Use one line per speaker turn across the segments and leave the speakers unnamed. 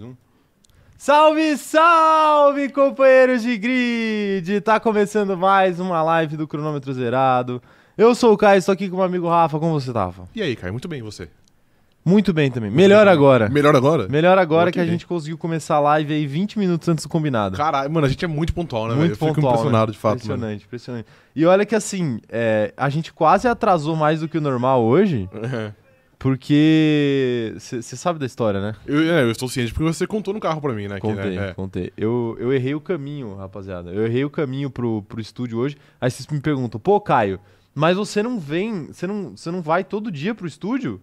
um? Salve, salve, companheiros de grid! Tá começando mais uma live do Cronômetro Zerado. Eu sou o Caio, estou aqui com o meu amigo Rafa. Como você tava?
E aí, Caio, muito bem, e você?
Muito bem também. Melhor agora.
Melhor agora?
Melhor agora
Muito
que a
bem.
gente conseguiu começar a live aí 20 minutos antes do combinado.
Caralho, mano, a gente é muito pontual, né, velho?
Muito
Eu fico
pontual,
impressionado,
né?
de fato, mano.
Impressionante, impressionante. E olha que assim, é, a gente quase atrasou mais do que o normal hoje, porque... Você sabe da história, né?
Eu, é, eu estou ciente porque você contou no carro pra mim, né? que,
Contei,
né, é.
contei. Eu, eu errei o caminho, rapaziada. Eu errei o caminho pro, pro estúdio hoje. Aí vocês me perguntam, pô, Caio, mas você não vem, você não, você não vai todo dia pro estúdio?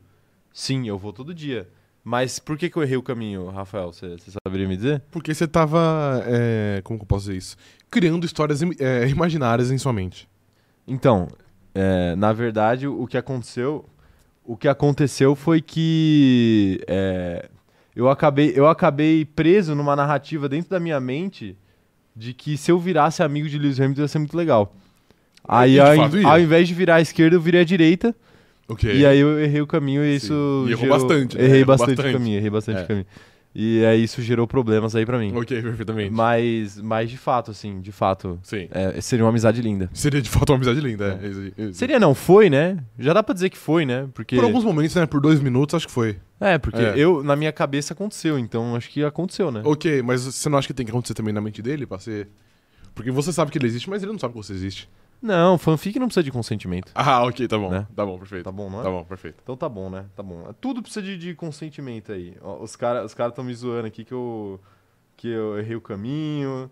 Sim, eu vou todo dia. Mas por que, que eu errei o caminho, Rafael? Você você saberia me dizer?
Porque você tava, é, como que eu posso dizer isso? Criando histórias im- é, imaginárias em sua mente.
Então, é, na verdade, o que aconteceu, o que aconteceu foi que é, eu acabei, eu acabei preso numa narrativa dentro da minha mente de que se eu virasse amigo de Lewis Hamilton ia ser muito legal. Aí,
de
ao,
fato
in-
ia.
ao invés de virar à esquerda, eu virei à direita.
Ok.
E aí eu errei o caminho e
Sim.
isso.
E errou bastante, né?
Errei
Errou
bastante, o
bastante.
caminho, errei bastante
É.
o caminho. E aí isso gerou problemas aí pra mim.
Ok, perfeitamente.
Mas, mas de fato, assim, de fato,
Sim.
é, seria uma amizade linda.
Seria, de fato, uma amizade linda. é. Isso- isso.
Seria não, foi, né? Já dá pra dizer que foi, né? Porque
Por alguns momentos, né? Por dois minutos, acho que foi.
É, porque
É.
eu na minha cabeça aconteceu, então acho que aconteceu, né?
Ok, mas você não acha que tem que acontecer também na mente dele pra ser... Porque você sabe que ele existe, mas ele não sabe que você existe.
Não, fanfic não precisa de consentimento.
Ah, ok, tá bom.
Né?
Tá bom, perfeito.
Tá bom, não é?
Tá bom, perfeito.
Então tá bom, né? Tá bom. Tudo precisa de, de consentimento aí. Ó, os caras os cara estão me zoando aqui que eu que eu errei o caminho.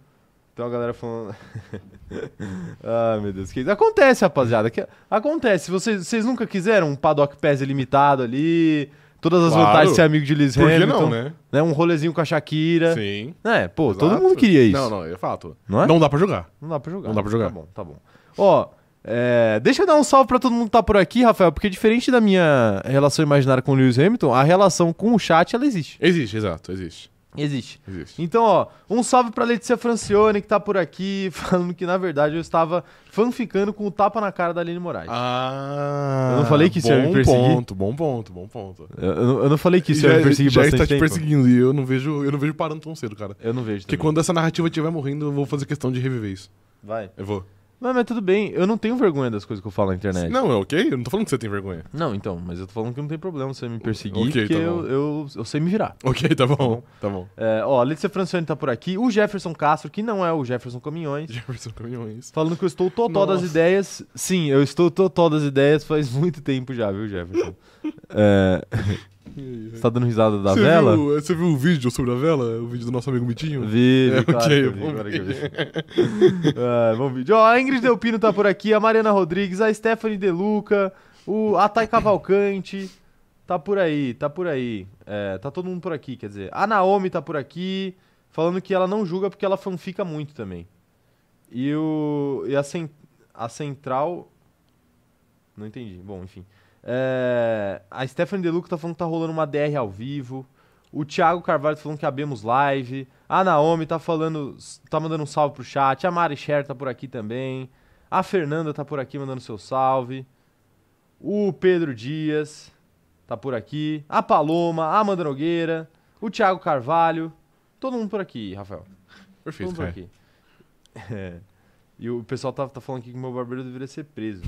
Então a galera falando. Ai, meu Deus. Que... Acontece, rapaziada. Que... Acontece. Vocês, vocês nunca quiseram um paddock pés ilimitado ali? Todas as
Claro.
vantagens de ser amigo de Liz
Por que
Hamilton.
não, né?
né? Um rolezinho com a Shakira.
Sim.
É, pô, todo
Exato.
mundo queria isso.
Não, não, é fato.
Não é?
Não dá pra jogar.
Não dá pra jogar.
Não dá pra jogar.
Tá bom, tá bom. Ó, é, deixa eu dar um salve pra todo mundo que tá por aqui, Rafael, porque diferente da minha relação imaginária com o Lewis Hamilton, a relação com o chat, ela existe.
Existe, exato, existe.
Existe.
Existe.
Então, ó, um salve pra Letícia Francione, que tá por aqui, falando que, na verdade, eu estava fanficando com o tapa na cara da Aline Moraes.
Ah.
Eu não falei que isso ia me perseguir?
Bom ponto, bom ponto, bom ponto.
Eu, eu não- eu não falei que isso ia me perseguir
já
bastante
está te
tempo.
perseguindo e eu não vejo, eu não vejo parando tão cedo, cara.
Eu não vejo
Porque
também.
quando essa narrativa estiver morrendo, eu vou fazer questão de reviver isso.
Vai.
Eu vou.
Mas, mas tudo bem, eu não tenho vergonha das coisas que eu falo na internet.
Não, é ok? Eu não tô falando que você tem vergonha.
Não, então, mas eu tô falando que não tem problema você me perseguir,
ok,
porque
tá bom.
eu, eu, eu sei me virar.
Ok, tá bom. Tá bom.
É, ó, a Letícia Francione tá por aqui. O Jefferson Castro, que não é o Jefferson Caminhões,
Jefferson Caminhões.
falando que eu estou totó das
Nossa.
ideias. Sim, eu estou totó das ideias faz muito tempo já, viu, Jefferson? é, você tá dando risada da
você
vela?
Viu, você viu o vídeo sobre a vela? O vídeo do nosso amigo Mitinho?
Vi, vi,
É,
claro
ok,
que eu vi,
bom
claro que eu vi. Ah, bom vídeo. Ó, a Ingrid Delpino tá por aqui, a Mariana Rodrigues, a Stephanie Deluca, o a Thay Cavalcante. Tá por aí, tá por aí. É, tá todo mundo por aqui, quer dizer. A Naomi tá por aqui, falando que ela não julga porque ela fanfica muito também. E o. E a, cen, a Central. Não entendi. Bom, enfim. É, a Stephanie Deluca tá falando que tá rolando uma DR ao vivo. O Thiago Carvalho tá falando que abemos live. A Naomi tá falando, tá mandando um salve pro chat. A Mari Sher tá por aqui também. A Fernanda tá por aqui mandando seu salve. O Pedro Dias tá por aqui. A Paloma, a Amanda Nogueira, o Thiago Carvalho. Todo mundo por aqui, Rafael. Todo
Perfeito,
mundo por
cara.
aqui. É. E o pessoal tá, tá falando aqui que o meu barbeiro deveria ser preso.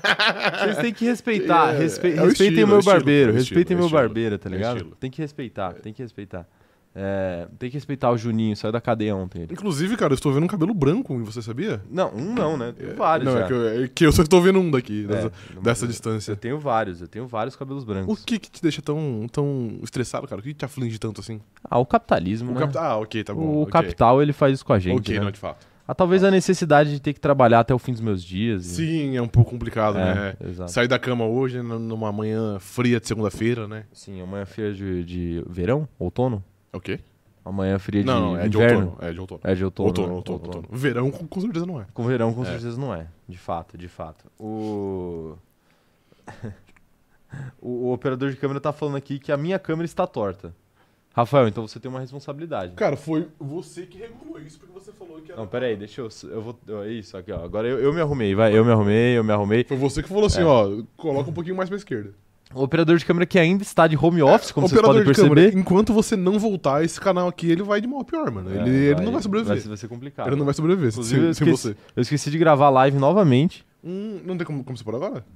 Vocês têm que respeitar.
É,
respe-
é o
respeitem
estilo,
o meu
é o estilo,
barbeiro.
é o estilo,
respeitem
é o
meu
estilo,
barbeiro, tá
é o
ligado?
estilo.
tem que respeitar, tem que respeitar. É, tem que respeitar o Juninho, saiu da cadeia ontem. ele.
Inclusive, cara, eu estou vendo um cabelo branco em você, sabia?
Não, um não, né? Tenho
É,
vários
não,
já.
é que, eu, é que eu só estou vendo um daqui,
É,
dessa,
não-
dessa
Eu
distância.
tenho vários, eu tenho vários cabelos
O
brancos.
que, que te deixa tão, tão estressado, cara? O que te aflige tanto assim?
Ah, o capitalismo,
O
né?
capta- Ah, ok, tá bom.
o
ok.
capital, ele faz isso com a gente,
Ok,
né?
não, de fato.
Ah, talvez a necessidade de ter que trabalhar até o fim dos meus dias. e-
Sim, é um pouco complicado,
É,
né?
exato.
Sair da cama hoje, n- numa manhã fria de segunda-feira, né?
Sim, amanhã é fria de, de verão? Outono?
É o quê?
Amanhã é fria
não,
de
não, é de
inverno?
outono. É de outono.
É de outono.
Outono,
né?
outono, outono. Verão, com, com certeza não é.
Com verão, com
É.
certeza, não é. De fato, de fato. O... o... o operador de câmera tá falando aqui que a minha câmera está torta. Rafael, então você tem uma responsabilidade.
Cara, foi você que regulou isso, porque você falou que
Não, peraí, deixa eu... Eu vou... ó, Isso, aqui, ó. Agora eu, eu me arrumei, vai. Eu me arrumei, eu me arrumei. É.
Foi você que falou assim, ó, coloca um pouquinho mais pra esquerda.
Operador de câmera que ainda está de home office, como vocês
É, Operador
podem
de câmera,
perceber.
enquanto você não voltar, esse canal aqui, ele vai de mal a pior, mano. ele,
É,
ele não vai sobreviver.
Vai, ser- vai ser complicado.
ele não vai sobreviver se-
Inclusive, eu
sem
esqueci,
você.
eu esqueci de gravar a live novamente.
Hum, não tem como, como separar agora?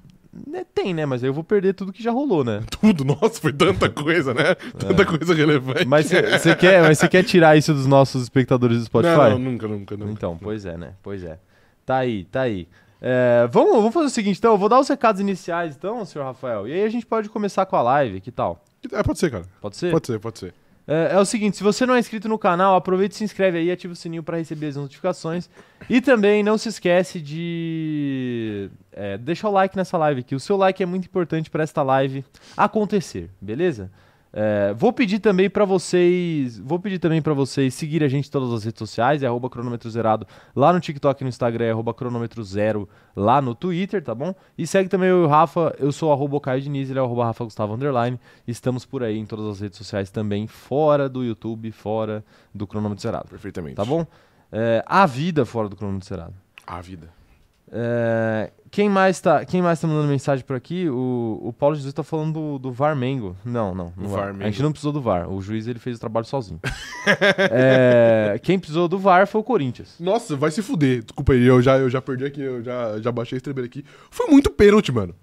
Né, Tem, né? Mas aí eu vou perder tudo que já rolou, né?
Tudo, nossa, foi tanta coisa, né? Tanta coisa relevante.
É. Mas você quer, mas você quer tirar isso dos nossos espectadores do Spotify?
Não, não, nunca, nunca, nunca.
Então, pois é, né? Pois é. Tá aí, tá aí. É, vamos, vamos fazer o seguinte, então. Eu vou dar os recados iniciais, então, senhor Rafael. E aí a gente pode começar com a live, que tal?
É, pode ser, cara.
Pode ser?
Pode ser, pode ser.
É, é o seguinte, se você não é inscrito no canal, aproveita e se inscreve aí, ativa o sininho para receber as notificações. E também não se esquece de é, deixar o like nessa live aqui. O seu like é muito importante para esta live acontecer, beleza? É, vou pedir também para vocês, vou pedir também para vocês seguir a gente em todas as redes sociais, é arroba cronômetro zerado lá no TikTok e no Instagram, é arroba cronômetro zero lá no Twitter, tá bom? E segue também eu e o Rafa, eu sou arroba o Caio Diniz, ele é o arroba Rafa Gustavo Underline, estamos por aí em todas as redes sociais também, fora do YouTube, fora do cronômetro zerado,
Perfeitamente.
tá bom? É, a vida fora do cronômetro zerado.
A vida.
É, quem mais tá, quem mais tá mandando mensagem por aqui? O, o Paulo Jesus tá falando do, do VAR Mengo. Não, não. não
O
vai.
VAR
A gente
Mengo.
não precisou do VAR. O juiz ele fez o trabalho sozinho. É, quem precisou do VAR foi o Corinthians.
Nossa, vai se fuder. Desculpa aí, eu já, eu já perdi aqui, eu já, já baixei a estrebeira aqui. Foi muito pênalti, mano.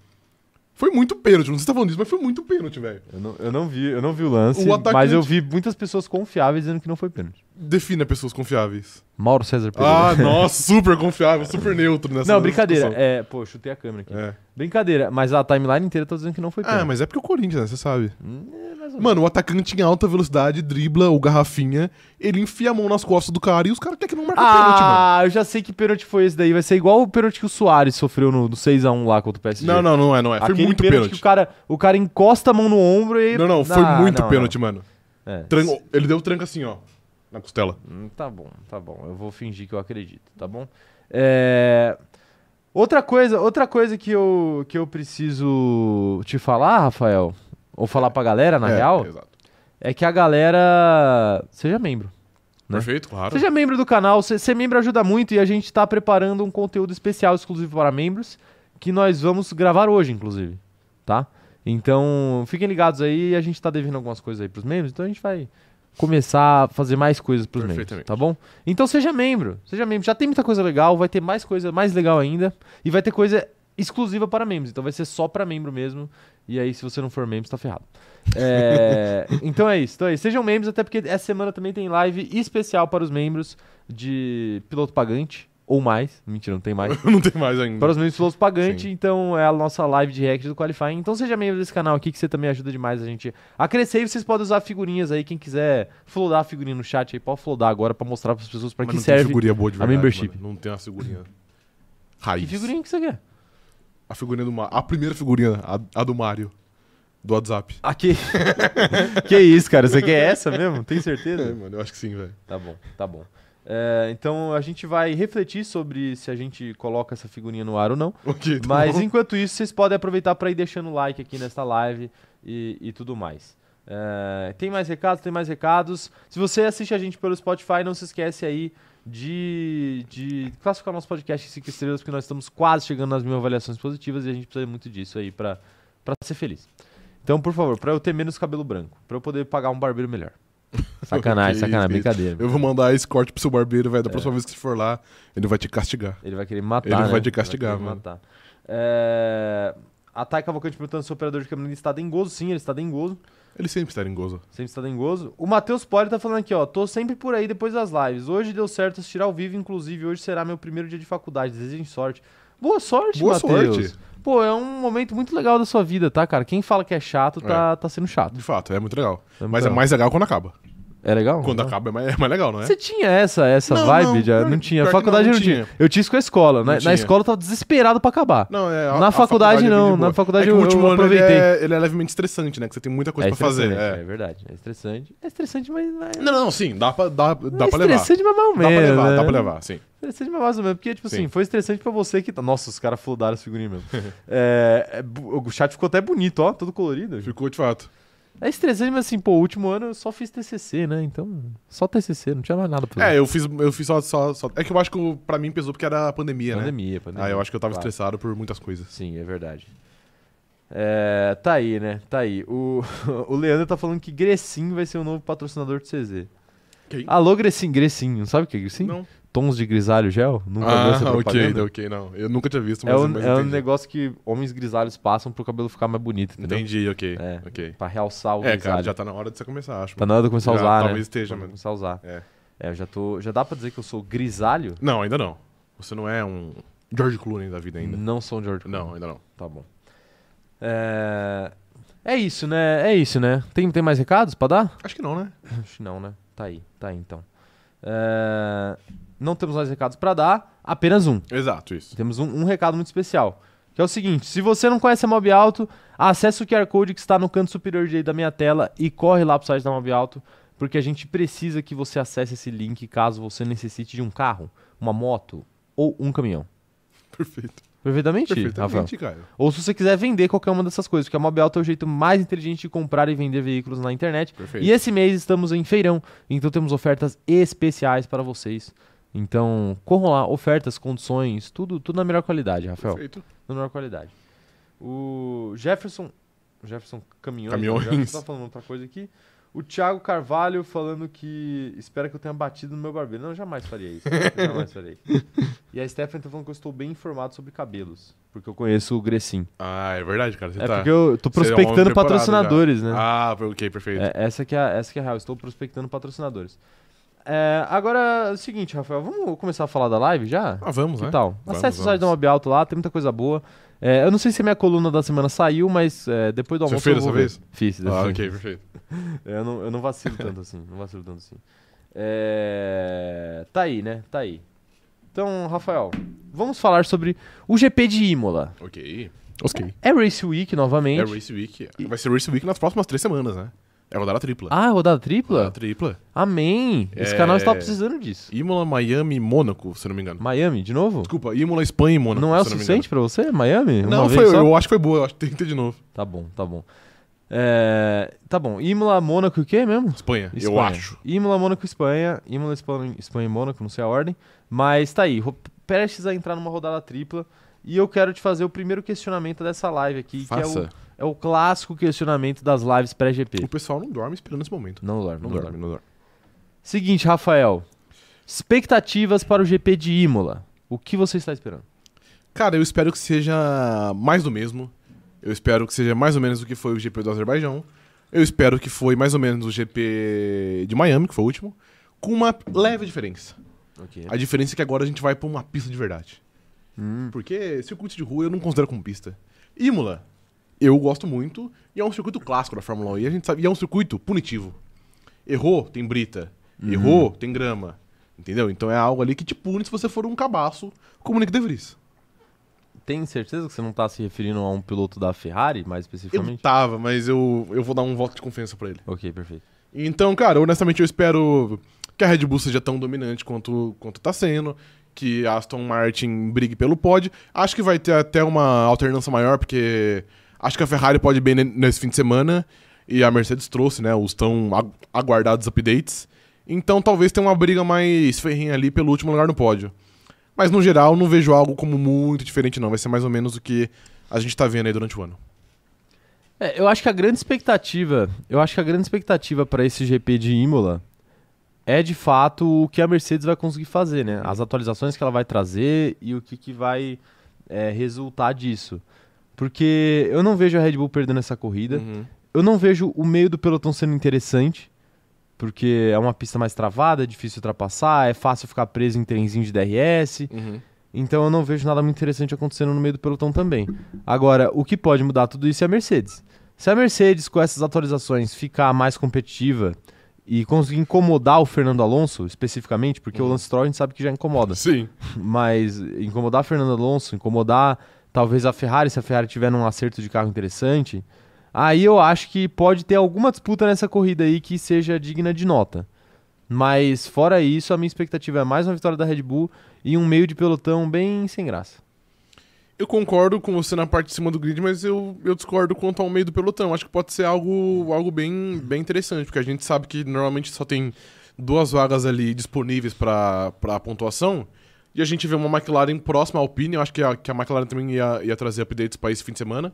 Foi muito pênalti. Não sei se tá falando isso, mas foi muito pênalti, velho.
Eu não, eu não vi, eu não vi o lance,
O atacante-
mas eu vi muitas pessoas confiáveis dizendo que não foi pênalti.
Defina pessoas confiáveis.
Mauro César Pereira.
Ah, nossa, super confiável, super neutro nessa
não, brincadeira.
discussão.
É, pô, chutei a câmera aqui.
É.
Brincadeira, mas a timeline inteira tá dizendo que não foi
Ah,
pênalti.
mas é porque o Corinthians, né? Você sabe.
Hum, é, mais ou menos.
Mano, o atacante em alta velocidade dribla o garrafinha, ele enfia a mão nas costas do cara e os caras querem que não marca pênalti, mano.
Ah, eu já sei que pênalti foi esse daí. Vai ser igual o pênalti que o Soares sofreu no, no 6x1 lá contra o PSG.
Não, não, não é, não é. Foi
Aquele
muito
pênalti,
pênalti.
que o cara, o cara encosta a mão no ombro e.
Não, não, foi
Ah,
muito
não,
pênalti, mano.
não. É.
Tran- Ele deu tranca assim, ó, na costela.
Hum, Tá bom, tá bom. Eu vou fingir que eu acredito, tá bom? É, Outra coisa, outra coisa que eu, que eu preciso te falar, Rafael, ou falar pra galera, na
É,
real,
Exato.
é que a galera seja membro. né?
Perfeito, claro.
Seja membro do canal, se- ser membro ajuda muito e a gente tá preparando um conteúdo especial exclusivo para membros que nós vamos gravar hoje, inclusive, tá? Então, fiquem ligados aí, a gente tá devendo algumas coisas aí pros membros, então a gente vai começar a fazer mais coisas pros membros,
Perfeitamente.
tá bom? Então seja membro, seja membro, já tem muita coisa legal, vai ter mais coisa mais legal ainda e vai ter coisa exclusiva para membros, então vai ser só para membro mesmo. E aí, se você não for membro, você tá ferrado. É, então é isso, então é isso. Sejam membros, até porque essa semana também tem live especial para os membros de piloto pagante, ou mais. Mentira, não tem mais.
Não tem mais ainda.
Para os membros de piloto pagante,
Sim.
então é a nossa live de react do Qualifying. Então seja membro desse canal aqui, que você também ajuda demais a gente a crescer. E vocês podem usar figurinhas aí, quem quiser flodar a figurinha no chat aí, pode flodar agora para mostrar para as pessoas para
Mas
que
não tem
serve.
figurinha boa de
a
verdade,
membership?
mano. Não tem uma figurinha raiz.
Que figurinha que você quer?
A figurinha do Mario. A primeira figurinha, a, a do Mario. Do WhatsApp.
Aqui. que isso, cara? Você quer essa mesmo? Tem certeza?
É, mano, eu acho que sim, velho.
Tá bom, tá bom. É, então a gente vai refletir sobre se a gente coloca essa figurinha no ar ou não.
Ok, tá
Mas
bom.
enquanto isso, vocês podem aproveitar para ir deixando o like aqui nesta live e, e tudo mais. É, tem mais recados? Tem mais recados. Se você assiste a gente pelo Spotify, não se esquece aí de, de classificar nosso podcast em 5 estrelas, porque nós estamos quase chegando nas mil avaliações positivas e a gente precisa muito disso aí para ser feliz. Então, por favor, para eu ter menos cabelo branco, para eu poder pagar um barbeiro melhor. Sacanagem,
Ok,
sacanagem,
isso,
brincadeira.
Eu vou mandar esse corte pro seu barbeiro,
É.
velho. Da próxima vez que você for lá, ele vai te castigar.
Ele vai querer me matar.
Ele
né?
vai te castigar,
querer me
mano.
Matar. É... A Thay Cavalcante perguntando se o operador de câmera está dengoso. Sim, ele está dengoso.
Ele sempre tá está em gozo.
Sempre está dengoso. O Matheus Poli tá falando aqui, ó. Tô sempre por aí depois das lives. Hoje deu certo assistir ao vivo, inclusive. Hoje será meu primeiro dia de faculdade. Desejem sorte. Boa sorte,
Boa
Matheus.
sorte.
Pô, é um momento muito legal da sua vida, tá, cara? Quem fala que é chato tá, tá sendo chato.
De fato, é muito legal.
muito
Mas
legal.
é mais legal quando acaba.
É legal?
Quando
Não.
acaba é mais, é mais legal, não é?
tá. Você tinha essa, essa
Não,
vibe?
não,
já?
pior-
não tinha.
pior que
Faculdade
não,
não
não
tinha.
tinha.
Eu tinha isso com a escola. né? Na, na
tinha.
escola eu tava desesperado pra acabar.
Não, é,
Na faculdade,
é
não.
bem de boa.
Na faculdade
é que
eu-
o último
eu
ano ele
aproveitei.
é, ele é levemente estressante, né? Que você tem muita coisa pra fazer.
estressante,
É.
é verdade. É estressante. É estressante, mas. mas...
Não, não, sim. Dá pra, dá, dá
é
pra levar.
estressante, mas mais ou
Dá pra
menos.
levar,
né?
dá pra levar, sim.
Estressante, mas mais ou menos. Porque, tipo assim,
Sim.
foi estressante pra você que. tá- Nossa, os caras flodaram as figurinhas mesmo. É, é bu- o chat ficou até bonito, ó, todo colorido.
Ficou de fato.
É estressante, mas assim, pô, o último ano eu só fiz TCC, né? Então, só TCC, não tinha mais nada pra fazer.
É, eu fiz, eu fiz só, só, só- É que eu acho que o- pra mim pesou porque era a pandemia, né?
pandemia, pandemia.
Ah, eu acho que eu tava
claro.
estressado por muitas coisas.
Sim, é verdade. É, É, tá aí, né? Tá aí. O, o Leandro tá falando que Grecin vai ser o novo patrocinador do CZ.
Quem?
Alô, Grecin, Grecin. Não sabe o que é Grecin?
Ah, Não.
Tons de grisalho gel? Nunca viu essa
Ah, ok,
propaganda?
não, ok, não. Eu nunca tinha visto, mas,
É, um,
mas
é um
entendi.
negócio que homens grisalhos passam pro cabelo ficar mais bonito, entendeu?
Entendi, ok,
É.
ok.
Pra realçar o
É,
grisalho.
cara, já tá na hora de você começar, acho.
Tá na hora de eu começar a
Já,
usar, né?
talvez esteja,
Vou
mano.
Começar a usar.
É.
É, eu já tô. Já dá pra dizer que eu sou grisalho?
Não, ainda não. Você não é um George Clooney da vida ainda.
Não sou um George Clooney.
Não, ainda não.
Tá bom. É... é isso, né? É isso, né? Tem, tem mais recados pra dar?
Acho que não, né?
Acho que não, né? Tá aí, tá aí então. É, Não temos mais recados pra dar, apenas um.
Exato, isso.
Temos um, um recado muito especial. Que é o seguinte: se você não conhece a Mob Alto, acesse o QR Code que está no canto superior direito da minha tela e corre lá pro site da Mob Alto, porque a gente precisa que você acesse esse link caso você necessite de um carro, uma moto ou um caminhão.
Perfeito.
Perfeitamente, Rafael?
Perfeitamente, cara.
Ou se você quiser vender qualquer uma dessas coisas, porque a Mob Alto é o jeito mais inteligente de comprar e vender veículos na internet.
Perfeito.
E esse mês estamos em feirão, então temos ofertas especiais para vocês. Então, corram lá, ofertas, condições, tudo, tudo na melhor qualidade, Rafael.
Perfeito.
Na melhor qualidade. O Jefferson. Jefferson Caminhões. né?
Caminhões.
O Jefferson tá falando outra coisa aqui. O Thiago Carvalho falando que espera que eu tenha batido no meu barbeiro. Não, eu jamais faria isso. Eu jamais faria isso. E a Stephanie tá falando que eu estou bem informado sobre cabelos. Porque eu conheço o Grecin.
Ah, é verdade, cara. Você
é
tá...
porque eu tô
Você é um homem
prospectando
preparado
patrocinadores, né?
Ah, ok, perfeito.
É, essa, que é, a- essa que é a real, estou prospectando patrocinadores. É, agora, é o seguinte, Rafael, vamos começar a falar da live já?
Ah, vamos,
que
né?
tal?
Vamos,
Acesse o site
vamos.
da Mob Alto lá, tem muita coisa boa. É, eu não sei se minha coluna da semana saiu, mas é, depois do
Você
almoço.
fez
eu vou
dessa
ver.
vez?
Fiz, dessa
Ah,
vez.
ok, perfeito.
É, Eu não, eu não vacilo tanto assim, não vacilo tanto assim. É, Tá aí, né? Tá aí. Então, Rafael, vamos falar sobre o GP de Imola.
Ok. Ok.
É Race Week novamente.
É Race Week. Vai ser Race Week nas próximas três semanas, né? É rodada tripla.
Ah, rodada tripla?
Rodada tripla.
Amém! Esse
É.
canal estava precisando disso.
Imola, Miami e Mônaco, se eu não me engano.
Miami, de novo?
Desculpa, Imola, Espanha e Mônaco.
Não é o
se eu me
suficiente pra você, Miami?
engano.
Uma
Não,
vez
foi,
só?
eu acho que foi boa, eu acho que tem que ter de novo.
Tá bom, tá bom. É, Tá bom. Imola, Mônaco e o quê mesmo?
Espanha, eu
Espanha.
acho.
Imola, Mônaco, Espanha. Imola, Espanha, Espanha e Mônaco, não sei a ordem. Mas tá aí, ro- prestes a entrar numa rodada tripla. E eu quero te fazer o primeiro questionamento dessa live aqui, que é
Faça.
o- é o, clássico questionamento das lives
O
pré-GP.
pessoal não dorme esperando esse momento.
Não dorme,
Não, dorme, não dorme.
Seguinte, Rafael. Expectativas para o GP de Imola. O que você está esperando?
Cara, eu espero que seja mais do mesmo. Eu espero que seja mais ou menos o que foi o GP do Azerbaijão. Eu espero que foi mais ou menos o GP de Miami, que foi o último. Com uma leve diferença.
Ok.
A diferença é que agora a gente vai pra uma pista de verdade. Porque circuito de rua eu não considero como pista. Imola, eu gosto muito. E é um circuito clássico da Fórmula 1. E a gente sabe, e é um circuito punitivo. Errou, tem brita. Errou, tem grama. Entendeu? Então é algo ali que te pune se você for um cabaço, como o Nick De Vries.
Tem certeza que você não está se referindo a um piloto da Ferrari, mais
Eu
especificamente?
tava, mas eu, eu vou dar um voto de confiança pra ele.
Ok, perfeito.
Então, cara, honestamente eu espero que a Red Bull seja tão dominante quanto, quanto tá sendo, que a Aston Martin brigue pelo pod. Acho que vai ter até uma alternância maior, porque acho que a Ferrari pode bem ne- nesse fim de semana e a Mercedes trouxe, né, os tão agu- aguardados updates. Então talvez tenha uma briga mais ferrinha ali pelo último lugar no pódio. Mas no geral não vejo algo como muito diferente não, vai ser mais ou menos o que a gente tá vendo aí durante o ano.
É, eu acho que a grande expectativa, eu acho que a grande expectativa para esse GP de Imola é de fato o que a Mercedes vai conseguir fazer, né? As atualizações que ela vai trazer e o que, que vai é, resultar disso. Porque eu não vejo a Red Bull perdendo essa corrida. Eu não vejo o meio do pelotão sendo interessante, porque é uma pista mais travada, é difícil ultrapassar, é fácil ficar preso em trenzinho de DRS.
Uhum.
Então eu não vejo nada muito interessante acontecendo no meio do pelotão também. Agora, o que pode mudar tudo isso é a Mercedes. Se a Mercedes, com essas atualizações, ficar mais competitiva e conseguir incomodar o Fernando Alonso, especificamente, porque o Lance Stroll a gente sabe que já incomoda.
Sim.
Mas incomodar o Fernando Alonso, incomodar talvez a Ferrari, se a Ferrari tiver um acerto de carro interessante, aí eu acho que pode ter alguma disputa nessa corrida aí que seja digna de nota. Mas fora isso, a minha expectativa é mais uma vitória da Red Bull e um meio de pelotão bem sem graça.
Eu concordo com você na parte de cima do grid, mas eu, eu discordo quanto ao meio do pelotão. Acho que pode ser algo, algo bem, bem interessante, porque a gente sabe que normalmente só tem duas vagas ali disponíveis para a pontuação. E a gente vê uma McLaren próxima à Alpine. Eu acho que a, que a McLaren também ia, ia trazer updates para esse fim de semana.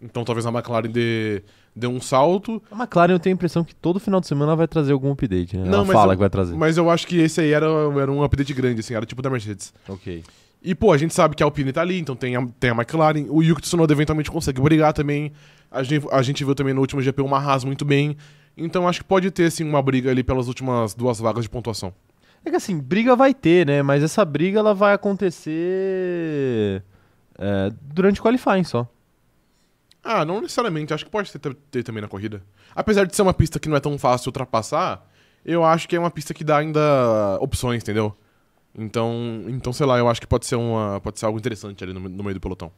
Então talvez a McLaren dê, dê um salto.
A McLaren eu tenho a impressão que todo final de semana ela vai trazer algum update, né? ela
mas
fala
eu-
que vai trazer.
Mas eu acho que esse aí era, era um update grande, assim, era tipo da Mercedes.
Ok.
E, pô, a gente sabe que a Alpine tá ali, então tem a, tem a McLaren. O Yuki Tsunoda eventualmente consegue brigar também. A gente, a gente viu também no último GP uma Haas muito bem. Então acho que pode ter, assim, uma briga ali pelas últimas duas vagas de pontuação.
É que assim, briga vai ter, né? Mas essa briga ela vai acontecer é, durante o qualifying só.
Ah, não necessariamente. Acho que pode ter, ter também na corrida. Apesar de ser uma pista que não é tão fácil ultrapassar, eu acho que é uma pista que dá ainda opções, entendeu? Então, então sei lá, eu acho que pode ser, uma, pode ser algo interessante ali no, no meio do pelotão.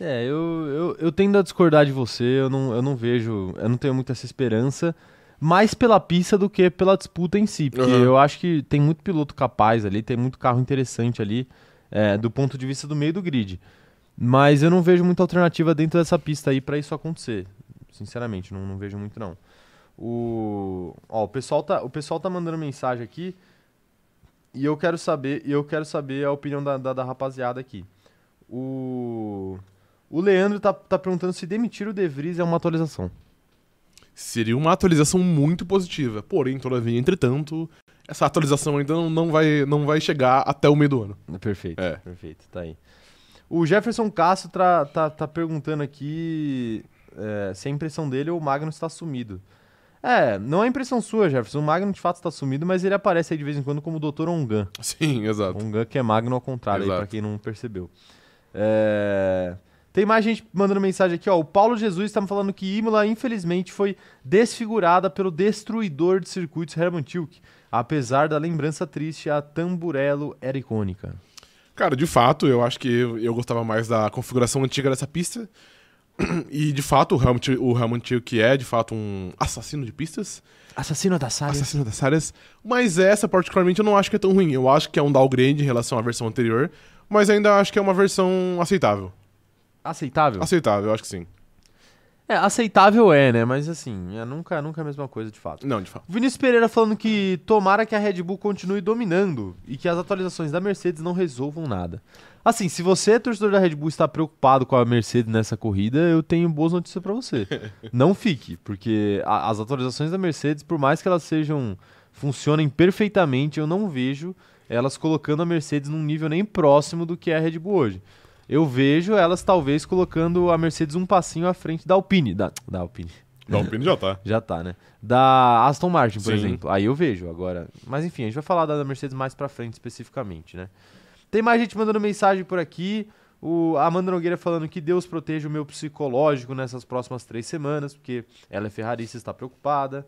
É, eu, eu, eu tendo a discordar de você, eu não, eu não vejo, eu não tenho muito essa esperança, mais pela pista do que pela disputa em si, porque
Aham.
eu acho que tem muito piloto capaz ali, tem muito carro interessante ali, é, do ponto de vista do meio do grid. Mas eu não vejo muita alternativa dentro dessa pista aí pra isso acontecer. Sinceramente, não, não vejo muito não. O, ó, o pessoal tá, o pessoal tá mandando mensagem aqui e eu quero saber, e eu quero saber a opinião da, da, da rapaziada aqui. O o Leandro tá, tá perguntando se demitir o De Vries é uma atualização.
Seria uma atualização muito positiva. Porém, todavia, entretanto, essa atualização ainda não, não, vai, não vai chegar até o meio do ano.
Perfeito,
É.
perfeito, tá aí. O Jefferson Castro tá, tá, tá perguntando aqui é, se é impressão dele ou o Magnus está sumido. É, não é impressão sua, Jefferson. O Magnus de fato está sumido, mas ele aparece aí de vez em quando como Dr. Ongan.
Sim, exato.
Ongan que é Magno ao contrário, aí,
Exato.
pra quem não percebeu. É, Tem mais gente mandando mensagem aqui, ó. O Paulo Jesus tá me falando que Imola, infelizmente, foi desfigurada pelo destruidor de circuitos Herman Tilke. Apesar da lembrança triste, a Tamburello era icônica.
Cara, de fato, eu acho que eu, eu gostava mais da configuração antiga dessa pista. E, de fato, o Helmut, o Helmut Tio, que é, de fato, um assassino de pistas.
Assassino da Sária.
Assassino das áreas. Mas essa, particularmente, eu não acho que é tão ruim. Eu acho que é um downgrade em relação à versão anterior. Mas ainda acho que é uma versão aceitável.
Aceitável?
Aceitável, eu acho que sim.
É, aceitável é, né? Mas assim, é nunca, nunca é a mesma coisa, de fato.
Não, de fato.
O Vinícius Pereira falando que tomara que a Red Bull continue dominando e que as atualizações da Mercedes não resolvam nada. Assim, se você, torcedor da Red Bull, está preocupado com a Mercedes nessa corrida, eu tenho boas notícias para você. não fique, porque a- as atualizações da Mercedes, por mais que elas sejam funcionem perfeitamente, eu não vejo elas colocando a Mercedes num nível nem próximo do que é a Red Bull hoje. Eu vejo elas talvez colocando a Mercedes um passinho à frente da Alpine, da, da Alpine.
Da Alpine já tá.
Já tá, né? Da Aston Martin, por
Sim.
exemplo. Aí eu vejo agora. Mas enfim, a gente vai falar da da Mercedes mais pra frente especificamente, né? Tem mais gente mandando mensagem por aqui. O Amanda Nogueira falando que Deus proteja o meu psicológico nessas próximas três semanas, porque ela é ferrarista e está preocupada.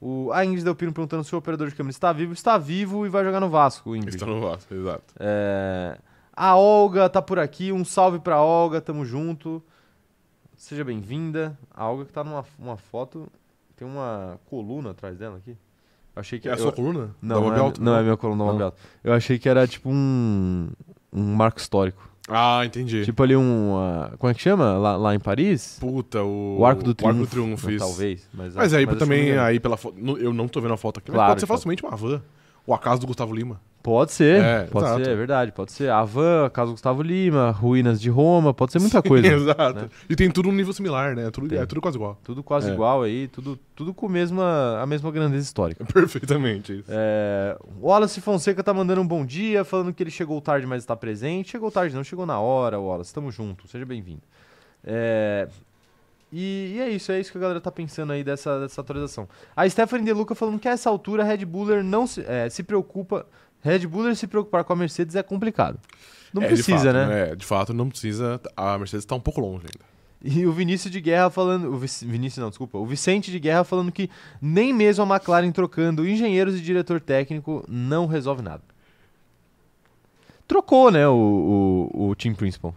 O, a Ingrid Delpino perguntando se o operador de câmera está vivo. Está vivo e vai jogar no Vasco, Ingrid.
Está no Vasco, Então, exato.
É, A Olga tá por aqui, um salve pra Olga, tamo junto. Seja bem-vinda. A Olga que tá numa uma foto, tem uma coluna atrás dela aqui. Eu achei que
É a
eu-
sua coluna?
Não,
Da
não, é,
né? Bob Alto?
não é minha coluna da
Não.
Bob Alto. Eu achei que era tipo um um marco histórico.
Ah, entendi.
Tipo ali um, ah, como é que chama? Lá, lá em Paris?
Puta, o...
O Arco do
O Arco
Triunfo.
do Triunfo,
Não,
isso.
Talvez, mas
Mas aí
mas acho que não
também,
engano.
aí pela foto... no- Eu não tô vendo a foto aqui,
Claro,
mas pode ser
de fato.
facilmente uma van. O acaso do Gustavo Lima.
Pode ser,
É,
pode
exato.
ser, é verdade, pode ser. Havan, Casa Gustavo Lima, Ruínas de Roma, pode ser muita coisa.
Exato.
né?
E tem tudo num nível similar, né? Tudo,
Tem.
é tudo quase igual.
Tudo quase
É.
igual aí, tudo, tudo com mesma, a mesma grandeza histórica.
Perfeitamente isso.
É, o Wallace Fonseca tá mandando um bom dia, falando que ele chegou tarde, mas está presente. Chegou tarde, não, chegou na hora, Wallace. Tamo junto, seja bem-vindo. É, e, e é isso, é isso que a galera tá pensando aí dessa, dessa atualização. A Stephanie De Luca falando que a essa altura a Red Buller não se, é, se preocupa. Red Buller se preocupar com a Mercedes é complicado. Não
É, de
precisa,
fato,
né?
É, de fato, não precisa. A Mercedes tá um pouco longe ainda.
E o Vinícius de Guerra falando. O Vic- Vinícius não, desculpa. O Vicente de Guerra falando que nem mesmo a McLaren trocando engenheiros e diretor técnico não resolve nada. Trocou, né, o, o, o team principal.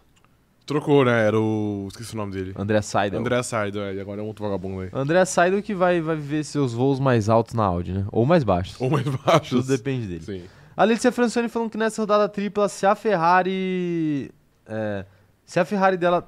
Trocou, né? Era o... Esqueci o nome dele.
André Seidel. André,
André Saido, é, e agora é um outro vagabundo aí.
Seidel que vai, vai viver seus voos mais altos na Audi, né? Ou mais baixos.
Ou Um mais baixo.
Tudo depende dele.
Sim.
A Letícia Francione falando que nessa rodada tripla, se a Ferrari. é, se a Ferrari dela.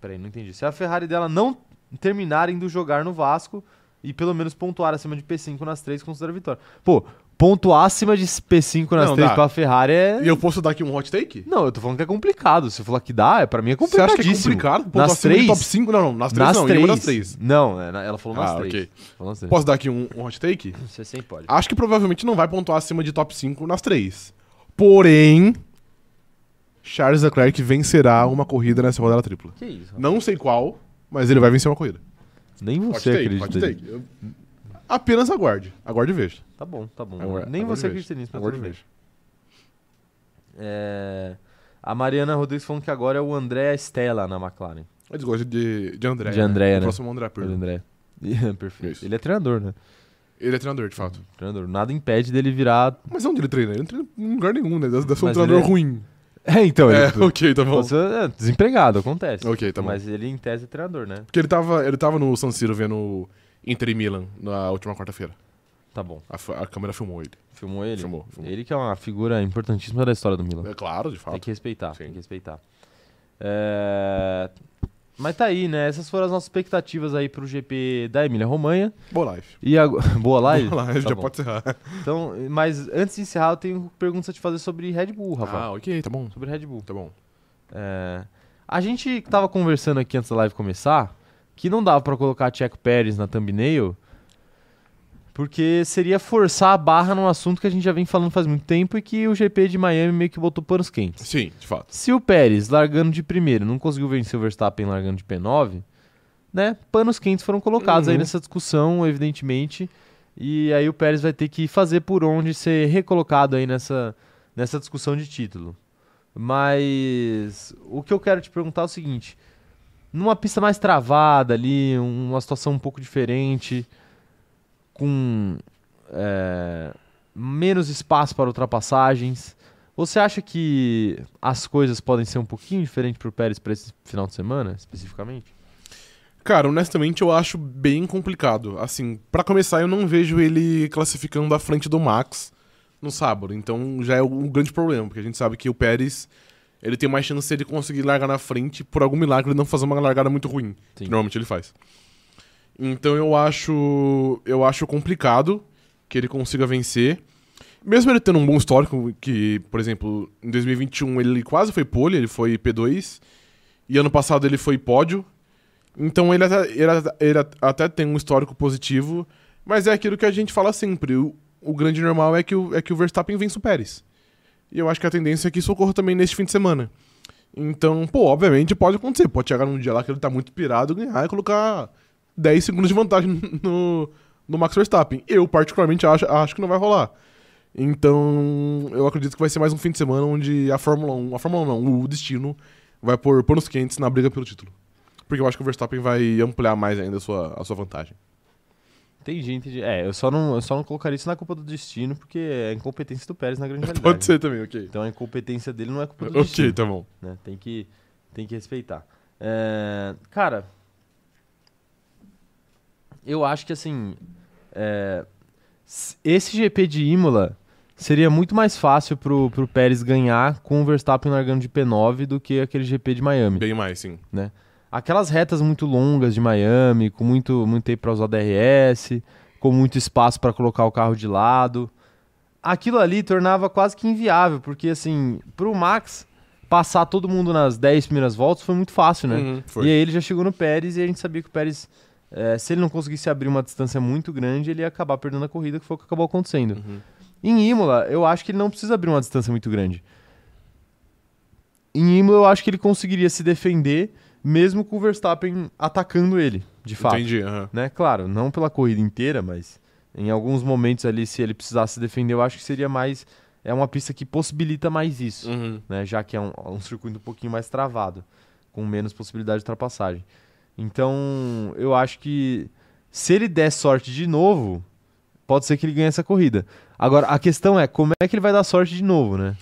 Peraí, não entendi. Se a Ferrari dela não terminar indo jogar no Vasco e pelo menos pontuar acima de P5 nas três, considera a vitória. Pô, Ponto acima de P5 nas
Não,
três
dá.
pra Ferrari é.
E eu posso dar aqui um hot take?
Não, eu tô falando que é complicado. Se eu falar que dá, é, pra mim é
Você acha
complicadíssimo.
que é complicado? Ponto
Nas
acima de
três?
Top 5? Não, não. Nas três
Nas
não. em
três.
uma das três.
Não, é, na- ela falou nas
Ah,
três.
ok.
Falou nas três.
Posso Ah, dar aqui um, um hot take?
Você sim pode.
Acho que provavelmente não vai pontuar acima de top 5 nas três. Porém, Charles Leclerc vencerá uma corrida nessa rodada tripla.
Que isso? rapaz?
Não sei qual, mas ele vai vencer uma corrida.
Nem
Hot
você
take,
acredita.
hot
nisso.
take. Eu- Apenas aguarde. Aguarde e veja.
Tá bom, tá bom.
Agora-
Nem
agora
você
eu vejo.
acredita nisso, mas
Agora
tudo bem.
eu vejo.
É, A Mariana Rodrigues falando que agora é o André Stella na McLaren.
Eles gostam de, de André.
De André,
O
né?
próximo é o André
Olha
Pirlo.
O André. É, Perfeito.
Isso.
Ele é treinador, né?
Ele é treinador, de fato.
Treinador. Nada impede dele virar.
Mas onde ele treina? Ele não treina em lugar nenhum, né? Deve deve ser um
Mas
treinador
ele é-
ruim.
É, então, ele
É, ok, tá bom.
pode ser, é, desempregado, acontece.
Ok, tá bom.
Mas ele, em tese, é treinador, né?
Porque ele tava, ele tava no San Siro vendo Inter e Milan na última quarta-feira.
Tá bom.
A, f- a câmera filmou ele.
Filmou ele?
Filmou, filmou.
Ele que é uma figura importantíssima da história do Milan.
É claro, de fato.
Tá. Tem que respeitar,
Sim.
tem que respeitar. É, Mas tá aí, né? Essas foram as nossas expectativas aí pro GP da Emília Romanha.
Boa live.
E agora... Boa live?
Boa live,
Tá
já
bom.
pode encerrar.
Então, mas antes de encerrar, eu tenho perguntas a te fazer sobre Red Bull, Rafa.
Ah, ok, tá bom.
Sobre Red Bull.
Tá bom.
É, A gente tava conversando aqui antes da live começar que não dava pra colocar Checo Pérez na thumbnail porque seria forçar a barra num assunto que a gente já vem falando faz muito tempo e que o GP de Miami meio que botou panos quentes.
Sim, de fato.
Se o Pérez, largando de primeiro, não conseguiu vencer o Verstappen largando de P9, né? Panos quentes foram colocados
Uhum.
aí nessa discussão, evidentemente. E aí o Pérez vai ter que fazer por onde ser recolocado aí nessa, nessa discussão de título. Mas o que eu quero te perguntar é o seguinte: numa pista mais travada ali, um- uma situação um pouco diferente, com é, menos espaço para ultrapassagens, você acha que as coisas podem ser um pouquinho diferentes pro Pérez para esse final de semana, especificamente?
Cara, honestamente, eu acho bem complicado. Assim, pra começar, eu não vejo ele classificando à frente do Max no sábado. Então já é um grande problema, porque a gente sabe que o Pérez ele tem mais chance de conseguir largar na frente por algum milagre ele não fazer uma largada muito ruim. Que
Sim.
normalmente ele faz. Então eu acho. Eu acho complicado que ele consiga vencer. Mesmo ele tendo um bom histórico, que, por exemplo, em 2021 ele quase foi pole, ele foi P2. E ano passado ele foi pódio. Então ele até, ele, até- ele até tem um histórico positivo, mas é aquilo que a gente fala sempre. O, o grande normal é que o, é que o Verstappen vence o Pérez. E eu acho que a tendência é que isso ocorra também neste fim de semana. Então, pô, obviamente pode acontecer. Pode chegar num dia lá que ele tá muito pirado, ganhar e colocar 10 segundos de vantagem no, no Max Verstappen. Eu, particularmente, acho, acho que não vai rolar. Então, eu acredito que vai ser mais um fim de semana onde a Fórmula 1, a Fórmula 1 não, o destino vai pôr panos quentes na briga pelo título. Porque eu acho que o Verstappen vai ampliar mais ainda a sua, a sua vantagem.
Entendi, entendi. É, eu só não, eu só não colocaria isso na culpa do destino, porque é a incompetência do Pérez na grande realidade.
Pode ser também, ok.
Então a incompetência dele não é culpa do
Ok,
destino,
tá bom.
né? Tem que, tem que respeitar. É, cara, eu acho que assim, é, s- esse GP de Imola seria muito mais fácil pro, pro Pérez ganhar com o Verstappen largando de P9 do que aquele GP de Miami.
Bem mais, sim.
Aquelas retas muito longas de Miami, com muito, muito tempo para usar DRS, com muito espaço para colocar o carro de lado. Aquilo ali tornava quase que inviável, porque assim, pro Max passar todo mundo nas 10 primeiras voltas foi muito fácil, né?
Uhum,
E
foi.
aí ele já chegou no Pérez e a gente sabia que o Pérez, eh, se ele não conseguisse abrir uma distância muito grande, ele ia acabar perdendo a corrida, que foi o que acabou acontecendo.
Uhum.
Em Imola, eu acho que ele não precisa abrir uma distância muito grande. Em Imola, eu acho que ele conseguiria se defender, mesmo com o Verstappen atacando ele, de fato.
Entendi, aham.
Né? Claro, não pela corrida inteira, mas em alguns momentos ali, se ele precisasse se defender, eu acho que seria mais. É uma pista que possibilita mais isso
Uhum.
né, Já que é um, um circuito um pouquinho mais travado, com menos possibilidade de ultrapassagem. Então, eu acho que se ele der sorte de novo, pode ser que ele ganhe essa corrida. Agora, a questão é como é que ele vai dar sorte de novo, né?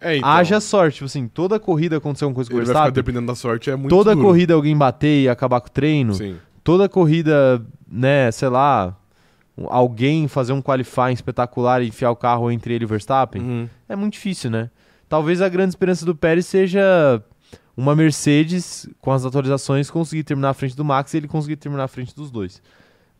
É, então,
Haja sorte, tipo assim, toda corrida aconteceu uma coisa com o
ele vai ficar
Verstappen,
dependendo da sorte, é muito
toda
duro.
corrida alguém bater e acabar com o treino,
Sim.
toda corrida, né, sei lá, um- alguém fazer um qualifying espetacular e enfiar o carro entre ele e o Verstappen
Uhum.
é muito difícil, né? Talvez a grande esperança do Pérez seja uma Mercedes, com as atualizações, conseguir terminar à frente do Max e ele conseguir terminar à frente dos dois.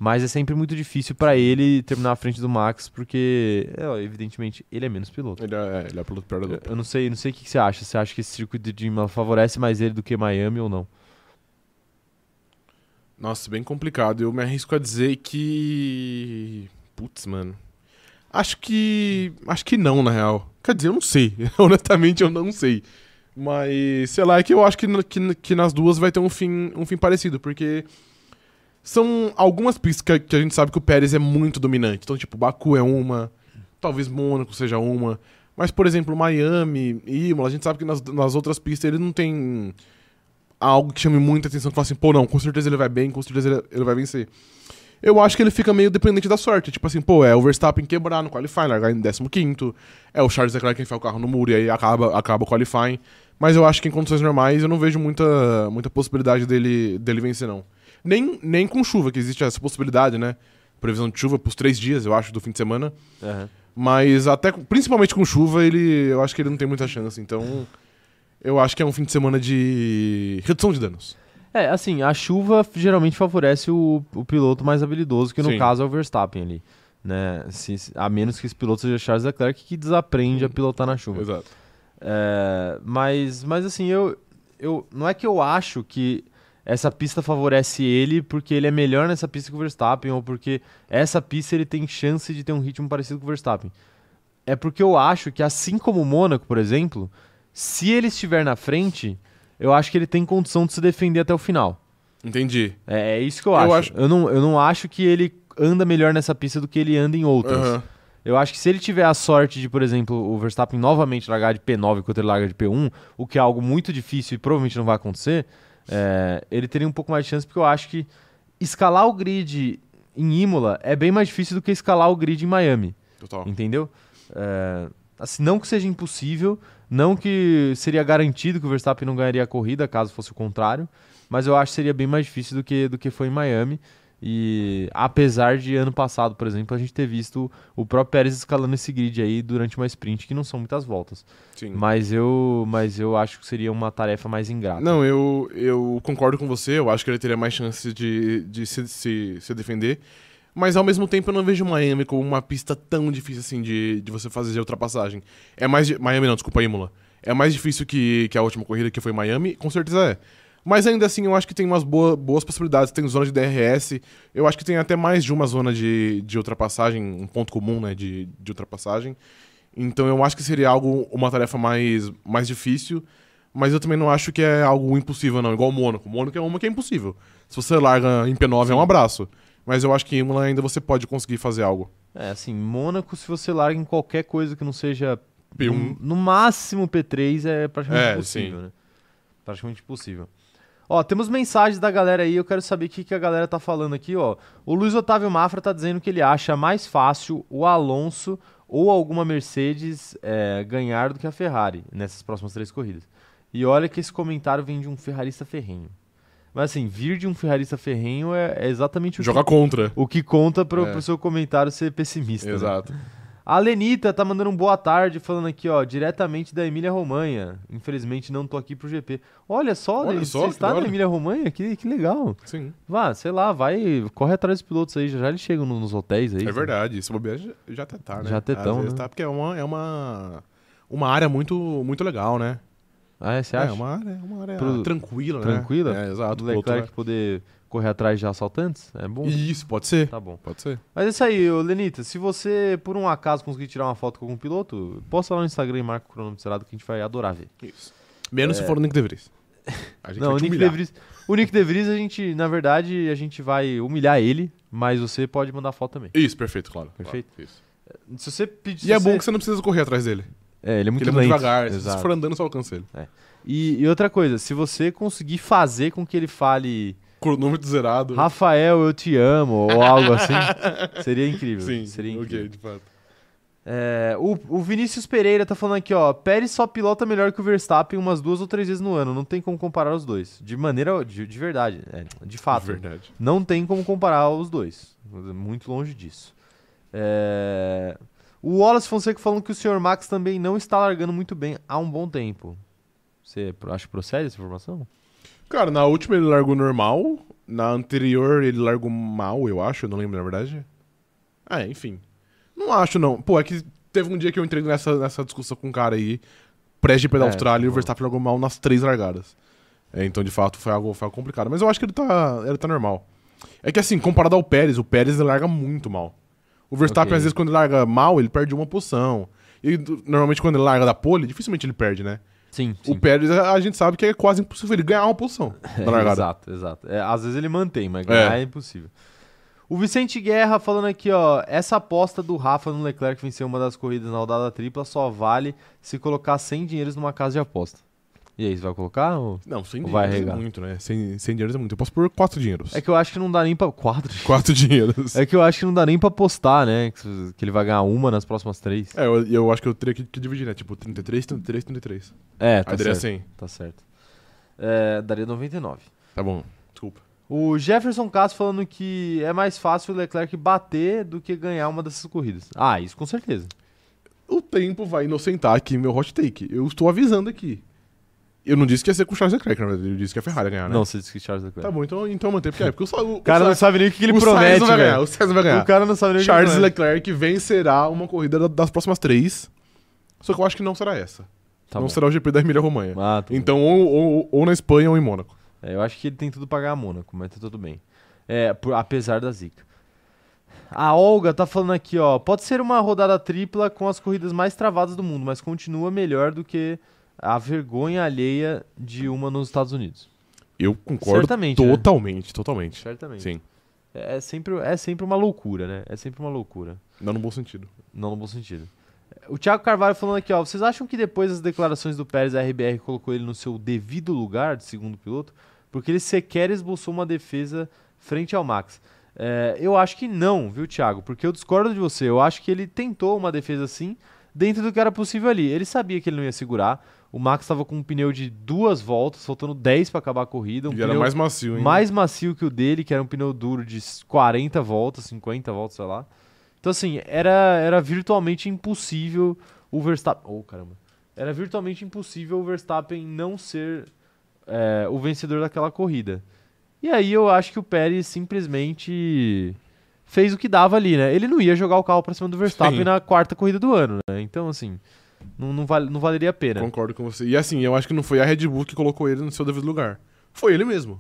Mas é sempre muito difícil pra ele terminar à frente do Max, porque, é, ó, evidentemente, ele é menos piloto.
Ele é, ele é piloto pior da
Eu,
dupla.
eu não sei, não sei o que, que você acha. Você acha que esse circuito de Imola favorece mais ele do que Miami ou não?
Nossa, bem complicado. Eu me arrisco a dizer que. Putz, mano. Acho que. Acho que não, na real. Quer dizer, eu não sei. Honestamente, eu não sei. Mas, sei lá, é que eu acho que, na- que, que nas duas vai ter um fim, um fim parecido, porque. São algumas pistas que, a- que a gente sabe que o Pérez é muito dominante. Então, tipo, Baku é uma. Talvez Mônaco seja uma. Mas, por exemplo, Miami, Imola, a gente sabe que nas, nas outras pistas ele não tem algo que chame muita atenção, que fala assim, pô, não, com certeza ele vai bem, com certeza ele, ele vai vencer. Eu acho que ele fica meio dependente da sorte. Tipo assim, pô, é o Verstappen quebrar no qualifying, largar em 15º. É o Charles Leclerc que enfia o carro no muro e aí acaba, acaba o qualifying. Mas eu acho que em condições normais eu não vejo muita, muita possibilidade dele, dele vencer, não. Nem, nem com chuva, que existe essa possibilidade, né? Previsão de chuva pros três dias, eu acho, do fim de semana. Mas até, com- principalmente com chuva, ele, eu acho que ele não tem muita chance. Então, eu acho que é um fim de semana de redução de danos.
É, assim, a chuva geralmente favorece o, o piloto mais habilidoso, que no
Sim.
caso é o Verstappen ali. Né? Se- se- a menos que esse piloto seja Charles Leclerc, que desaprende a pilotar na chuva.
Exato.
É, mas, mas assim, eu, eu não é que eu acho que essa pista favorece ele porque ele é melhor nessa pista que o Verstappen ou porque essa pista ele tem chance de ter um ritmo parecido com o Verstappen. É porque eu acho que assim como o Mônaco, por exemplo, se ele estiver na frente, eu acho que ele tem condição de se defender até o final.
Entendi.
É, é isso que eu,
Eu
acho.
acho-
Eu, não, eu não acho que ele anda melhor nessa pista do que ele anda em outras.
Aham.
Eu acho que se ele tiver a sorte de, por exemplo, o Verstappen novamente largar de P9 enquanto ele larga de P1, o que é algo muito difícil e provavelmente não vai acontecer, é, ele teria um pouco mais de chance, porque eu acho que escalar o grid em Imola é bem mais difícil do que escalar o grid em Miami.
Total.
Entendeu? É, assim, não que seja impossível, não que seria garantido que o Verstappen não ganharia a corrida, caso fosse o contrário, mas eu acho que seria bem mais difícil do que, do que foi em Miami. E apesar de ano passado, por exemplo, a gente ter visto o próprio Pérez escalando esse grid aí durante uma sprint, que não são muitas voltas.
Sim.
Mas eu, mas eu acho que seria uma tarefa mais ingrata.
Não, eu, eu concordo com você. Eu acho que ele teria mais chance de, de se, se, se defender. Mas ao mesmo tempo eu não vejo Miami como uma pista tão difícil assim de, de você fazer ultrapassagem. É mais. di- Miami não, desculpa, Imola. É mais difícil que, que a última corrida que foi em Miami, com certeza é. Mas ainda assim eu acho que tem umas boa, boas possibilidades. Tem zona de DRS. Eu acho que tem até mais de uma zona de, de ultrapassagem, um ponto comum, né? De, de ultrapassagem. Então eu acho que seria algo, uma tarefa mais, mais difícil. Mas eu também não acho que é algo impossível, não. Igual o Mônaco. O Mônaco é uma que é impossível. Se você larga em P9, é um abraço. Mas eu acho que em Imola ainda você pode conseguir fazer algo.
É, assim, Mônaco, se você larga em qualquer coisa que não seja
P1.
No, no máximo P3 é praticamente
É,
impossível,
sim.
né? Praticamente impossível. Ó, temos mensagens da galera aí, eu quero saber o que, que a galera tá falando aqui, ó. O Luiz Otávio Mafra tá dizendo que ele acha mais fácil o Alonso ou alguma Mercedes é, ganhar do que a Ferrari nessas próximas três corridas. E olha que esse comentário vem de um ferrarista ferrenho. Mas assim, vir de um ferrarista ferrenho é, é exatamente o
Jogar contra.
que, o que conta pro,
É.
pro seu comentário ser pessimista. né?
Exato.
A Lenita tá mandando um boa tarde, falando aqui, ó, diretamente da Emília Romanha. Infelizmente não tô aqui pro GP. Olha só,
Olha
Lenita,
só,
você
que
está
da
na
hora.
Emília Romanha? Que, que legal.
Sim.
Vá, sei lá, vai, corre atrás dos pilotos aí, já, já eles chegam nos hotéis aí.
É
sabe?
verdade. Se bobear, já- já até tá, né?
Já até tão,
Às vezes
né?
tá, porque é uma, é uma, uma área muito, muito legal, né?
Ah, é, você
É
acha?
uma área, uma área
Pro-
tranquila,
tranquila?
né? É,
Do
exato. pro outro,
Leclerc poder correr atrás de assaltantes? É bom?
né? Isso, pode ser.
Tá bom.
Pode ser.
Mas é isso aí, ô Lenita. Se você, por um acaso, conseguir tirar uma foto com algum piloto, posta lá no Instagram e marca o cronômetro zerado que a gente vai adorar ver.
Isso. Menos se for o Nick De Vries. A gente
É. Não,
vai
o
te
Nick,
humilhar.
de Vries, o Nick De Vries, a gente, na verdade, a gente vai humilhar ele, mas você pode mandar foto também.
Isso, perfeito, claro.
Perfeito.
Claro, isso.
Se você pedir.
E é bom que você não precisa correr atrás dele.
É, ele é muito
Porque ele é muito
lento.
devagar. Se
Exato.
você for andando, só alcança ele.
E, e outra coisa, se você conseguir fazer com que ele fale
Cronômetro zerado.
Rafael, eu te amo, ou algo assim, seria incrível.
Sim,
seria incrível.
ok, de fato.
É, o, o Vinícius Pereira tá falando aqui, ó. Pérez só pilota melhor que o Verstappen umas duas ou três vezes no ano. Não tem como comparar os dois. De maneira. De, de verdade. é, de fato.
Verdade.
Não tem como comparar os dois. Muito longe disso. É, O Wallace Fonseca falando que o Sr. Max também não está largando muito bem há um bom tempo. Você pro- acha que procede essa informação?
Cara, na última ele largou normal. Na anterior ele largou mal, eu acho, eu não lembro na verdade. Ah, enfim. Não acho não. Pô, é que teve um dia que eu entrei nessa, nessa discussão com um cara aí, pré-GP da
É,
Austrália, e o
pô.
Verstappen largou mal nas três largadas. É, então de fato foi algo, foi algo complicado. Mas eu acho que ele tá, ele tá normal. É que assim, comparado ao Pérez, o Pérez ele larga muito mal. O Verstappen,
Ok.
às vezes, quando ele larga mal, ele perde uma posição. E do- normalmente quando ele larga da pole, dificilmente ele perde, né?
Sim,
O Pérez, a a gente sabe que é quase impossível ele ganhar uma posição na
É,
largada.
exato, exato. É, às vezes ele mantém, mas ganhar é. impossível. O Vicente Guerra falando aqui, ó. Essa aposta do Rafa no Leclerc vencer uma das corridas na rodada tripla só vale se colocar 100 dinheiros numa casa de aposta. E aí, você vai colocar? ou-
Não, sem
Ou vai
dinheiros é
regar?
muito, né? Sem, sem dinheiros é muito. Eu posso pôr quatro dinheiros.
É que eu acho que não dá nem pra. Quatro?
Quatro dinheiros. É,
É que eu acho que não dá nem pra apostar, né? Que que ele vai ganhar uma nas próximas três.
É, eu, eu acho que eu teria que, que dividir, né? Tipo, 33, 33, 33.
É,
Aí
tá
daria
certo.
100.
Tá certo. É, daria 99.
Tá bom. Desculpa.
O Jefferson Castro falando que é mais fácil o Leclerc bater do que ganhar uma dessas corridas. Ah, isso com certeza.
O tempo vai inocentar aqui meu hot take. Eu estou avisando aqui. Eu não disse que ia ser com o Charles Leclerc, na verdade. Eu disse que a Ferrari ia ganhar, né?
Não, você disse que Charles Leclerc.
Tá bom, então, então mantém. Porque é, porque o, Sa- o,
O cara
o
não
Sa-
sabe nem o que que ele
o Sainz
promete,
não vai ganhar.
velho.
O Sainz não vai ganhar.
O cara não sabe nem o que
Charles
ele promete.
Leclerc vencerá uma corrida da- das próximas três. Só que eu acho que não será essa.
Tá
não
bom.
será o GP da Emília-Romanha.
Ah, tá bom.
Então, ou, ou- ou na Espanha ou em Mônaco.
É, eu acho que ele tem tudo pra ganhar Mônaco, mas tá tudo bem. É, por- apesar da zica. A Olga tá falando aqui, ó. Pode ser uma rodada tripla com as corridas mais travadas do mundo, mas continua melhor do que a vergonha alheia de uma nos Estados Unidos.
Eu concordo
Certamente, né?
totalmente, totalmente.
Certamente.
Sim.
É, é sempre, é sempre uma loucura, né? É sempre uma loucura.
Não no bom sentido.
Não no bom sentido. O Thiago Carvalho falando aqui, ó. Vocês acham que depois das declarações do Pérez, a RBR colocou ele no seu devido lugar de segundo piloto? Porque ele sequer esboçou uma defesa frente ao Max. É, eu acho que não, viu, Thiago? Porque eu discordo de você. Eu acho que ele tentou uma defesa assim, dentro do que era possível ali. Ele sabia que ele não ia segurar. O Max estava com um pneu de duas voltas, faltando 10 para acabar a corrida. Um
e era
pneu
mais macio, hein?
mais macio que o dele, que era um pneu duro de 40 voltas, 50 voltas, sei lá. Então, assim, era, era virtualmente impossível o Verstappen. Oh, caramba. Era virtualmente impossível o Verstappen não ser é, o vencedor daquela corrida. E aí eu acho que o Pérez simplesmente fez o que dava ali, né? Ele não ia jogar o carro pra cima do Verstappen
Sim.
na quarta corrida do ano, né? Então, assim, não, não, vale, não valeria a pena.
Concordo com você. E assim, eu acho que não foi a Red Bull que colocou ele no seu devido lugar. Foi ele mesmo.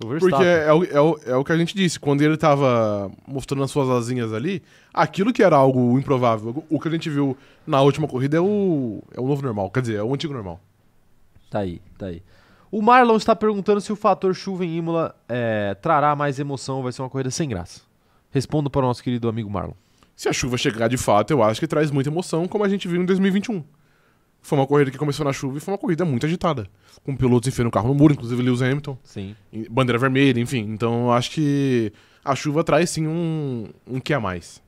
Foi o
Porque
Verstappen.
é, o, é, o, é o que a gente disse. Quando ele tava mostrando as suas asinhas ali, aquilo que era algo improvável, o que a gente viu na última corrida é o, é o novo normal. Quer dizer, é o antigo normal.
Tá aí, tá aí. O Marlon está perguntando se o fator chuva em Imola é, trará mais emoção ou vai ser uma corrida sem graça. Respondo para o nosso querido amigo Marlon.
Se a chuva chegar de fato, eu acho que traz muita emoção, como a gente viu em 2021. Foi uma corrida que começou na chuva e foi uma corrida muito agitada. Com pilotos enfiando o carro no muro, inclusive Lewis Hamilton,
Sim.
e bandeira vermelha, enfim. Então eu acho que a chuva traz sim um, um que a mais.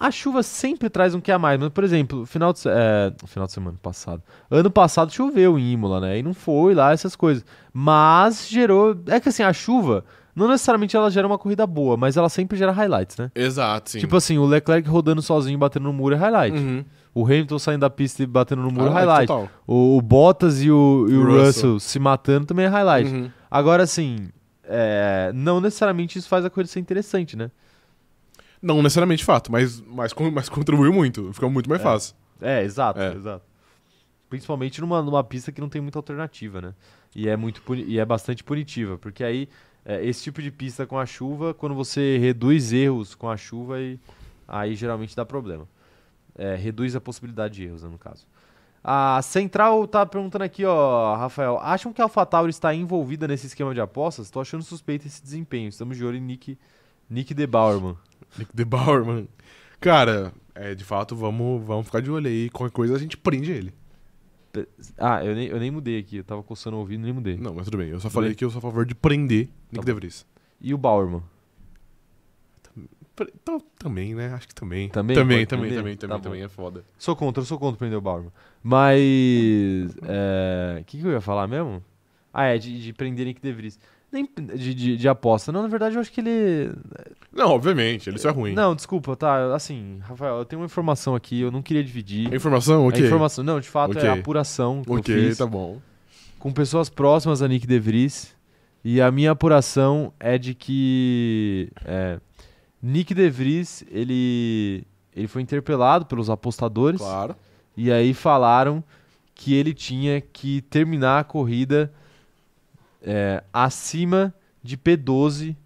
A chuva sempre traz um que a mais, mas, por exemplo, final de, se- é, final de semana passado. Ano passado choveu em Imola, né? E não foi lá essas coisas. Mas gerou. É que assim, a chuva, não necessariamente ela gera uma corrida boa, mas ela sempre gera highlights, né?
Exato, sim.
Tipo assim, o Leclerc rodando sozinho, e batendo no muro é highlight.
uhum. Um Ah, tipo
O Hamilton saindo da pista e batendo no muro é
Highlight
highlight.
total.
O, o Bottas e o, e o
Russell.
Russell. se matando também é highlight.
Uhum.
Agora, assim, é, não necessariamente isso faz a corrida ser interessante, né?
Não necessariamente fato, mas, mas, con- mas contribuiu muito. Ficou muito mais fácil.
É, exato,
É.
exato. Principalmente numa, numa pista que não tem muita alternativa, né? E é, muito puni- e é bastante punitiva, porque aí é, esse tipo de pista com a chuva, quando você reduz erros com a chuva, aí, aí geralmente dá problema. É, reduz a possibilidade de erros, né, no caso. A Central tá perguntando aqui, ó, Rafael. Acham que a AlphaTauri está envolvida nesse esquema de apostas? Tô achando suspeito esse desempenho. Estamos de olho em Nick, Nick de Bauerman.
Nick De Bauer, mano. Cara, é, de fato, vamos, vamos ficar de olho aí. Qualquer coisa a gente prende ele.
Ah, eu nem, eu nem mudei aqui. Eu tava coçando o ouvido e nem mudei.
Não, mas tudo bem. Eu só falei que eu sou a favor de prender Nick
Tá bom.
De Vries.
E o Bauerman?
Pre- tam- Também, né? Acho que também.
Também
Também,
pode
também,
prender?
também,
Tá
também,
bom.
também é foda.
Sou contra, eu sou contra prender o Bauerman. Mas. O que, que eu ia falar mesmo? Ah, é, de, de prender Nick De Vries. Nem de, de, de aposta. Não, na verdade, eu acho que ele.
Não, obviamente, ele só é ruim.
Não, desculpa, tá. Assim, Rafael, eu tenho uma informação aqui, eu não queria dividir.
A informação,
A
ok.
informação. Não, de fato,
Ok.
é a apuração que eu
Ok,
fiz
tá bom.
com pessoas próximas a Nick De Vries. E a minha apuração é de que é, Nick DeVries, ele, ele foi interpelado pelos apostadores.
Claro.
E aí falaram que ele tinha que terminar a corrida é, acima de P12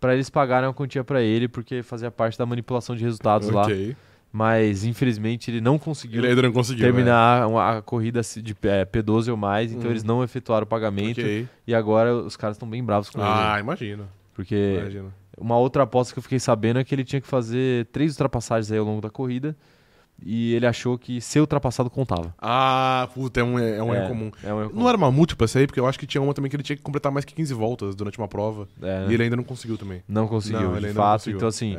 para eles pagarem uma quantia para ele, porque fazia parte da manipulação de resultados lá.
Ok.
Mas infelizmente ele não conseguiu
Ele é ainda não conseguiu. né?
terminar uma- a corrida se- de é, P12 ou mais, então
Uhum.
eles não efetuaram o
né?
pagamento.
Ok.
E agora os caras estão bem bravos com ele.
Ah, imagina.
Porque
Imagina.
uma outra aposta que eu fiquei sabendo é que ele tinha que fazer três ultrapassagens aí ao longo da corrida. E ele achou que ser ultrapassado contava.
Ah, puta, é um, é um
É,
erro comum.
É um erro
Não era uma múltipla essa aí, porque eu acho que tinha uma também que ele tinha que completar mais que 15 voltas durante uma prova.
comum. É, né?
E ele ainda não conseguiu também.
Não conseguiu,
Não, ele
de
ainda não
fato.
conseguiu.
Então, assim,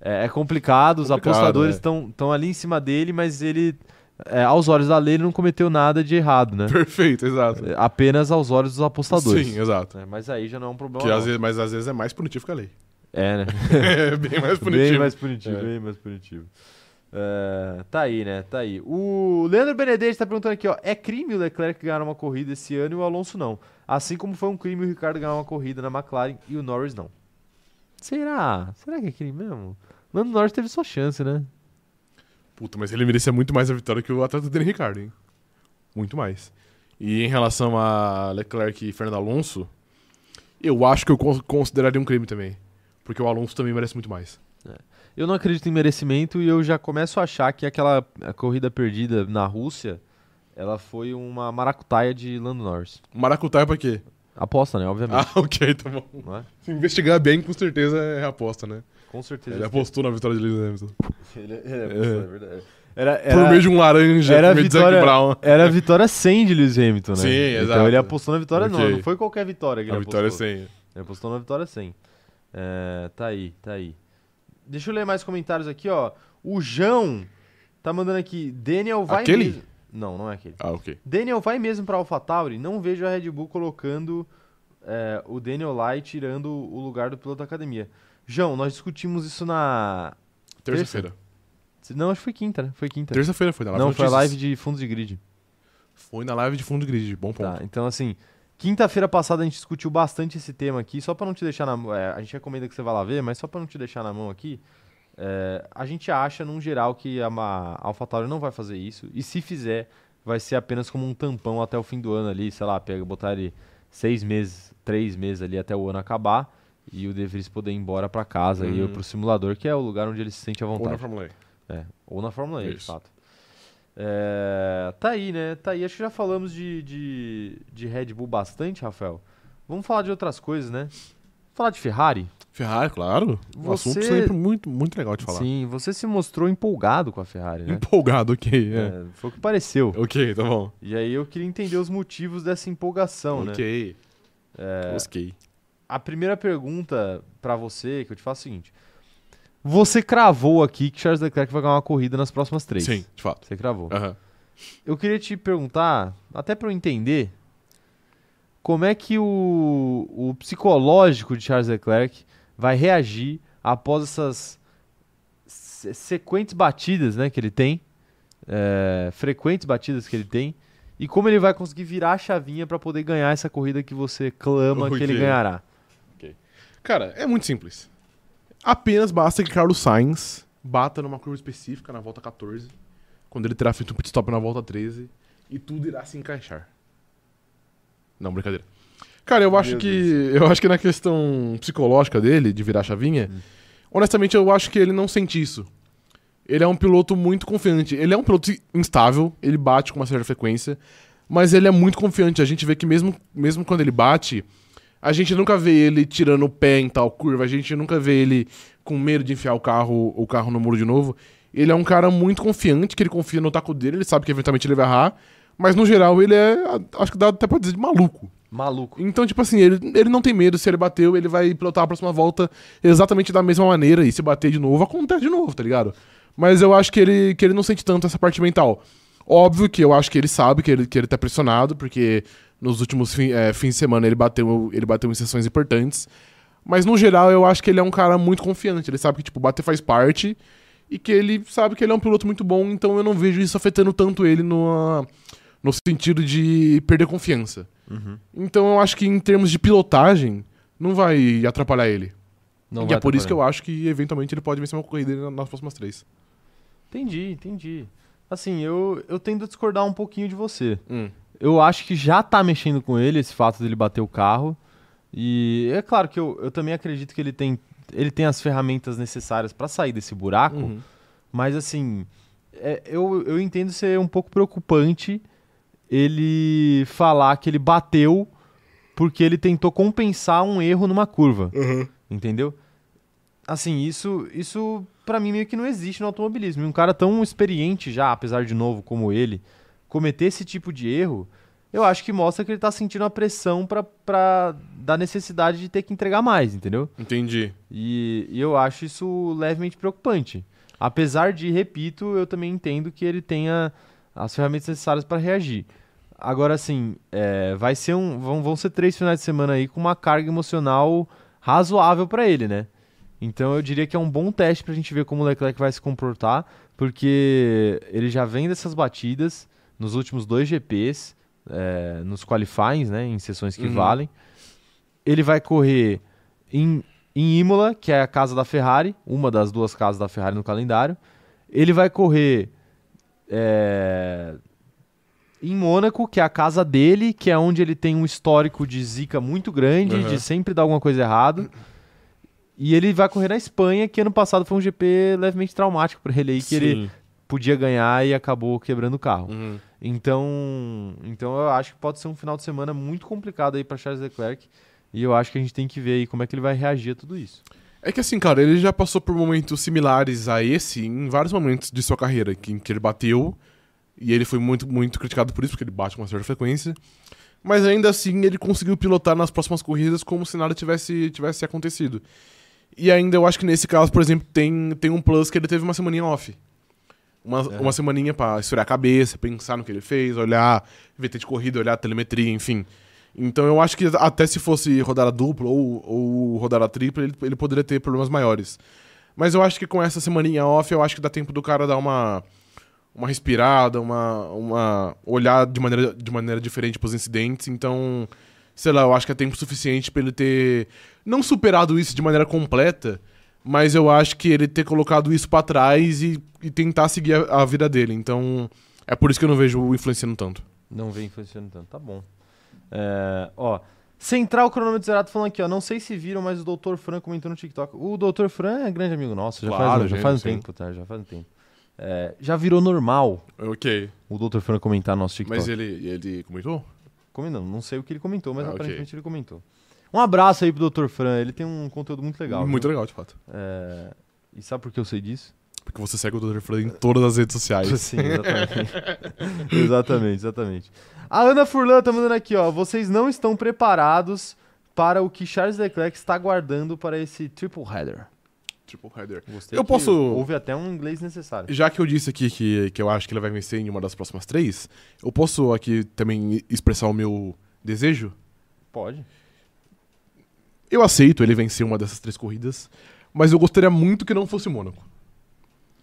É.
é, é complicado. Os
Complicado,
apostadores
é.
estão ali em cima dele, mas ele, é, aos olhos da lei, ele não cometeu nada de errado, né?
Perfeito, exato.
É, Apenas aos olhos dos apostadores.
Sim, exato.
É, mas aí já não é um problema.
Que
não.
às vezes, mas às vezes é mais punitivo que a lei.
É, né?
é bem mais punitivo.
Bem mais punitivo,
É.
bem mais punitivo. É, tá aí, né? Tá aí. O Leandro Benedetti tá perguntando aqui, ó. É crime o Leclerc ganhar uma corrida esse ano e o Alonso não. Assim como foi um crime o Ricardo ganhar uma corrida na McLaren e o Norris não. Será? Será que é crime mesmo? O Lando Norris teve sua chance, né?
Puta, mas ele merecia muito mais a vitória que o atleta Daniel Ricardo, hein? Muito mais. E em relação a Leclerc e Fernando Alonso, eu acho que eu con- consideraria um crime também. Porque o Alonso também merece muito mais.
Eu não acredito em merecimento e eu já começo a achar que aquela a corrida perdida na Rússia, ela foi uma maracutaia de Lando Norris.
Maracutaia é pra quê?
Aposta, né? Obviamente.
Ah, ok, tá bom.
Não é?
Se investigar bem, com certeza é aposta, né?
Com certeza.
Ele apostou na vitória de Lewis Hamilton.
Ele,
é, é
verdade. Era,
Por meio de um laranja,
era
por meio de Zac
vitória-
Brown.
era a vitória sem de Lewis Hamilton, né?
Sim,
Então
exato.
ele apostou na vitória, não.
Ok.
Não foi qualquer vitória que
A
ele
vitória é
apostou.
sem.
Ele apostou na vitória sem. É, tá aí, tá aí. Deixa eu ler mais comentários aqui, ó. O Jão tá mandando aqui. Daniel vai
Aquele?
mesmo- Não, não é aquele.
Ah, ok.
Daniel vai mesmo pra AlphaTauri? Não vejo a Red Bull colocando é, o Daniel Light tirando o lugar do piloto da academia. João, nós discutimos isso na.
Terça-feira.
Não, acho que foi quinta, né? Foi quinta.
Terça-feira foi na live
Não,
de
foi a
notícias.
live de fundos de grid.
Foi na live de fundo de grid, bom ponto.
Tá, então assim, quinta-feira passada a gente discutiu bastante esse tema aqui, só pra não te deixar na mão, é, a gente recomenda que você vá lá ver, mas só pra não te deixar na mão aqui, é, a gente acha num geral que a, Ma- a AlphaTauri não vai fazer isso, e se fizer, vai ser apenas como um tampão até o fim do ano ali, sei lá, pega, botar ele seis meses, três meses ali até o ano acabar, e o De Vries poder ir embora pra casa e
Uhum.
ou pro simulador, que é o lugar onde ele se sente à
Ou na
vontade.
Fórmula 1.
É, ou na Fórmula E, de
Isso.
fato. É, tá aí, né? Tá aí. Acho que já falamos de, de, de Red Bull bastante, Rafael. Vamos falar de outras coisas, né? Falar de Ferrari?
Ferrari, claro. Um
Você-
assunto sempre muito, muito legal de falar.
Sim, você se mostrou empolgado com a Ferrari, né?
Empolgado, ok. É.
É, foi o que pareceu.
Ok, tá bom.
E aí eu queria entender os motivos dessa empolgação, né? É,
ok. Busquei.
A primeira pergunta pra você que eu te faço é a seguinte: Você cravou aqui que Charles Leclerc vai ganhar uma corrida nas próximas três. tá
Sim, de fato.
Você cravou.
Aham.
Eu queria te perguntar, até pra eu entender, como é que o, o psicológico de Charles Leclerc vai reagir após essas se- sequentes batidas né, que ele tem, é, frequentes batidas que ele tem, e como ele vai conseguir virar a chavinha pra poder ganhar essa corrida que você clama que ele
Ok.
ganhará.
Cara, é muito simples. Apenas basta que Carlos Sainz bata numa curva específica na volta 14, quando ele terá feito um pit stop na volta 13, e tudo irá se encaixar. Não, brincadeira. Cara, eu acho
Meu
que eu acho que na questão psicológica dele de virar a chavinha, honestamente eu acho que ele não sente isso. Ele é um piloto muito confiante. Ele é um piloto instável, ele bate com uma certa frequência, mas ele é muito confiante. A gente vê que mesmo, mesmo quando ele bate, a gente nunca vê ele tirando o pé em tal curva, a gente nunca vê ele com medo de enfiar o carro, o carro no muro de novo. Ele é um cara muito confiante, que ele confia no taco dele, ele sabe que eventualmente ele vai errar, mas no geral ele é, a- acho que dá até pra dizer, de maluco.
Maluco.
Então, tipo assim, ele, ele não tem medo, se ele bateu, ele vai pilotar a próxima volta exatamente da mesma maneira, e se bater de novo, acontece de novo, tá ligado? Mas eu acho que ele, que ele não sente tanto essa parte mental. Óbvio que eu acho que ele sabe que ele, que ele tá pressionado, porque nos últimos fi- eh, fins de semana ele bateu, ele bateu em sessões importantes. Mas no geral eu acho que ele é um cara muito confiante. Ele sabe que, tipo, bater faz parte e que ele sabe que ele é um piloto muito bom, então eu não vejo isso afetando tanto ele no, no sentido de perder confiança. Então eu acho que em termos de pilotagem, não vai atrapalhar ele. e é por isso que eu acho que eventualmente ele pode vencer uma corrida na- nas próximas três.
Entendi, entendi. Assim, eu, eu tendo a discordar um pouquinho de você. Eu acho que já tá mexendo com ele esse fato dele bater o carro. E é claro que eu, eu também acredito que ele tem, ele tem as ferramentas necessárias pra sair desse buraco.
Uhum.
Mas assim, é, eu, eu entendo ser um pouco preocupante ele falar que ele bateu porque ele tentou compensar um erro numa curva. Entendeu? Assim, isso, isso para mim meio que não existe no automobilismo. E um cara tão experiente já, apesar de novo como ele, cometer esse tipo de erro, eu acho que mostra que ele tá sentindo a pressão pra, pra da necessidade de ter que entregar mais, entendeu?
Entendi.
E, e eu acho isso levemente preocupante. Apesar de, repito, eu também entendo que ele tenha as ferramentas necessárias para reagir. Agora, assim, é, vai ser um, vão, vão ser três finais de semana aí com uma carga emocional razoável para ele, né? Então eu diria que é um bom teste para a gente ver como o Leclerc vai se comportar, porque ele já vem dessas batidas nos últimos dois GPs, é, nos qualifies, né, em sessões que
Uhum.
valem. Ele vai correr em, em Imola, que é a casa da Ferrari, uma das duas casas da Ferrari no calendário. Ele vai correr é, em Mônaco, que é a casa dele, que é onde ele tem um histórico de zica muito grande,
Uhum.
de sempre dar alguma coisa errada. E ele vai correr na Espanha, que ano passado foi um GP levemente traumático para ele aí, que ele podia ganhar e acabou quebrando o carro.
Uhum.
Então, então eu acho que pode ser um final de semana muito complicado aí para Charles Leclerc. E eu acho que a gente tem que ver aí como é que ele vai reagir a tudo isso.
É que assim, cara, ele já passou por momentos similares a esse em vários momentos de sua carreira, que, em que ele bateu, e ele foi muito, muito criticado por isso, porque ele bate com uma certa frequência. Mas ainda assim, ele conseguiu pilotar nas próximas corridas como se nada tivesse, tivesse acontecido. E ainda eu acho que nesse caso, por exemplo, tem, tem um plus que ele teve uma semaninha off. Uma,
É.
uma semaninha pra esfriar a cabeça, pensar no que ele fez, olhar VT de corrida, olhar a telemetria, enfim. Então eu acho que até se fosse rodar a dupla ou, ou rodar a tripla, ele, ele poderia ter problemas maiores. Mas eu acho que com essa semaninha off, eu acho que dá tempo do cara dar uma, uma respirada, uma, uma olhar de maneira, de maneira diferente pros incidentes. Então, sei lá, eu acho que é tempo suficiente pra ele ter não superado isso de maneira completa, mas eu acho que ele ter colocado isso pra trás e, e tentar seguir a, a vida dele. Então, é por isso que eu não vejo influenciando tanto.
Não vem influenciando tanto, tá bom. É, ó, Central Cronômetro Zerado falando aqui, ó. Não sei se viram, mas o Dr. Fran comentou no TikTok. O Dr. Fran é grande amigo nosso, já faz,
Claro,
um- já
gente,
faz um
sim.
tempo, tá? Já faz um tempo. É, já virou normal
Ok.
o Dr. Fran comentar no nosso TikTok.
Mas ele, ele comentou?
Comentando, não sei o que ele comentou, mas
Ah, ok.
aparentemente ele comentou. Um abraço aí pro Dr. Fran, ele tem um conteúdo muito legal.
Muito
viu?
legal, de fato.
É, E sabe por que eu sei disso?
Porque você segue o Dr. Fran em todas as redes sociais.
Sim, exatamente. exatamente, exatamente. A Ana Furlan tá mandando aqui, ó. Vocês não estão preparados para o que Charles Leclerc está guardando para esse triple header.
Triple Header.
Gostei
Eu
que
posso-
Houve até um inglês necessário.
Já que eu disse aqui que, que eu acho que ele vai vencer em uma das próximas três, eu posso aqui também expressar o meu desejo?
Pode.
Eu aceito ele vencer uma dessas três corridas, mas eu gostaria muito que não fosse Mônaco.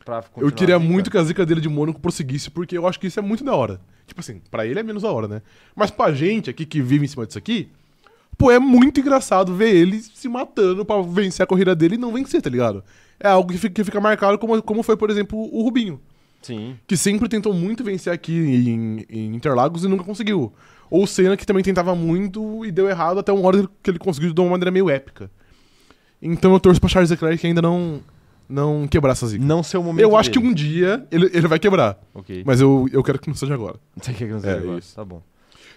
Pra
eu queria muito que a zica dele de Mônaco prosseguisse, porque eu acho que isso é muito da hora. Tipo assim, pra ele é menos da hora, né? Mas pra gente aqui que vive em cima disso aqui, pô, é muito engraçado ver ele se matando pra vencer a corrida dele e não vencer, tá ligado? É algo que fica, que fica marcado como, como foi, por exemplo, o Rubinho
Sim.
que sempre tentou muito vencer aqui em, em Interlagos e nunca conseguiu. Ou o Senna, que também tentava muito e deu errado até uma hora que ele conseguiu de uma maneira meio épica. Então eu torço pra Charles Leclerc que ainda não, não quebrar essa zica.
Não ser o momento
eu acho que
dele.
um dia ele, ele vai quebrar,
Ok.
mas eu, eu quero que não seja agora.
Você quer que não seja
É,
agora?
isso.
Tá bom.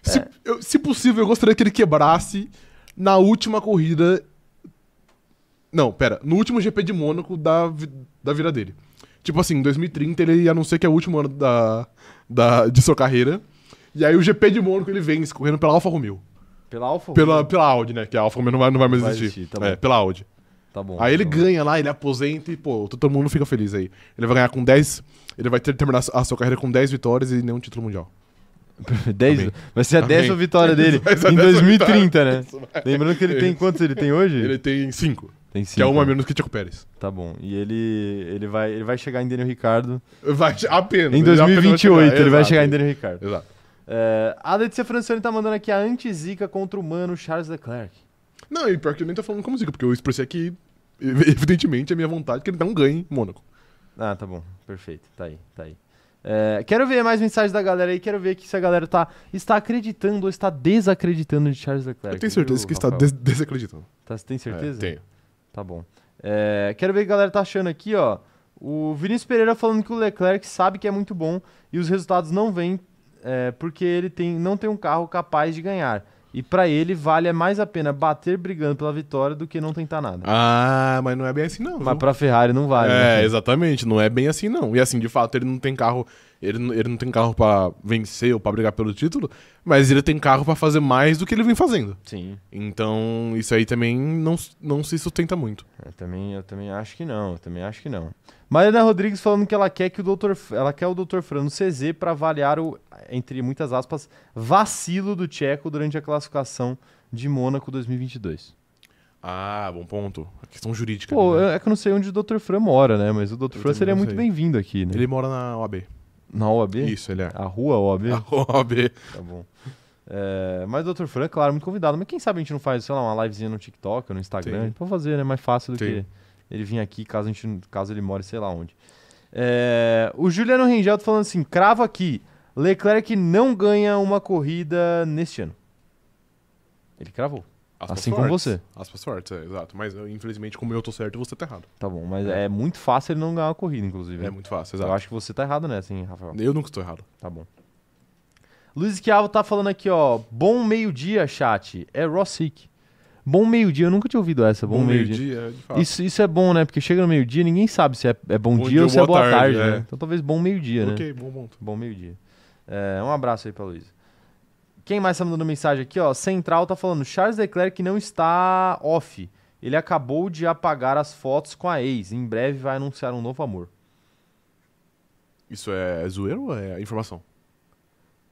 Se, eu- se possível, eu gostaria que ele quebrasse na última corrida. Não, pera. No último GP de Mônaco da, vi- da vida dele. Tipo assim, em 2030 ele anuncia que é o último ano da, da, de sua carreira. E aí o GP de Mônaco ele vence correndo pela Alfa Romeo.
Pela Alfa?
Pela, pela Audi, né? Que a Alfa Romeo não vai, não vai mais
Vai
existir.
existir, tá bom.
É, pela Audi.
Tá bom.
Aí ele
tá bom.
ganha lá, ele aposenta e, pô, todo mundo fica feliz aí. Ele vai ganhar com 10. Ele vai ter, terminar a sua carreira com 10 vitórias e nenhum título mundial.
Dez-
Amém.
vai ser a
Amém.
décima vitória dele
Vai ser a
em
décima
2030, né? Lembrando que ele tem quantos ele tem hoje?
Ele tem 5.
tem
Que é uma
cinco.
a menos que Tiago Pérez.
Tá bom. E ele, ele, vai, ele vai chegar em Daniel Ricardo
Vai che- apenas.
em
ele apenas vai
2028. Ele vai
exato.
chegar em Daniel Ricardo.
Exato.
É, a Letícia Francione tá mandando aqui a anti-zica contra o mano Charles Leclerc.
Não, e pior que eu nem tô falando como zica, porque eu expressei aqui, ev- evidentemente, a minha vontade que ele não ganhe em Mônaco.
Ah, tá bom. Perfeito. Tá aí, tá aí. É, quero ver mais mensagens da galera aí. Quero ver aqui se a galera tá, está acreditando ou está desacreditando de Charles Leclerc.
eu tenho certeza
É, viu,
que está
Rafael?
des- desacreditando.
Tá, você tem certeza?
É, tenho.
Tá bom. É, quero ver o que a galera tá achando aqui, ó. O Vinícius Pereira falando que o Leclerc sabe que é muito bom e os resultados não vêm é, porque ele tem, não tem um carro capaz de ganhar. E pra ele vale é mais a pena bater brigando pela vitória do que não tentar nada.
Ah, mas não é bem assim não,
Mas
viu?
pra Ferrari não vale.
É,
né?
exatamente, não é bem assim não. E assim, de fato, ele não tem carro, ele não, ele não tem carro para vencer ou para brigar pelo título, mas ele tem carro para fazer mais do que ele vem fazendo.
Sim.
Então, isso aí também não, s- não se sustenta muito.
Eu também, eu também acho que não, eu também acho que não. Mariana Rodrigues falando que ela quer que o Dr. F- ela quer o Dr. Fran no CZ para avaliar o entre muitas aspas vacilo do Tcheco durante a classificação de Mônaco 2022.
Ah, bom ponto. A questão jurídica.
Pô,
né?
eu- é que eu não sei onde o Dr. Fran mora, né? Mas o Dr. Fran
também
seria
não
muito
sei.
bem-vindo aqui, né?
Ele mora na OAB.
Na OAB?
Isso, ele é.
A rua OAB?
A OAB.
Tá bom. É, mas o Dr. Fran, claro, muito convidado. Mas quem sabe a gente não faz, sei lá, uma livezinha no TikTok ou no Instagram.
Sim.
Pra fazer, né? Mais fácil do
Sim.
que ele vir aqui caso, a gente, não- caso ele more sei lá onde. É, o Juliano Rengel tá falando assim: cravo aqui, Leclerc não ganha uma corrida neste ano. Ele cravou.
Aspas
Assim como
fortes.
você.
Aspas fortes, é, exato. Mas eu, infelizmente, como eu tô certo, você tá errado.
Tá bom, mas é muito fácil ele não ganhar uma corrida, inclusive.
É muito fácil,
Eu
exato.
acho que você tá errado nessa, hein, Rafael?
Eu nunca estou errado.
Tá bom. Luiz Quiavo tá falando aqui, ó. Bom meio-dia, chat. É Rossick. Bom meio-dia, eu nunca tinha ouvido essa. Bom, meio-dia.
meio-dia, de fato.
isso, isso é bom, né? Porque chega no meio-dia, ninguém sabe se é, é bom, dia, ou se é boa tarde, né?
é.
Então talvez bom meio-dia, né?
Ok, bom ponto.
Bom meio-dia. É, um abraço aí pra Luiz. Quem mais tá mandando mensagem aqui, ó? Central tá falando: Charles Leclerc não está off. Ele acabou de apagar as fotos com a ex. Em breve vai anunciar um novo amor.
Isso é zoeiro ou é informação?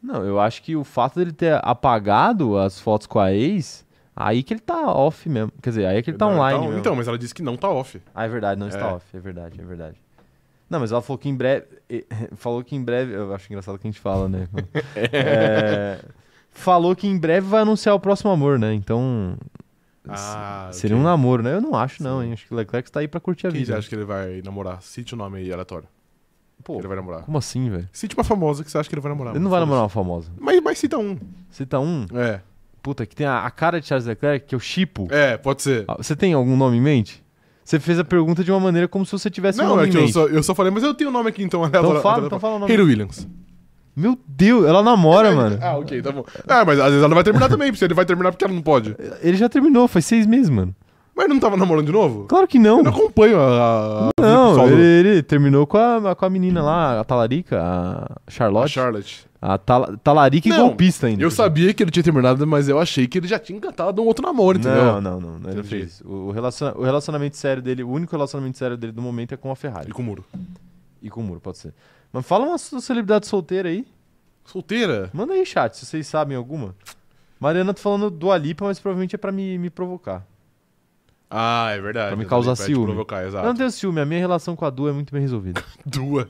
Não, eu acho que o fato dele ter apagado as fotos com a ex, aí que ele tá off mesmo. Quer dizer, aí é que ele tá
Não,
online
então,
mesmo.
então, mas ela disse que não tá off.
Ah, é verdade, não está
É.
off, é verdade, é verdade. Não, mas ela falou que em breve. eh, Falou que em breve. Eu acho engraçado que a gente fala, né? É, falou que em breve vai anunciar o próximo amor, né? Então.
Ah,
se- seria
ok.
um namoro, né? Eu não acho, não,
Sim.
hein? Acho que o Leclerc está aí pra curtir a
Quem você
vida.
acha que ele vai namorar? Cite o nome aí aleatório.
Pô,
que ele vai namorar.
como assim, velho?
Cite uma famosa que você acha que ele vai namorar.
Ele não vai
Foda-se.
namorar uma famosa.
Mas, mas cita um.
Cita um,
É.
puta, que tem a, a cara de Charles Leclerc, que eu chipo.
É, pode ser.
Ah, Você tem algum nome em mente? Você fez a pergunta de uma maneira como se você tivesse um
não,
nome
é
em
que eu
mente.
só, eu só falei, mas eu tenho o nome aqui então,
Então
aleatório.
fala, então fala o nome.
Hayley Williams.
Meu Deus, ela namora,
É,
mano.
Ah, ok, tá bom. Ah, mas às vezes ela vai terminar também, se ele vai terminar porque ela não pode.
Ele já terminou, faz seis meses, mano.
Mas não tava namorando de novo?
Claro que não.
Eu não acompanho a. a a vida
Não,
pessoal do-
ele, ele terminou com a, com a menina lá, a talarica, a
a
Charlotte.
Charlotte.
A tala- talarica e
Não,
golpista ainda.
Eu sabia que ele tinha terminado, mas eu achei que ele já tinha engatado um outro namoro, entendeu?
Não, não, não, não, ele não
Entendi.
fez. isso. O, o relaciona- o relacionamento sério dele, o único relacionamento sério dele do momento é com a Ferrari.
E com o muro.
E com o Muro, pode ser. Mas fala uma sua celebridade solteira aí.
Solteira?
Manda aí, chat, se vocês sabem alguma. Mariana, tô falando do Alipa, mas provavelmente é pra me, me provocar.
Ah, é verdade.
Pra me
Ele
causar
vai te
ciúme.
Provocar, exato.
Eu não tenho ciúme, a minha relação com a Du é muito bem resolvida.
Duas.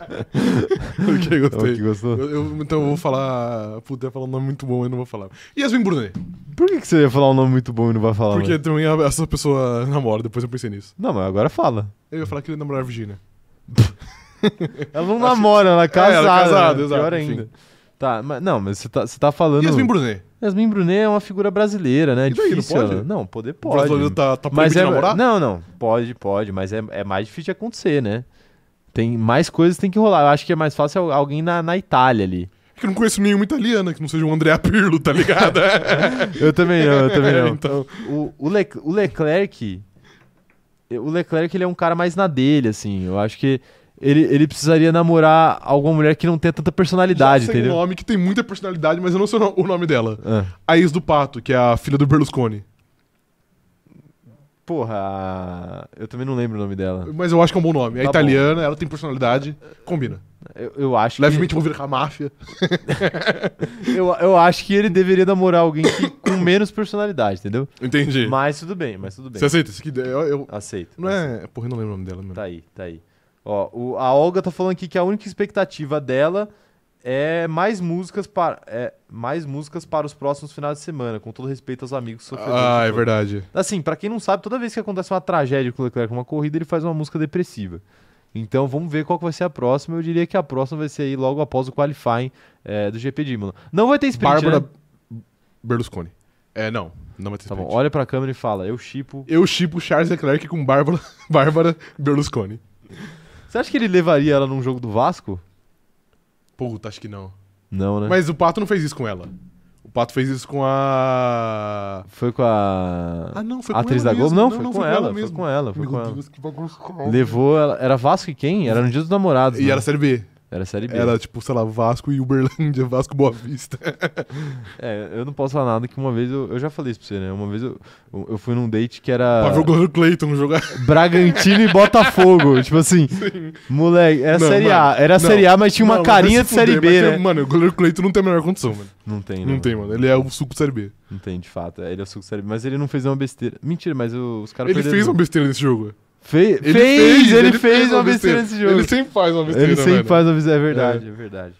ok, gostei.
gostou?
Eu- eu- então eu vou falar. Puta, eu ia falar um nome muito bom, eu não vou falar. Yasmin Brunet.
Por que, que você ia falar um nome muito bom e não vai falar?
porque
mano?
também a- essa pessoa namora, depois eu pensei nisso.
Não, mas agora fala.
Eu ia falar que ele namorava a Virgínia.
Ela não namora, ela é casada.
ela é casada,
né?
exato,
Pior
enfim.
ainda. Tá, mas não, mas você tá, você tá falando.
Yasmin Brunet.
Yasmin Brunet é uma figura brasileira, né? É
E daí, não
difícil.
pode?
ela- Não, poder
O brasileiro
pode.
tá, tá
Mas
proibido
é.
de namorar?
Não, não. Pode, pode, mas é, é mais difícil de acontecer, né? Tem mais coisas que tem que rolar. Eu acho que é mais fácil al- alguém na, na Itália ali.
É que eu não conheço nenhuma italiana que não seja o André Pirlo, tá ligado?
Eu também não, eu também
É,
não.
então.
O, o, Lec- o Leclerc. O Leclerc ele é um cara mais na dele, assim. Eu acho que ele, ele precisaria namorar alguma mulher que não tenha tanta personalidade,
Já sei um
entendeu?
nome que tem muita personalidade, mas eu não sei o no- o nome dela.
Ah.
A ex do Pato, que é a filha do Berlusconi.
Porra, a- eu também não lembro o nome dela.
Mas eu acho que é um bom nome.
Ah.
É
Tá bom.
italiana, ela tem personalidade, combina.
Eu, eu acho que-
Levemente envolvida com a máfia.
eu, eu acho que ele deveria namorar alguém que- com menos personalidade, entendeu?
Entendi.
Mas tudo bem, mas tudo bem.
Você aceita isso aqui? Eu, eu-
Aceito.
não é. Porra, eu não lembro o nome dela mesmo.
Tá aí, tá aí. Ó, o- a Olga tá falando aqui que a única expectativa dela é mais músicas para é mais músicas para os próximos finais de semana, com todo respeito aos amigos sofredores.
Ah, é verdade.
Assim, pra quem não sabe, toda vez que acontece uma tragédia com o Leclerc numa corrida, ele faz uma música depressiva. Então vamos ver qual que vai ser a próxima. Eu diria que a próxima vai ser aí logo após o qualifying é, do GP de Imola. Não vai ter sprint,
Bárbara
né?
Berlusconi. É, não. Não vai ter
Tá bom,
sprint.
olha pra câmera e fala, eu chipo.
Eu chipo Charles Leclerc com Bárbara, Bárbara Berlusconi.
Você acha que ele levaria ela num jogo do Vasco?
Puta, acho que não.
Não, né?
Mas o Pato não fez isso com ela. O Pato fez isso com a.
Foi com a.
Ah, não, foi com
atriz
ela
da Globo?
mesmo.
Não,
Não,
foi,
não,
com ela, foi com ela, foi com ela.
que bagulho
Levou ela. Era Vasco e quem? Era no dia dos namorados.
E
né?
era Série B.
Era Série B.
Era tipo, sei lá, Vasco e Uberlândia, Vasco e Boa Vista.
É, eu não posso falar nada que uma vez eu, eu já falei isso pra você, né? Uma vez eu, eu eu fui num date que era
Pra ver o goleiro Clayton jogar.
Bragantino e Botafogo. tipo assim, moleque, era
Não,
Série A.
mano,
Era
não.
Série A, mas tinha uma
Não, mas
carinha
vai
de
se
Série
fuder,
B,
mas
né?
tem- Mano, o goleiro Clayton não tem a menor condição, mano.
Não tem,
Não tem, mano. Ele é o suco de Série B.
Não tem, de fato. É, ele é o suco de Série B. Mas ele não fez uma besteira. Mentira, mas o- os caras
Ele fez uma besteira nesse jogo.
Fe- fez,
Ele
ele, fez uma besteira nesse jogo.
Ele sempre faz uma besteira,
Ele sempre
velho.
faz uma visão, é verdade, é, verdade.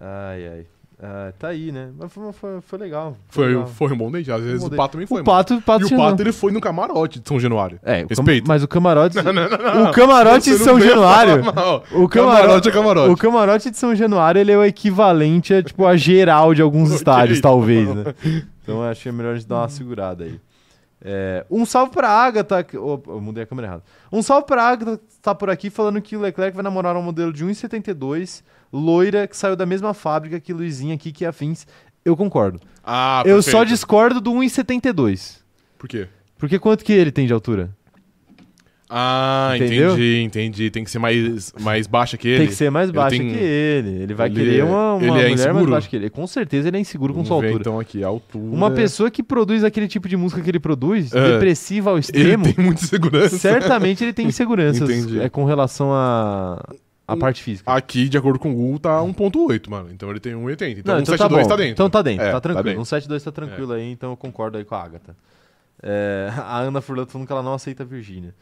Ai, ai. Ah, tá aí, né? Mas foi, foi- foi legal.
Foi,
legal.
foi um bom date. Às vezes
bom
o
date.
Pato também foi.
o Pato, tá o
mano.
pato
E o
tinha-
Pato, ele foi no camarote de São Januário.
É, o cam-
Respeito.
mas o camarote.
não.
O camarote de
Você não
São
veio falar
Januário.
mal.
O
Camarote é camarote.
O camarote de São Januário ele é o equivalente a, tipo, a geral de alguns
Ok,
estádios,
tá
talvez, né? Então acho que é melhor a gente dar uma segurada aí. É, um salve pra Agatha. que- Opa, eu mudei a câmera errada. Um salve pra Agatha que tá por aqui falando que o Leclerc vai namorar um modelo de 1,72, loira, que saiu da mesma fábrica que Luizinha aqui, que é afins. Eu concordo.
Ah,
eu só
perfeito.
discordo do 1,72.
Por quê?
Porque quanto que ele tem de altura?
Ah,
Entendeu?
entendi, entendi. Tem que ser mais, mais baixa que ele.
Tem que ser mais
eu
baixa
tenho-
que ele. Ele vai
ele
querer
é-
uma, uma
ele é
mulher mais
inseguro?
baixa que ele. Com certeza ele é inseguro com
Vamos
sua
ver,
altura.
então aqui, a altura.
Uma pessoa que produz aquele tipo de música que ele produz,
É.
depressiva ao
Ele
extremo,
tem muita segurança.
certamente ele tem inseguranças
Entendi.
é, com relação à à
Um-
parte física.
Aqui, de acordo com o Google, tá 1.8, mano. Então ele tem 1,80. Então
Não,
1,72
então
tá,
bom.
dentro.
Então tá dentro,
É,
tá tranquilo.
dentro. É.
um 72 tá tranquilo aí, então eu concordo aí com a Agatha. É, a Ana Furlan falando que ela não aceita a Virgínia.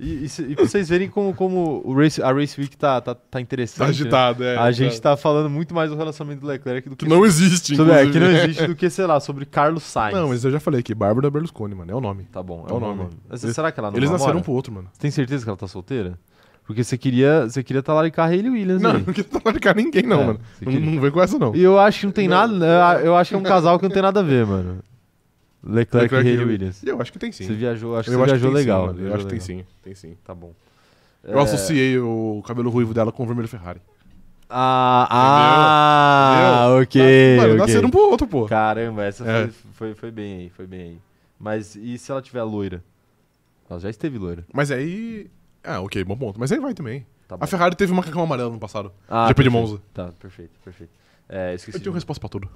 E, e, se- e pra vocês verem como, como o Race, a Race Week tá, tá, tá
Tá
interessante. né?
agitado, é.
A gente tá falando muito mais do relacionamento do Leclerc do que,
Que não existe,
sobre, é,
inclusive.
que não existe do que, sei lá, sobre Carlos Sainz.
Não, mas eu já falei aqui, Bárbara Berlusconi, mano. É o nome.
Tá bom, é
É
o
o
nome.
nome.
Mas
Eles-
será que ela não
Eles nasceram
namora?
um pro outro, mano.
Você tem certeza que ela tá solteira? Porque você queria, você queria tá talaricar a Hayley Williams
Não,
aí.
não quero talaricar ninguém, não,
É,
mano.
você
Não,
queria.
não vem com essa, não.
E eu acho que não tem nada, eu acho que é um casal que não tem nada a ver, mano. Leclerc, e Hayley Williams.
E Eu acho que tem sim.
Você viajou, acho que
eu
você
acho
viajou
que tem
legal.
Sim, mano. Eu
viajou
acho que tem
legal.
sim. Tem sim.
Tá bom.
Eu
É,
associei o cabelo ruivo dela com o vermelho Ferrari.
Ah, ah, ok.
Tá- Mano,
ok.
nasceram um pro outro, pô.
Caramba, essa
É.
foi, foi, foi bem aí, foi bem aí. Mas e se ela tiver loira? Ela já esteve loira.
Mas aí. Ah, ok, bom ponto. Mas aí vai também.
Tá bom.
A Ferrari teve um macacão amarelo no passado.
Ah,
GP de
perfeito.
Monza.
Tá, perfeito, perfeito. É, esqueci.
Eu um
de-
tenho resposta pra tudo.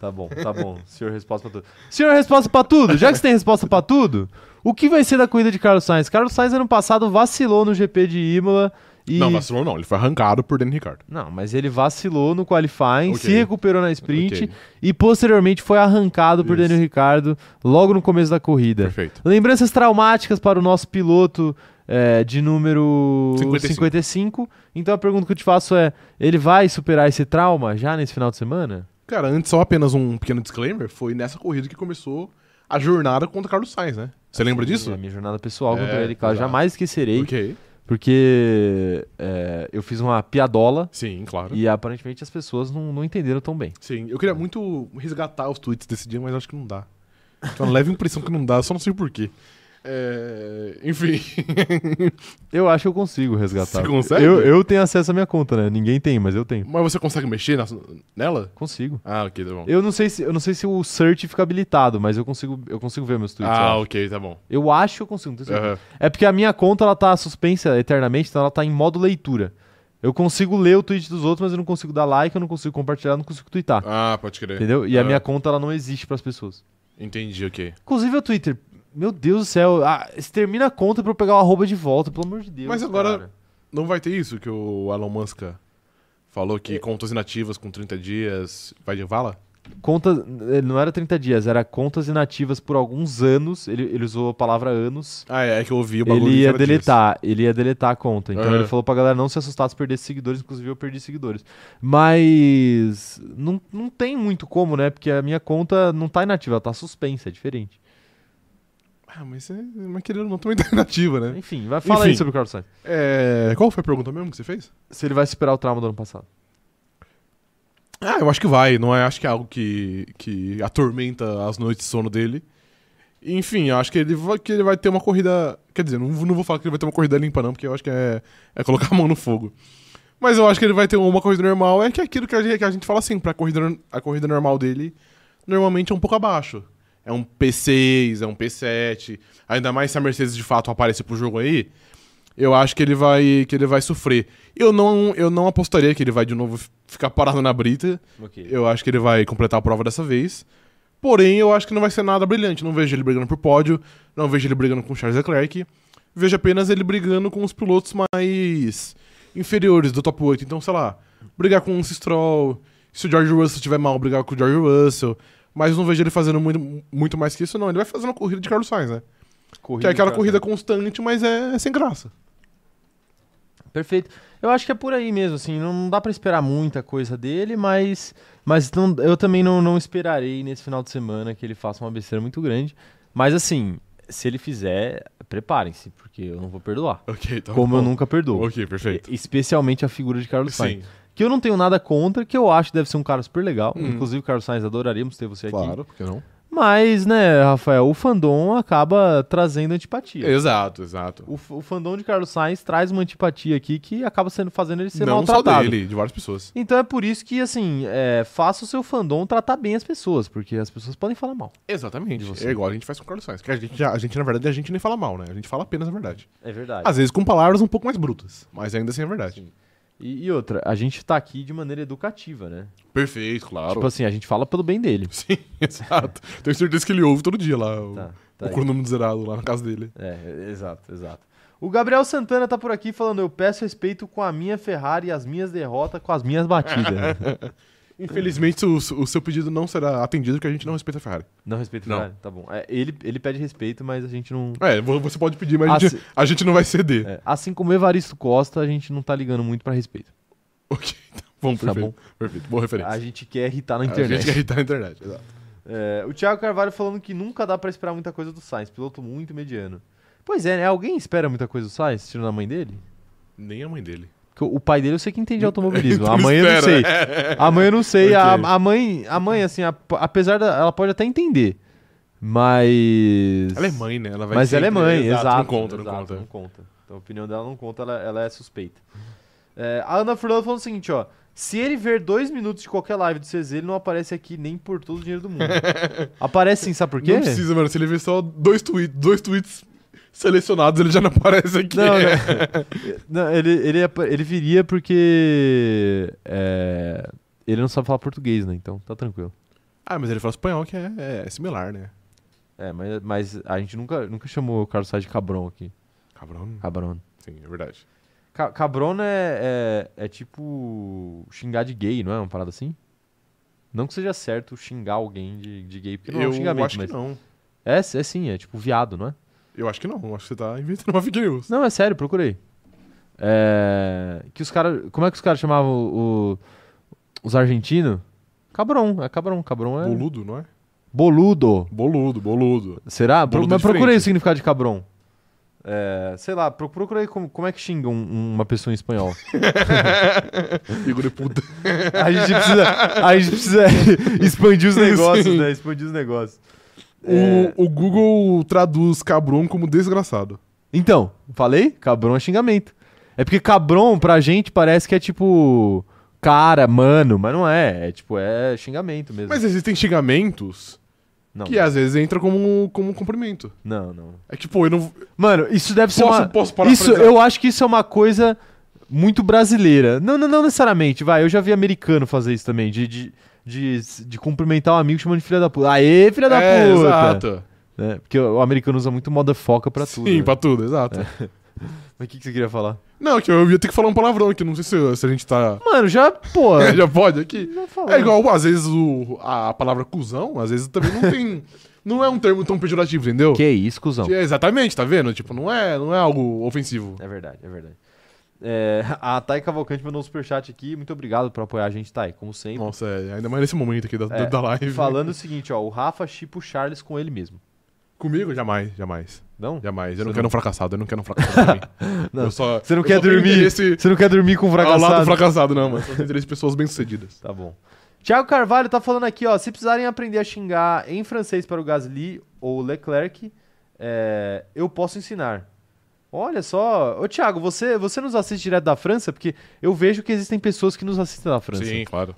Tá bom, tá bom. Senhor resposta pra tudo. Senhor resposta pra tudo. Já que você tem resposta pra tudo, o que vai ser da corrida de Carlos Sainz? Carlos Sainz ano passado vacilou no GP de Imola e
Não, vacilou não. Ele foi arrancado por Daniel Ricardo.
Não, mas ele vacilou no qualifying,
Ok.
se recuperou na sprint
Ok.
e posteriormente foi arrancado por
Isso.
Daniel Ricardo logo no começo da corrida.
Perfeito.
Lembranças traumáticas para o nosso piloto é, de número 55.
55.
Então a pergunta que eu te faço é: ele vai superar esse trauma já nesse final de semana?
Cara, antes só apenas um pequeno disclaimer. Foi nessa corrida que começou a jornada contra Carlos Sainz, né? Você lembra disso?
A minha jornada pessoal
É,
contra ele, claro,
exato.
jamais esquecerei,
Ok.
porque é, eu fiz uma piadola
Sim, claro.
e aparentemente as pessoas não, não entenderam tão bem.
Sim, eu queria muito resgatar os tweets desse dia, mas acho que não dá. Tô uma leve impressão que não dá, só não sei porquê. É... Enfim.
Eu acho que eu consigo resgatar.
Você consegue?
Eu, eu tenho acesso à minha conta, né? Ninguém tem, mas eu tenho.
mas você consegue mexer nas- nela?
Consigo.
Ah, ok, tá bom.
Eu não sei se, eu não sei se o search fica habilitado, mas eu consigo, eu consigo ver meus tweets.
ah,
eu, acho.
ok, tá bom.
Eu acho que eu consigo. não tenho certeza.
Aham.
É porque a minha conta ela tá suspensa eternamente, então ela tá em modo leitura. Eu consigo ler o tweet dos outros, mas eu não consigo dar like, eu não consigo compartilhar, eu não consigo twittar.
Ah, pode crer.
Entendeu? E a
Ah,
minha conta ela não existe pras pessoas.
Entendi, ok.
Inclusive o Twitter. Meu Deus do céu, ah, extermina a conta pra eu pegar o arroba de volta, pelo amor de Deus.
Mas agora-
cara.
Não vai ter isso É. que o Elon Musk falou que contas inativas com 30 dias vai de vala?
contas. eh, Não era 30 dias, era contas inativas por alguns anos. Ele, ele usou a palavra anos.
Ah, é, é que eu ouvi o bagulho.
Ele
e
ia
era disso.
deletar, ele ia deletar a conta. Então
Aham.
ele falou pra galera não se assustar se perdesse seguidores, inclusive eu perdi seguidores. Mas não, não tem muito como, né? Porque a minha conta não tá inativa, ela tá suspensa, é diferente.
Ah, mas, é, mas querendo ou não, também tá nativa, né?
Enfim, vai falar aí
Enfim.
sobre o Carlos Sainz.
É, qual foi a pergunta mesmo que você fez?
Se ele vai superar o trauma do ano passado.
Ah, eu acho que vai, não é? Acho que é algo que, que atormenta as noites de sono dele. Enfim, eu acho que ele, vai, que ele vai ter uma corrida. Quer dizer, não, não vou falar que ele vai ter uma corrida limpa, não, porque eu acho que é, é colocar a mão no fogo. Mas eu acho que ele vai ter uma corrida normal. É que é aquilo que a gente, que a gente fala sempre, a corrida, nor- a corrida normal dele normalmente é um pouco abaixo. É um P6, é um P7. Ainda mais se a Mercedes de fato aparecer pro jogo aí. Eu acho que ele vai que ele vai sofrer. Eu não, eu não apostaria que ele vai de novo f- ficar parado na brita. Eu acho que ele vai completar a prova dessa vez. Porém, eu acho que não vai ser nada brilhante. Não vejo ele brigando por pódio, não vejo ele brigando com Charles Leclerc. Vejo apenas ele brigando com os pilotos mais inferiores do top 8. Então, sei lá, brigar com o Stroll, se o George Russell estiver mal, brigar com o George Russell. Mas não vejo ele fazendo muito, muito mais que isso, não. Ele vai fazendo a corrida de Carlos Sainz, né? que é aquela corrida constante, mas é, sem graça.
Perfeito. Eu acho que é por aí mesmo, assim, não não dá pra esperar muita coisa dele, mas, mas não- eu também não, não esperarei nesse final de semana que ele faça uma besteira muito grande. Mas assim, se ele fizer, preparem-se, porque eu não vou perdoar.
Ok, então.
como eu nunca perdoo.
Ok, perfeito.
E- Especialmente a figura de Carlos Sainz.
Sim,
Que eu não tenho nada contra, que eu acho que deve ser um cara super legal.
Hum.
Inclusive, Carlos Sainz, adoraríamos ter você aqui.
claro, porque não.
Mas, né, Rafael, o fandom acaba trazendo antipatia.
Exato, exato.
O, f- o fandom de Carlos Sainz traz uma antipatia aqui que acaba sendo fazendo ele ser
não só
maltratado.
dele, de várias pessoas.
Então é por isso que, assim, é, faça o seu fandom tratar bem as pessoas, porque as pessoas podem falar mal.
Exatamente.
De você.
É igual a gente faz com o Carlos Sainz. Que a gente, já- a gente, na verdade, a gente nem fala mal, né? A gente fala apenas a verdade.
É verdade.
Às vezes com palavras um pouco mais brutas, mas ainda assim é verdade.
E, e outra, a gente tá aqui de maneira educativa, né?
Perfeito, claro.
Tipo assim, a gente fala pelo bem dele.
Sim, exato. Tenho certeza que ele ouve todo dia lá o,
Tá, tá
o
aí.
cronômetro zerado lá na casa dele.
É, exato, exato. O Gabriel Santana tá por aqui falando: eu peço respeito com a minha Ferrari e as minhas derrotas com as minhas batidas.
Infelizmente, o, o seu pedido não será atendido porque a gente não respeita a Ferrari.
não respeito
Não.
Ferrari, tá bom. É, ele, ele pede respeito, mas a gente não.
É, vo- você pode pedir, mas
Ah,
a, gente,
se-
a gente não vai ceder.
é, assim como Evaristo Costa, a gente não tá ligando muito pra respeito.
Ok, então, vamos,
Tá
perfeito. Perfeito, boa referência.
A gente quer irritar na
A gente
internet.
quer irritar na internet, exato.
É, o Thiago Carvalho falando que nunca dá pra esperar muita coisa do Sainz, piloto muito mediano. Pois é, né? Alguém espera muita coisa do Sainz, tirando a mãe dele?
Nem a mãe dele.
Porque o pai dele eu sei que entende de automobilismo.
Então
a mãe eu não sei.
espera. né?
A mãe eu não sei. A,
Ok.
a mãe, a mãe assim, a- apesar da. Ela pode até entender. Mas.
Ela é mãe, né? Ela vai
Mas ela é
sempre-
mãe, exato.
Não conta, não
exato,
conta.
Não conta. Então a opinião dela não conta, ela, ela é suspeita. É, a Ana Furlan falou o seguinte, ó. Se ele ver dois minutos de qualquer live do CZ, ele não aparece aqui nem por todo o dinheiro do mundo. aparece sim, sabe por quê?
Não precisa, mano. Se ele vê só dois tweets, dois tweets selecionados, ele já não aparece aqui.
Não, não. Não, ele, ele, apa- ele viria porque. é, ele não sabe falar português, né? Então tá tranquilo.
Ah, mas ele fala espanhol, que é, é similar, né?
É, mas, mas a gente nunca, nunca chamou o Carlos Sainz de cabrão aqui. né?
Cabrão.
Cabrón.
Sim, é verdade.
Ca cabrona é, é, é tipo xingar de gay, não é? Uma parada assim? Não que seja certo xingar alguém de, de gay, porque não é um
eu
xingamento,
acho
mas.
que não.
É, é sim, é tipo viado, não é?
Eu acho que não. Acho que você tá inventando uma fake news.
Não, é sério, procurei. É, que os caras. Como é que os caras chamavam o, o- os argentinos? Cabrão, é cabrão, cabrão é.
Boludo, não é?
Boludo.
Boludo, boludo.
Será? Pro-
Boludo é
mas procurei
diferente.
o significado de cabrão. É, sei lá, pro- procurei como, como é que xinga um- uma pessoa em espanhol.
Figura de puta.
A gente precisa, a gente precisa expandir os negócios,
Sim.
né? Expandir os negócios. É,
O, o Google traduz cabrão como desgraçado.
Então, falei? Cabrão é xingamento. É porque cabrão pra gente parece que é tipo cara, mano, mas não é. É tipo, é xingamento mesmo.
Mas existem xingamentos
não,
que é? às vezes entram como, como um cumprimento.
não, não.
É que, pô, eu não.
Mano, isso deve ser
Posso-
uma...
posso
isso,
parafrasear?
eu acho que isso é uma coisa muito brasileira. Não, não, não necessariamente, vai. Eu já vi americano fazer isso também, de, de, de, de cumprimentar um amigo chamando de filha da puta. Aê, filha da
é,
puta!
Exato.
né? Porque o o americano usa muito motherfucker pra tudo.
Sim,
né?
pra tudo, exato.
Mas o que, que você queria falar?
Não, que eu ia ter que falar um palavrão aqui, não sei se, se a gente tá.
Mano, já, pô.
É, Já pode aqui?
já falou.
É igual, às vezes, o, a palavra cuzão, às vezes também não tem. não é um termo tão pejorativo, entendeu?
Que isso, cuzão.
Que é exatamente, tá vendo? Tipo, não é, não é algo ofensivo.
É verdade, é verdade. É, a Thay Cavalcante mandou um superchat aqui. Muito obrigado por apoiar a gente, Thay, como sempre.
Nossa, é, ainda mais nesse momento aqui da, da-
É,
da live.
Falando o seguinte, ó. O Rafa chipa o Charles com ele mesmo.
Comigo? Jamais, jamais.
Não?
Jamais.
Você
Eu não
não-
quero um fracassado, eu não quero um fracassado pra mim.
Não.
Eu só,
Você não
eu
quer
só tenho
dormir?
interesse
Você não quer dormir com um fracassado?
Ao lado do fracassado, não, mano. Só tenho interesse em pessoas bem-sucedidas.
Tá bom. Tiago Carvalho tá falando aqui, ó. Se precisarem aprender a xingar em francês para o Gasly ou o Leclerc, é, eu posso ensinar. Olha só. Ô, Tiago, você, você nos assiste direto da França? Porque eu vejo que existem pessoas que nos assistem da França.
Sim, claro.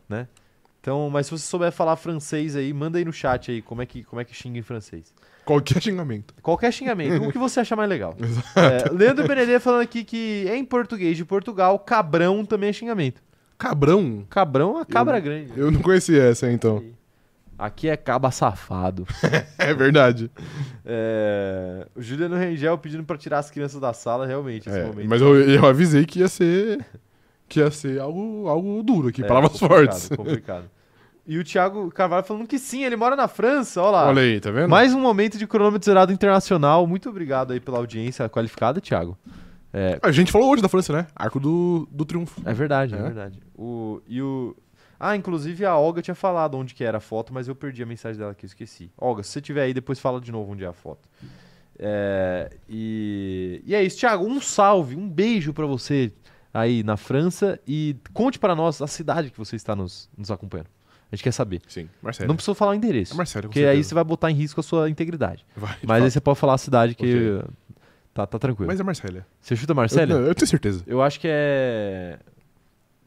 Então, mas se você souber falar francês aí, manda aí no chat aí como é que, como é que xinga em francês.
Qualquer xingamento.
Qualquer xingamento, o que você achar mais legal. É, Leandro Benedê falando aqui que em português de Portugal, cabrão também é xingamento.
Cabrão?
Cabrão é uma cabra grande.
Eu não conhecia essa, então.
Aqui é caba safado.
É verdade.
É, o Juliano Rengel pedindo pra tirar as crianças da sala, realmente, esse
É,
momento. tá
mas eu, eu avisei que ia ser. Que ia ser algo, algo duro aqui,
É,
palavras
complicado,
fortes.
Complicado. E o Thiago Carvalho falando que sim, ele mora na França, olha lá.
Olha aí, tá vendo?
Mais um momento de cronômetro zerado internacional. Muito obrigado aí pela audiência qualificada, Thiago.
A gente falou hoje da França, né? Arco do, do Triunfo.
É verdade, é,
É.
verdade. O, e o... Ah, inclusive a Olga tinha falado onde que era a foto, mas eu perdi a mensagem dela aqui, eu esqueci. Olga, se você tiver aí, depois fala de novo onde é a foto. É, e, e é isso, Thiago. Um salve, um beijo pra você aí na França e conte pra nós a cidade que você está nos, nos acompanhando. A gente quer saber.
Sim, Marcelo.
Não precisa falar o endereço,
É Marcelo, com
porque aí
certeza.
você vai botar em risco a sua integridade.
Vai, de
Mas aí
fato.
você pode falar a cidade que
Ok.
tá, tá tranquilo.
Mas é Marcélia.
Você chuta
Eu,
Marcelo?
não, eu tenho certeza.
Eu acho que é.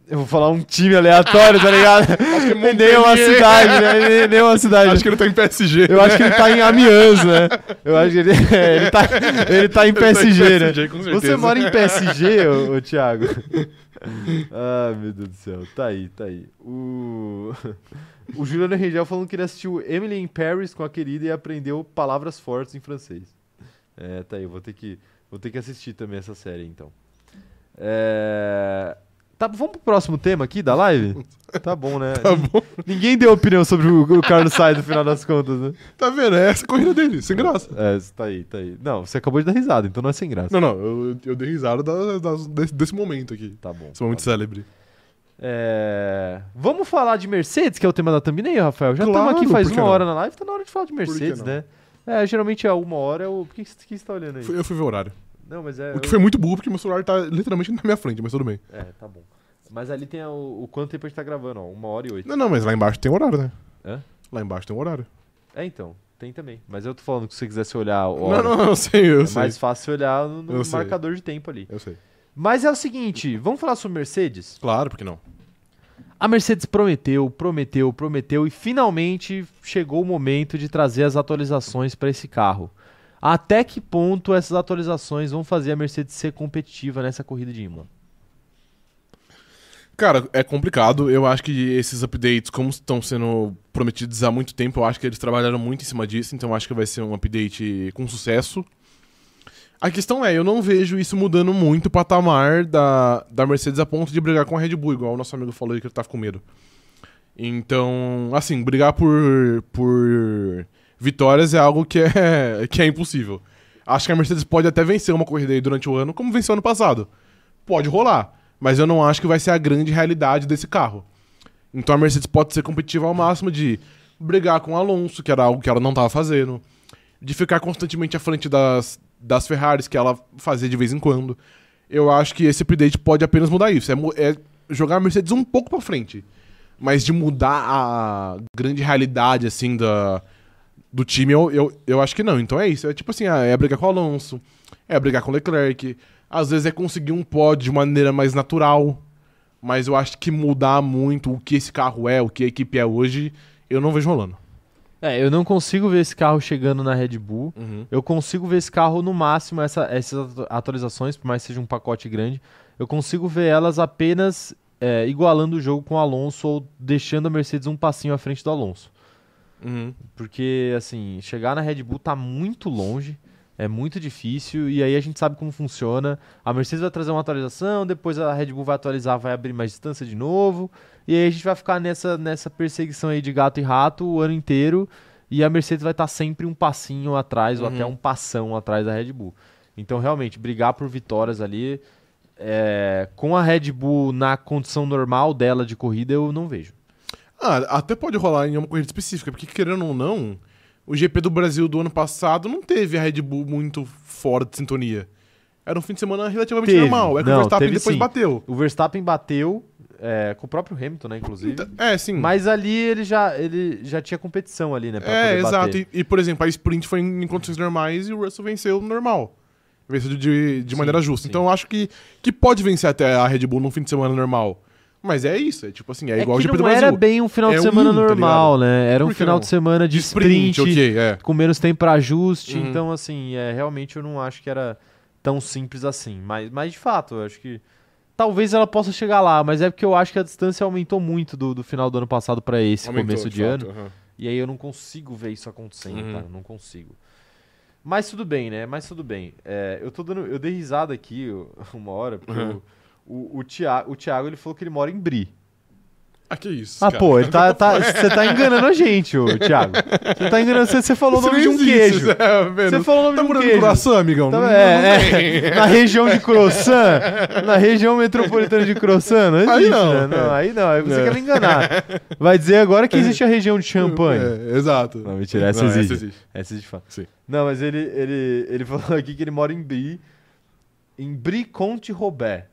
Eu vou falar um time aleatório, tá ligado?
que é
Nem nenhuma
Montpellier.
cidade, né? Nem- Nenhuma cidade.
Acho que ele tá em PSG.
Eu acho que ele tá em Amiens, né? Eu acho que ele, é, ele, tá, ele tá em
tá em
PSG, né?
PSG, com certeza.
Você mora em PSG, ô, ô Thiago? ah, meu Deus do céu. Tá aí, tá aí. O, o Juliano Rengel falando que ele assistiu Emily in Paris com a querida e aprendeu palavras fortes em francês. É, tá aí. Eu vou ter que, vou ter que assistir também essa série, então. É... Tá, vamos pro próximo tema aqui da live? Tá bom, né?
Tá bom.
Ninguém deu opinião sobre o o Carlos Sainz no final das contas, né?
Tá vendo? É essa a corrida dele, sem graça.
É, você tá aí, tá aí. Não, você acabou de dar risada, então não é sem graça.
Não, não, eu, eu dei risada da- das- desse, desse momento aqui.
Tá bom.
Esse momento célebre.
É, Vamos falar de Mercedes, que é o tema da thumbnail, Rafael? Já estamos
Claro,
aqui faz
por que
uma
não?
hora na live, tá na hora de falar de
que
Mercedes,
não?
né? É, geralmente é uma hora. é O Por que você que você tá olhando aí?
Foi- Eu fui ver o horário.
Não, mas é.
O que foi muito burro, porque meu celular tá literalmente na minha frente, mas tudo bem.
É, tá bom. Mas ali tem o, o quanto tempo a gente tá gravando, ó. Uma hora e oito.
Não, não, mas lá embaixo tem horário, né?
Hã?
Lá embaixo tem um horário.
É, então. Tem também. Mas eu tô falando que se você quisesse olhar a hora,
Não, não, não, eu sei, eu
é
sei.
mais fácil olhar no, no
Eu sei.
marcador de tempo ali.
Eu sei.
Mas é o seguinte, vamos falar sobre Mercedes?
Claro, porque não.
A Mercedes prometeu, prometeu, prometeu e finalmente chegou o momento de trazer as atualizações para esse carro. Até que ponto essas atualizações vão fazer a Mercedes ser competitiva nessa corrida de Imola?
Cara, é complicado. Eu acho que esses updates, como estão sendo prometidos há muito tempo, eu acho que eles trabalharam muito em cima disso, então eu acho que vai ser um update com sucesso. A questão é, eu não vejo isso mudando muito o patamar da, da Mercedes a ponto de brigar com a Red Bull, igual o nosso amigo falou aí que ele tava com medo. Então, assim, brigar por, por vitórias é algo que é, que é impossível. Acho que a Mercedes pode até vencer uma corrida aí durante o ano, como venceu ano passado. Pode rolar, mas eu não acho que vai ser a grande realidade desse carro. Então a Mercedes pode ser competitiva ao máximo de brigar com o Alonso, que era algo que ela não estava fazendo, de ficar constantemente à frente das, das Ferraris, que ela fazia de vez em quando. Eu acho que esse update pode apenas mudar isso. É, mu- é jogar a Mercedes um pouco para frente. Mas de mudar a grande realidade, assim, da, do time, eu, eu, eu acho que não. Então é isso. É tipo assim, ah, é brigar com o Alonso, é brigar com o Leclerc. Às vezes é conseguir um pódio de maneira mais natural. Mas eu acho que mudar muito o que esse carro é, o que a equipe é hoje, eu não vejo rolando.
É, eu não consigo ver esse carro chegando na Red Bull. Eu consigo ver esse carro no máximo, essa- essas atu- atualizações, por mais que seja um pacote grande, eu consigo ver elas apenas é, igualando o jogo com o Alonso ou deixando a Mercedes um passinho à uhum. frente do Alonso. Porque, assim, chegar na Red Bull tá muito longe. É muito difícil e aí a gente sabe como funciona. A Mercedes vai trazer uma atualização, depois a Red Bull vai atualizar, vai abrir mais distância de novo. E aí a gente vai ficar nessa, nessa perseguição aí de gato e rato o ano inteiro. E a Mercedes vai estar sempre um passinho atrás, ou
Uhum.
até um passão atrás da Red Bull. Então, realmente, brigar por vitórias ali, é, com a Red Bull na condição normal dela de corrida, eu não vejo.
Ah, até pode rolar em uma corrida específica, porque querendo ou não, o GP do Brasil do ano passado não teve a Red Bull muito fora de sintonia. Era um fim de semana relativamente
Teve.
normal. É que
Não,
o Verstappen
teve
depois
sim.
bateu.
O Verstappen bateu é, com o próprio Hamilton, né, inclusive.
Então, é, sim.
Mas ali ele já, ele já tinha competição ali, né? pra
é,
poder bater.
exato. E, e, por exemplo, a sprint foi em condições normais e o Russell venceu normal. Venceu de, de
Sim,
maneira justa.
sim.
Então eu acho que, que pode vencer até a Red Bull num fim de semana normal. Mas é isso, é tipo assim, é, igual o
que
GP do
não era
Brasil.
bem um final
É
de
um,
semana
tá
normal, né? Era um
Por que
final
não?
de semana de sprint,
ok, é.
com menos tempo para ajuste.
Uhum.
Então, assim, é, realmente eu não acho que era tão simples assim. Mas, mas de fato, eu acho que talvez ela possa chegar lá, mas é porque eu acho que a distância aumentou muito do, do final do ano passado para esse
Aumentou,
começo de, ano.
fato, aham.
E aí eu não consigo ver isso acontecendo,
Uhum.
cara. Não consigo. Mas tudo bem, né? Mas tudo bem. É, eu tô dando. Eu dei risada aqui eu- uma hora, porque
Uhum.
o, o, o, Thiago, o Thiago ele falou que ele mora em Bri.
Ah, que isso.
Ah,
cara.
pô, ele tá, tá- você tá enganando a gente, ô, Thiago. Você tá enganando. Você, você falou o
Isso
nome de
não
um
existe,
queijo.
isso é, velho.
Você falou o
Tá
nome de um
morando em
queijo.
Curaçao, amigão?
Então,
Não- não tem.
é, é, na região de Croissant, na região metropolitana de Croissant, não existe,
Aí não,
né? Não,
é.
aí não, aí você
Não.
quer me enganar. Vai dizer agora que existe a região de Champagne.
É, exato.
Não, mentira, essa
Não,
existe. Essa É, de fato.
Sim.
Não, mas ele, ele, ele falou aqui que ele mora em Bri, em Bri Conte Robert,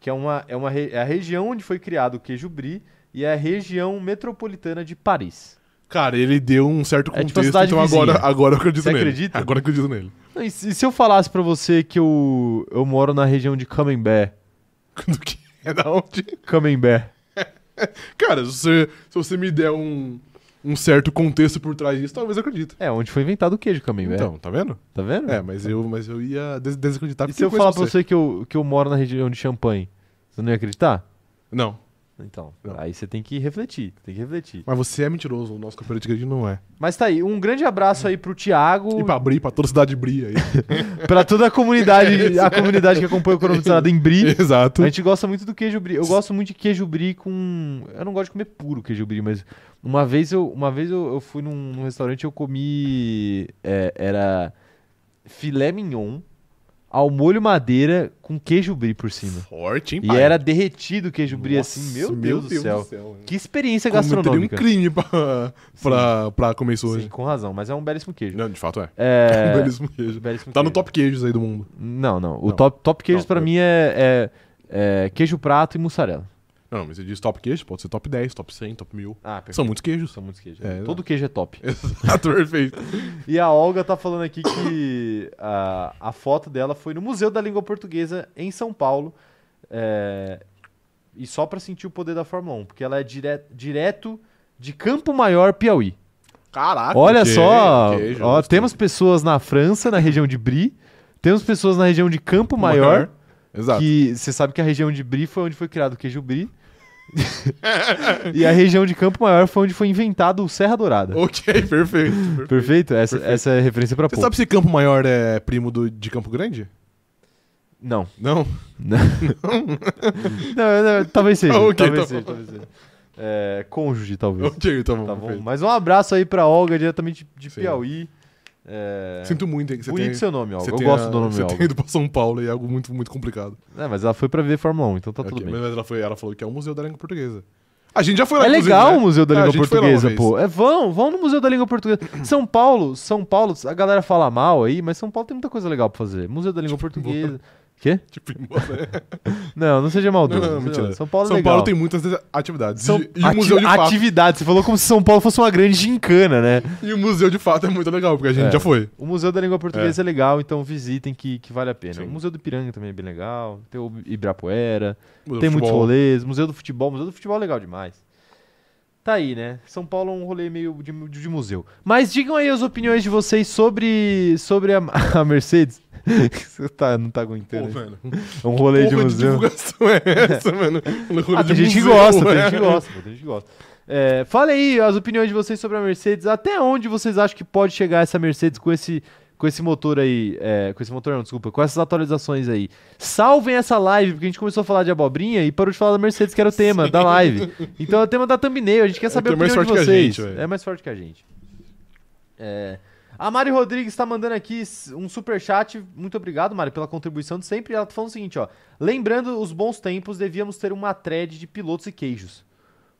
que é, uma, é, uma, re- é a região onde foi criado o queijo Brie e é a região metropolitana de Paris.
Cara, ele deu um certo
É tipo
contexto,
a cidade
então agora,
vizinha.
agora eu acredito
Você
nele.
acredita?
Agora eu acredito nele.
Não, E se, e se eu falasse pra você que eu, eu moro na região de Camembert?
Do que é da onde?
Camembert.
Cara, se você, se você me der um, um certo contexto por trás disso, talvez eu acredite.
É, onde foi inventado o queijo Camembert.
Então, tá vendo?
Tá vendo?
É, mas eu, mas eu ia des desacreditar
e
porque
se eu
conheço
falar pra você que eu, que eu moro na região de Champagne, você não ia acreditar?
Não,
Então,
Não.
aí você tem que refletir, tem que refletir.
mas você é mentiroso, o nosso campeonato de grande não é.
Mas tá aí, um grande abraço aí pro Thiago.
E pra abrir, pra toda cidade abrir aí.
Pra toda a
É
comunidade, a comunidade que acompanha o cronometrado em Brie.
Exato.
A gente gosta muito do queijo brie. Eu gosto muito de queijo brie com. Eu não gosto de comer puro queijo brie, mas uma vez eu, uma vez eu, eu fui num, num restaurante e eu comi. é, era filé mignon ao molho madeira com queijo brie por cima.
Forte, hein,
E
pai?
era derretido o queijo brie
Nossa,
assim. Meu, Deus, do céu.
hein?
Que experiência
Cometeria um
gastronômica.
crime pra, pra, pra comer isso
Sim,
hoje.
com razão, mas é um belíssimo queijo.
Não, de fato é.
É.
Um belíssimo queijo.
belíssimo
Tá no
queijo.
top queijos aí do mundo.
Não, não. O
Não.
Top, top queijos
Não,
pra
eu-
mim é, é- é queijo prato e mussarela.
Não, não, mas você diz top queijo, pode ser top 10, top 100, top 1000.
Ah,
São muitos queijos.
São muitos queijos.
É,
Todo queijo é top.
Exato, perfeito.
E a Olga tá falando aqui que a, a foto dela foi no Museu da Língua Portuguesa em São Paulo. é, e só pra sentir o poder da Fórmula 1, porque ela é dire, direto de Campo Maior, Piauí.
Caraca,
Olha
ok,
só,
ok,
ó,
justo.
temos pessoas na França, na região de Brie, temos pessoas na região de Campo Maior,
Exato.
Que você sabe que a região de Brie foi onde foi criado o queijo Brie. e a região de Campo Maior foi onde foi inventado o Serra Dourada.
Ok, perfeito. perfeito.
Perfeito? Essa,
Perfeito.
essa é referência pra
Você
pouco.
sabe se Campo Maior é primo do, de Campo Grande?
Não.
Não?
Não, não, talvez seja.
Ok,
talvez
tá
seja,
bom.
talvez seja. É, cônjuge, talvez.
Ok, tá bom.
Tá bom?
perfeito.
Mas um abraço aí pra Olga, diretamente de
Sim.
Piauí. É,
Sinto muito hein, que você
Bonito
tenha-
seu nome, Olga.
você
Eu
tenha-
gosto do nome
Você
Olga.
tem ido pra São Paulo e é algo muito, muito complicado.
É, mas ela foi pra ver Fórmula 1, então tá
Ok,
tudo bem.
Mas ela, foi, ela falou que é um museu da língua portuguesa. A gente já foi lá,
É
inclusive,
legal
né?
o Museu da
É, a
Língua
gente foi lá uma
Portuguesa,
vez.
pô. É, vão, vão no Museu da Língua Portuguesa. São Paulo, São Paulo, a galera fala mal aí, mas São Paulo tem muita coisa legal pra fazer. Museu da Língua Portuguesa. Quê?
Tipo, embora, né?
Não, não seja maldoso.
Não, não,
não seja
mentira.
maldoso. São Paulo é
São
legal.
Paulo tem muitas atividades.
São...
E, e o museu de
ati-
fato.
Atividade. Você falou como se São Paulo fosse uma grande gincana, né?
E o museu de fato é muito legal, porque a gente
É.
já foi.
O Museu da Língua Portuguesa é, legal, então visitem que, que vale a pena.
Sim.
O Museu do Piranga também é bem legal. Tem o Ibirapuera,
Museu
tem
de
muitos
futebol.
rolês. Museu do Futebol, Museu do Futebol é legal demais. Tá aí, né? São Paulo é um rolê meio de, de museu. Mas digam aí as opiniões de vocês sobre, sobre a, a Mercedes. Você tá, não tá aguentando.
Pô,
né?
mano.
é um rolê de
Porra
museu.
divulgação é essa, mano? Loucura
Ah,
de
tem gente que
museu,
gosta, tem
é.
gente que gosta, pô, tem gente que gosta. É, fala aí as opiniões de vocês sobre a Mercedes, até onde vocês acham que pode chegar essa Mercedes com esse, com com esse motor aí, é, com esse motor não, desculpa, com essas atualizações aí, salvem essa live, porque a gente começou a falar de abobrinha e parou de falar da Mercedes, que era o tema da live. Então é o tema da thumbnail, a gente quer saber
tem
o
mais
opinião de
sorte que a
vocês.
gente, velho.
é mais forte que a gente. É, A Mari Rodrigues tá mandando aqui s- um super chat. Muito obrigado, Mari, pela contribuição de sempre. E Ela tá falando o seguinte, ó. Lembrando os bons tempos, devíamos ter uma thread de pilotos e queijos.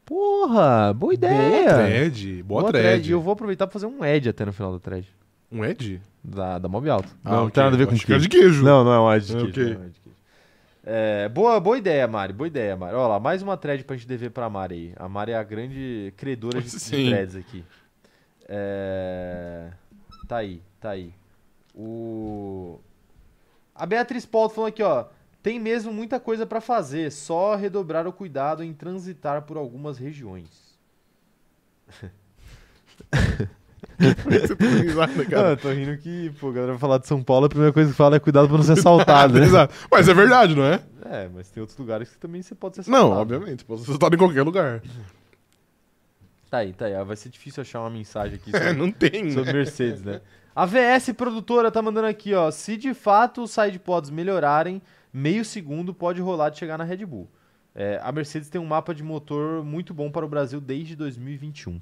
Porra, boa ideia.
Boa thread. Boa, thread.
E eu vou aproveitar pra fazer um Ed até no final da thread.
Um Ed?
Da, da Mob Alto.
Ah,
não, não
ok.
tem nada a ver com
Acho que era
queijo.
de queijo.
Não, não é um ad de
É,
queijo.
ok.
não é um ad de queijo. É, boa, boa ideia, Mari. Boa ideia, Mari. Olha lá, mais uma thread pra gente dever pra Mari aí. A Mari é a grande credora de, de
Sim.
threads aqui. É, Tá aí, tá aí. O... A Beatriz Polto falando aqui, ó. Tem mesmo muita coisa pra fazer, só redobrar o cuidado em transitar por algumas regiões.
Você tá rindo lá, né, cara?
Ah, eu tô rindo que, pô, a galera vai falar de São Paulo, a primeira coisa que fala é cuidado pra não ser assaltado, né?
Exato. Mas é verdade, não é?
É, mas tem outros lugares que também você pode ser
Não,
assaltado. né?
obviamente. Você tá em qualquer lugar.
Tá aí, tá aí. Ah, Vai ser difícil achar uma mensagem aqui
É,
sobre,
não tem.
sobre
Né?
Mercedes, né? A VS produtora tá mandando aqui, ó. Se de fato os sidepods melhorarem, meio segundo pode rolar de chegar na Red Bull. É, a Mercedes tem um mapa de motor muito bom para o Brasil desde 2021.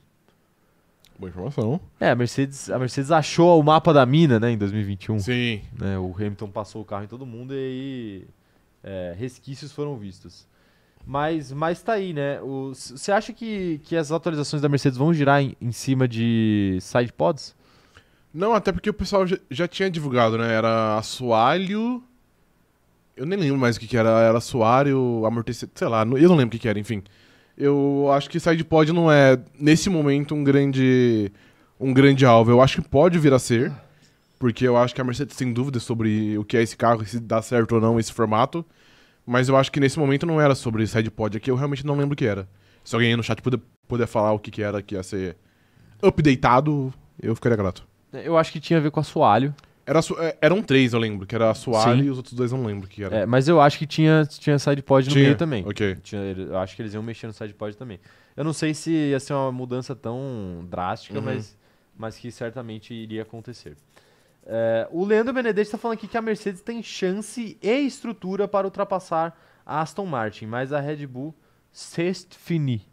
Boa informação.
É, a Mercedes, a Mercedes achou o mapa da mina, né, em 2021.
Sim.
né? O Hamilton passou o carro em todo mundo e aí é, resquícios foram vistos. Mas, mas tá aí, né? O- c- Você acha que, que as atualizações da Mercedes vão girar em, em cima de sidepods?
Não, até porque o pessoal já, já tinha divulgado, né? Era assoalho. Eu nem lembro mais o que, que era. Era assoalho, amortecedor, sei lá, não- eu não lembro o que, que era, enfim. Eu acho que sidepod não é, nesse momento, um grande, um grande alvo. Eu acho que pode vir a ser, porque eu acho que a Mercedes tem dúvidas sobre o que é esse carro, e se dá certo ou não esse formato. Mas eu acho que nesse momento não era sobre sidepod aqui, eu realmente não lembro o que era. Se alguém aí no chat puder, puder falar o que, que era que ia ser updateado, eu ficaria grato.
Eu acho que tinha a ver com assoalho,
Era, assu- é, eram três, eu lembro, que era a Soalha
Sim.
e os outros dois eu não lembro que era.
é, mas eu acho que tinha, tinha sidepod no
Tinha,
meio também.
Ok.
Tinha- eu acho que eles iam mexer no sidepod também. Eu não sei se ia ser uma mudança tão drástica,
Uhum.
mas, mas que certamente iria acontecer. É, o Leandro Benedetti está falando aqui que a Mercedes tem chance e estrutura para ultrapassar a Aston Martin, mas a Red Bull sexto fini.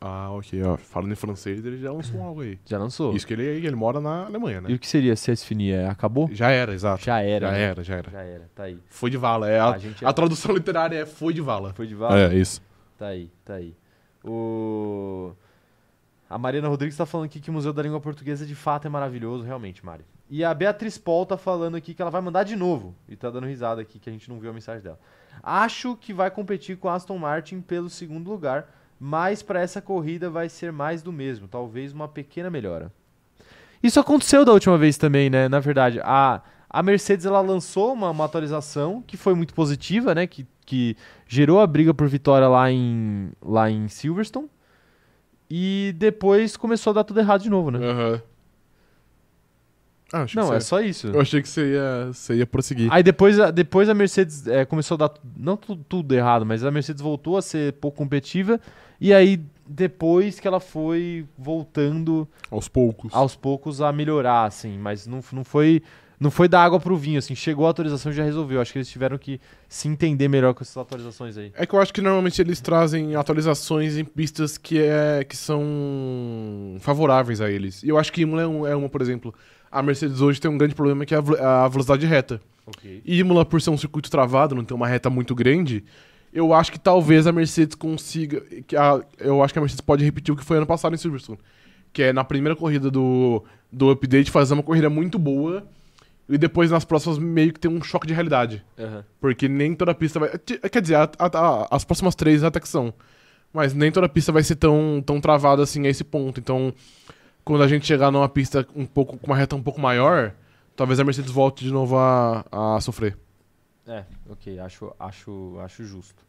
Ah, ok, ó. Falando em francês, ele já lançou algo aí.
Já lançou.
Isso que ele, ele mora na Alemanha, né?
E o que seria sexto fini? É, acabou?
Já era, exato.
Já era.
Já
né?
era, já era.
Já era, tá aí.
Foi de vala. É
A,
a,
gente
a tradução literária é foi de vala.
foi de vala.
É, isso.
Tá aí, tá aí. O... A Mariana Rodrigues tá falando aqui que o Museu da Língua Portuguesa de fato é maravilhoso, realmente, Mari. E a Beatriz Paul tá falando aqui que ela vai mandar de novo. E tá dando risada aqui que a gente não viu a mensagem dela. Acho que vai competir com a Aston Martin pelo segundo lugar, mas pra essa corrida vai ser mais do mesmo, talvez uma pequena melhora. Isso aconteceu da última vez também, né? Na verdade, a, a Mercedes ela lançou uma, uma atualização que foi muito positiva, né? Que, que gerou a briga por vitória lá em, lá em Silverstone. E depois começou a dar tudo errado de novo, né?
Aham. Ah, achei
Não,
que
é
você...
só Ah, isso.
Eu achei que você ia, você ia prosseguir.
Aí depois, a- depois a Mercedes é, começou a dar, tu- não tu- tudo errado, mas a Mercedes voltou a ser pouco competitiva. E aí depois que ela foi voltando
Aos poucos.
aos poucos a melhorar, assim, mas não, f- não foi não foi da água pro vinho, assim, chegou a atualização e já resolveu. Acho que eles tiveram que se entender melhor com essas atualizações aí.
É que eu acho que normalmente eles trazem atualizações em pistas que, é, que são favoráveis a eles. E eu acho que Imola é, um- é uma, por exemplo. A Mercedes hoje tem um grande problema que é a velo- a velocidade reta.
Ok.
E Imola, por ser um circuito travado, não ter uma reta muito grande, eu acho que talvez a Mercedes consiga. que a- eu acho que a Mercedes pode repetir o que foi ano passado em Silverstone. Que é na primeira corrida do, do update fazer uma corrida muito boa e depois nas próximas meio que ter um choque de realidade. Porque nem toda pista vai. ti- Quer dizer, a- a- a- as próximas três até que são. Mas nem toda pista vai ser tão, tão travada assim a esse ponto. Então, quando a gente chegar numa pista um pouco com uma reta um pouco maior, talvez a Mercedes volte de novo a, a sofrer.
É, ok, acho, acho, acho justo.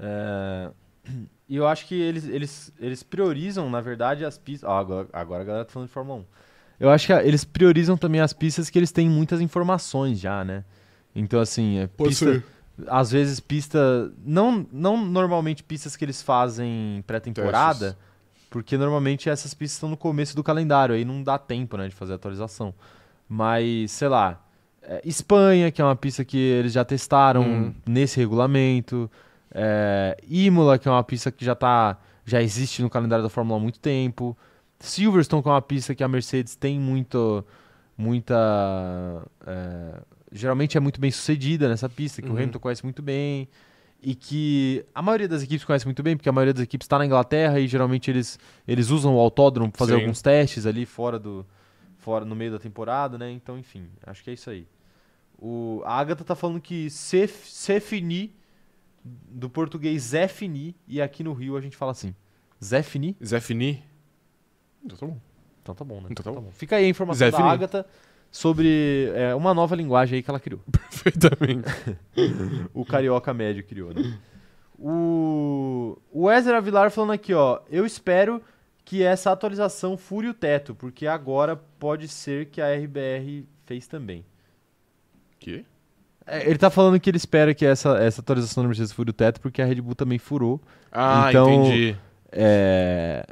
É, E eu acho que eles, eles, eles priorizam, na verdade, as pistas. Ah, agora, agora a galera tá falando de Fórmula 1. Eu acho que a- eles priorizam também as pistas que eles têm muitas informações já, né? Então, assim, é, pista, às vezes pista não não normalmente pistas que eles fazem pré-temporada porque normalmente essas pistas estão no começo do calendário aí não dá tempo né de fazer atualização Mas, sei lá, é, Espanha, que é uma pista que eles já testaram
Hum.
nesse regulamento. É, Imola, que é uma pista que já tá, já existe no calendário da Fórmula 1 há muito tempo. Silverstone, que é uma pista que a Mercedes tem muito, muita. é, geralmente é muito bem sucedida nessa pista, que
Uhum.
o Hamilton conhece muito bem. E que a maioria das equipes conhece muito bem, porque a maioria das equipes está na Inglaterra e geralmente eles, eles usam o autódromo para fazer
Sim.
alguns testes ali fora do. Fora no meio da temporada, né? Então, enfim, acho que é isso aí. O, a Agatha tá falando que Cef- Cefini, do português Zé Fini, e aqui no Rio a gente fala assim: Zé Fini?
Zé Fini. Então tá bom.
Então tá bom, né?
Então tá bom.
Fica aí a informação
Zé
da
Fini.
Agatha sobre é, uma nova linguagem aí que ela criou.
Perfeitamente.
O carioca médio criou, né? O, o Wesley Avilar falando aqui, ó. Eu espero que essa atualização fure o teto, porque agora pode ser que a RBR fez também.
que?
É, Ele tá falando que ele espera que essa, essa atualização da Mercedes fure o teto, porque a Red Bull também furou.
Ah,
Então-
entendi.
É,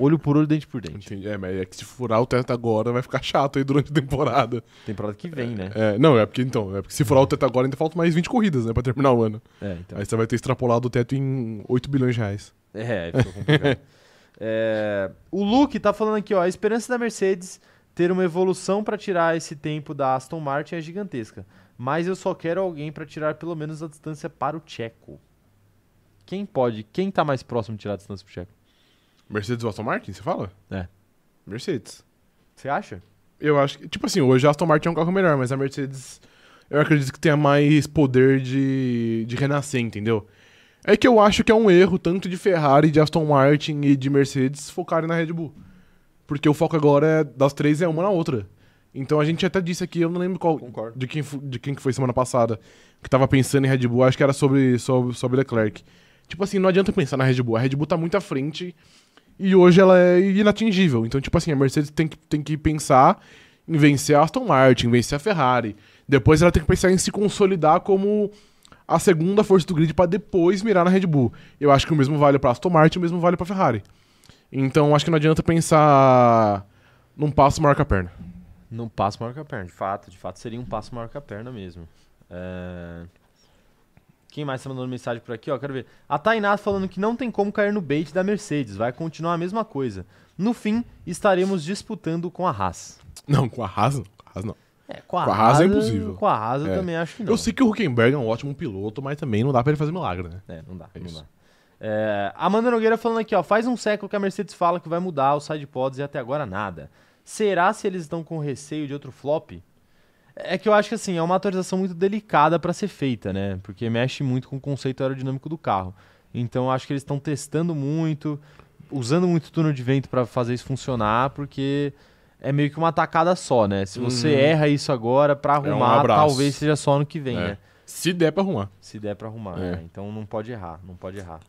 Olho por olho, dente por dente.
entendi. É, mas é que se furar o teto agora vai ficar chato aí durante a temporada.
Temporada que vem, né?
É, não, é porque então, é porque se furar o teto agora ainda falta mais 20 corridas, né, pra terminar o ano.
É, então.
Aí você vai ter extrapolado o teto em 8 bilhões de reais.
É, ficou complicado. É, o Luke tá falando aqui, ó, a esperança da Mercedes ter uma evolução pra tirar esse tempo da Aston Martin é gigantesca, mas eu só quero alguém pra tirar pelo menos a distância para o Checo. Quem pode? Quem tá mais próximo de tirar a distância pro Checo?
Mercedes ou Aston Martin, você fala?
É.
Mercedes.
Você acha?
Eu acho que, tipo assim, hoje a Aston Martin é um carro melhor, mas a Mercedes eu acredito que tenha mais poder de, de renascer, entendeu? É que eu acho que é um erro tanto de Ferrari, de Aston Martin e de Mercedes focarem na Red Bull. Porque o foco agora é das três é uma na outra. Então a gente até disse aqui, eu não lembro qual
Concordo.
de quem, fo- de quem que foi semana passada, que tava pensando em Red Bull, acho que era sobre, sobre, sobre Leclerc. Tipo assim, não adianta pensar na Red Bull. A Red Bull tá muito à frente e hoje ela é inatingível. Então, tipo assim, a Mercedes tem que, tem que pensar em vencer a Aston Martin, vencer a Ferrari. Depois ela tem que pensar em se consolidar como a segunda força do grid pra depois mirar na Red Bull. Eu acho que o mesmo vale pra Aston Martin, o mesmo vale pra Ferrari. Então, acho que não adianta pensar num passo maior que a perna.
Não passo maior que a perna, de fato. De fato, seria um passo maior que a perna mesmo. É, Quem mais tá mandando mensagem por aqui? Ó, quero ver. A Tainá tá falando que não tem como cair no bait da Mercedes. Vai continuar a mesma coisa. No fim, estaremos disputando com a Haas.
Não, com a Haas, não. Com a Haas não.
É, com a,
Com a Haas é impossível.
Com a Haas eu
É.
também acho que não.
Eu sei que o Huckenberg é um ótimo piloto, mas também não dá pra ele fazer milagre, né?
É, não dá,
É
não
isso.
dá. É, Amanda Nogueira falando aqui, ó. Faz um século que a Mercedes fala que vai mudar os sidepods e até agora nada. Será se eles estão com receio de outro flop? É que eu acho que assim, é uma atualização muito delicada pra ser feita, né? Porque mexe muito com o conceito aerodinâmico do carro. Então eu acho que eles estão testando muito, usando muito túnel de vento pra fazer isso funcionar, porque é meio que uma tacada só, né? Se você
Uhum.
erra isso agora pra
um
arrumar,
abraço.
talvez seja só ano que vem,
É.
né?
Se der pra arrumar.
Se der pra arrumar,
É.
né? Então não pode errar, não pode errar.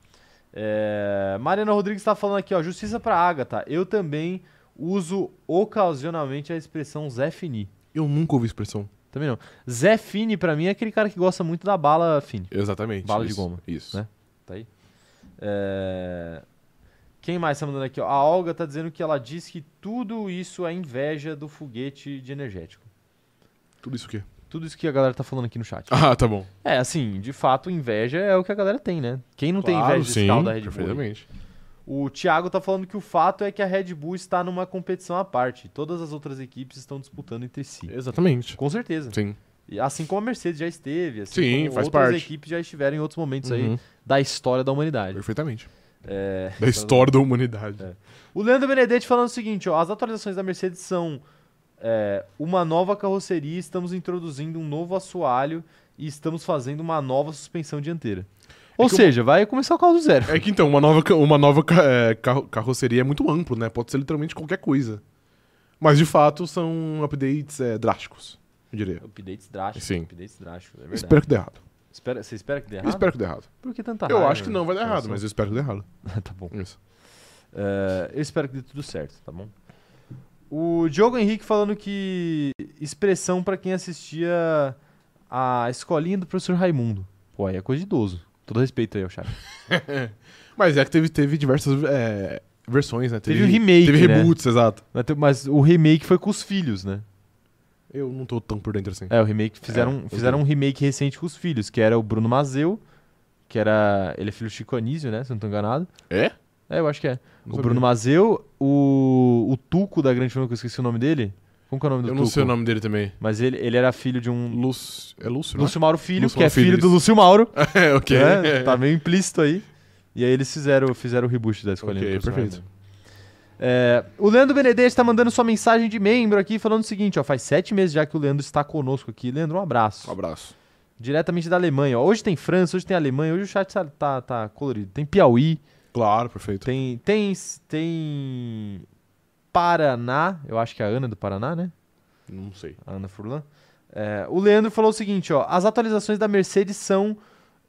É, Mariana Rodrigues tá falando aqui, ó, justiça pra Agatha. Eu também uso ocasionalmente a expressão Zé Fini.
Eu nunca ouvi expressão.
Também não. Zé Fini pra mim é aquele cara que gosta muito da bala Fini.
Exatamente.
Bala de
isso,
goma,
Isso.
né? Tá aí? É, Quem mais tá mandando aqui? ó? A Olga tá dizendo que ela diz que tudo isso é inveja do foguete de energético.
Tudo isso o quê?
Tudo isso que a galera tá falando aqui no chat.
Ah, tá bom.
É, assim, de fato, inveja é o que a galera tem, né? Quem não tem
Claro,
inveja desse carro da Red Bull? aí?
perfeitamente.
O Thiago tá falando que o fato é que a Red Bull está numa competição à parte. Todas as outras equipes estão disputando entre si.
Exatamente.
Com certeza.
Sim.
E Assim como a Mercedes já esteve, assim
Sim,
como
faz
outras
parte.
equipes já estiveram em outros momentos
Uhum,
aí da história da humanidade.
Perfeitamente.
É,
Da história da humanidade.
É. O Leandro Benedetti falando o seguinte, ó, as atualizações da Mercedes são é, uma nova carroceria, estamos introduzindo um novo assoalho e estamos fazendo uma nova suspensão dianteira. Ou
que o-
seja, vai começar o carro do zero.
É que então, uma nova, ca- uma nova ca- é, carro- carroceria é muito amplo, né? Pode ser literalmente qualquer coisa. Mas de fato são updates é, drásticos, eu diria.
Updates drásticos,
Sim.
updates drásticos, é verdade.
Espero que dê errado.
Espera- você espera que dê errado? Tá né?
Espero que dê errado.
Por que tanta
eu
raiva,
acho que não vai dar errado, mas eu espero que dê errado.
tá bom.
Isso.
É, eu espero que dê tudo certo, tá bom? O Diogo Henrique falando que expressão pra quem assistia a escolinha do professor Raimundo. Pô, aí é coisa de idoso. Todo respeito aí ao chat.
Mas é que teve, teve diversas é, versões, né?
Teve um remake,
Teve
né?
reboots, exato.
Mas tem- Mas o remake foi com os filhos, né?
Eu não tô tão por dentro assim.
É, o remake fizeram,
É, eu
fizeram um remake recente com os filhos, que era o Bruno Mazeu, que era. Ele é filho do Chico Anísio, né? Se eu não tô enganado.
É?
É, eu acho que é.
Não
O
sabia.
Bruno Mazeu, o, o Tuco da Grande Família, que eu esqueci o nome dele. Como que é o nome do
Eu
Tuco?
não sei o nome dele também.
Mas ele, ele era filho de um.
Lúcio. É Lúcio? não é?
Lúcio Mauro Filho,
Lúcio
que é
Mauro Filho,
filho do
isso.
Lúcio Mauro.
É, ok.
né? Tá meio implícito aí. E aí eles fizeram, fizeram o reboot da escolinha.
Ok,
do personagem.
perfeito.
É, o Leandro Benedetti tá mandando sua mensagem de membro aqui, falando o seguinte, ó. Faz sete meses já que o Leandro está conosco aqui. Leandro, um abraço.
Um abraço.
Diretamente da Alemanha. ó. Hoje tem França, hoje tem Alemanha, hoje o chat tá, tá, tá colorido. Tem Piauí,
Claro, perfeito.
tem, tem, tem Paraná, eu acho que é a Ana do Paraná, né?
Não sei.
A Ana Furlan. É, o Leandro falou o seguinte, ó. As atualizações da Mercedes são...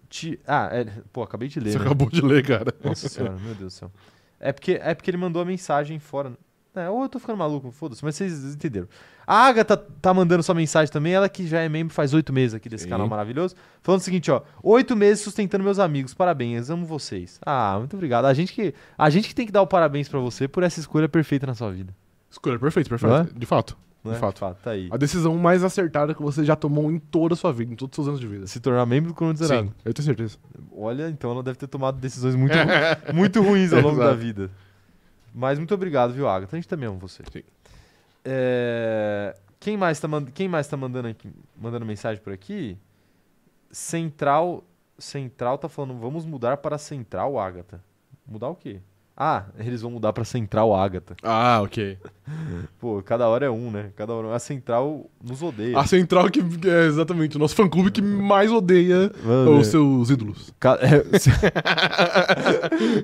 ti- Ah, é, pô, acabei de ler.
Você
né?
acabou de ler, cara.
Nossa senhora, meu Deus do céu. É porque, é porque ele mandou a mensagem fora. É, ou eu tô ficando maluco, foda-se, mas vocês entenderam. A Agatha tá mandando sua mensagem também, ela que já é membro faz oito meses aqui desse
Sim.
canal maravilhoso. Falando o seguinte, ó, oito meses sustentando meus amigos, parabéns, amo vocês. Ah, muito obrigado. A gente que, a gente que tem que dar o parabéns pra você por essa escolha perfeita na sua vida.
Escolha perfeita,
Não é?
perfeito. De fato.
né?
De fato.
tá aí.
A decisão mais acertada que você já tomou em toda a sua vida, em todos os seus anos de vida.
Se tornar membro do Corona Zerado.
eu tenho certeza.
Olha, então ela deve ter tomado decisões muito, ru- muito ruins ao longo
Exato.
da vida. Mas muito obrigado, viu, Agatha? A gente também ama você.
Sim.
É, Quem mais tá, mand- Quem mais tá mandando, aqui- mandando mensagem por aqui? Central. Central tá falando, vamos mudar para Central, Agatha. Mudar o quê? Ah, eles vão mudar para Central, Agatha.
Ah, ok.
Pô, cada hora é um, né? Cada hora é um. A Central nos odeia.
A central que é exatamente o nosso fã clube que mais odeia
Mano,
os seus ídolos.
ca- é,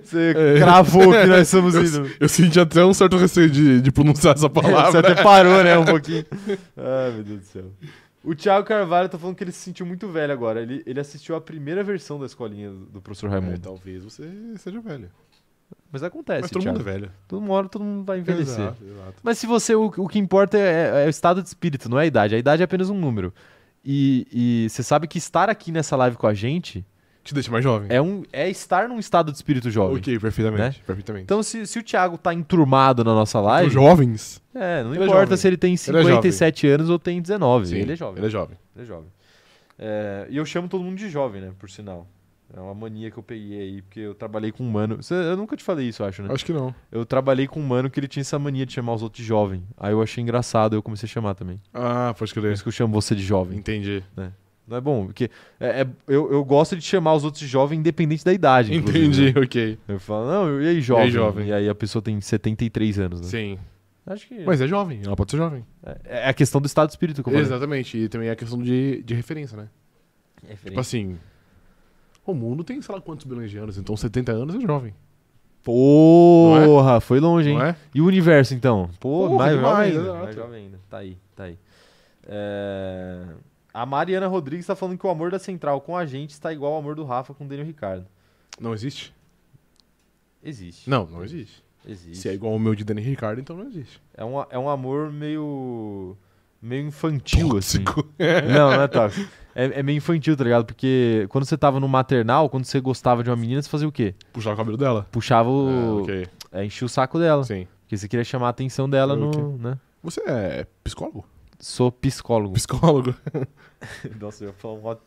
Você É. cravou que nós somos
É. Eu-
ídolos. É,
Eu senti até um certo receio de, de pronunciar essa
Você
palavra.
até parou, né, um pouquinho. Ai, meu Deus do céu. O Thiago Carvalho tá falando que ele se sentiu muito velho agora. Ele, ele assistiu a primeira versão da escolinha do do professor Raimundo.
É, talvez você seja velho.
Mas acontece,
Mas todo
Thiago.
mundo é velho.
Todo uma hora todo mundo vai envelhecer.
Exato, exato.
Mas se você. O, o que importa é, é o estado de espírito, não é a idade. A idade é apenas um número. E, e você sabe que estar aqui nessa live com a gente
Te deixa mais jovem.
é, um, é estar num estado de espírito jovem.
Ok, perfeitamente. Perfeitamente.
Então, se, se o Thiago tá enturmado na nossa
Os
live.
jovens.
É, não
é Ele é
importa
jovem.
se ele tem
Ele é jovem.
57 anos ou tem 19.
Sim,
ele é jovem.
Ele é jovem.
Ele é jovem. É, e eu chamo todo mundo de jovem, né? Por sinal. É uma mania que eu peguei aí, porque eu trabalhei com um mano. Cê- eu nunca te falei isso, eu acho, né?
Acho que não.
Eu trabalhei com um mano que ele tinha essa mania de chamar os outros de jovem. Aí eu achei engraçado, eu comecei a chamar também.
Ah, pode
Por
crer.
isso que eu chamo você de jovem.
Entendi.
Não é bom, porque é- é- eu, eu gosto de chamar os outros de jovem independente da idade. inclusive, né?
Entendi, ok.
Eu falo, não, e aí, jovem?
jovem?
E aí a pessoa tem 73 anos, né?
Sim.
Acho que.
Mas é jovem, ela pode ser jovem.
É, é a questão do estado de espírito que eu falei.
Exatamente. E também é a questão de, de referência, né? Tipo assim. O mundo tem, sei lá, quantos bilhões de anos, então 70 anos é jovem.
Porra, foi longe, hein?
Não é?
E o universo, então? Pô,
Porra,
mais,
demais,
jovem ainda,
exato.
mais jovem ainda. Tá aí, tá aí. É, A Mariana Rodrigues tá falando que o amor da Central com a gente está igual ao amor do Rafa com o Daniel Ricardo.
Não existe?
Existe.
Não, não existe.
Existe.
Se é igual ao meu de Danny Ricardo, então não existe.
É, um, é um amor meio. meio infantil, assim.
Tóxico.
Não, não é tóxico. É, é meio infantil, tá ligado? Porque quando você tava no maternal, quando você gostava de uma menina, você fazia o quê?
Puxar o cabelo dela.
Puxava
Ah,
o.
ok.
é, enchia o saco dela.
Sim.
Porque você queria chamar a atenção dela no.
Ok.
Né?
Você é psicólogo?
Sou psicólogo.
Psicólogo.
Nossa, eu ia falar uma.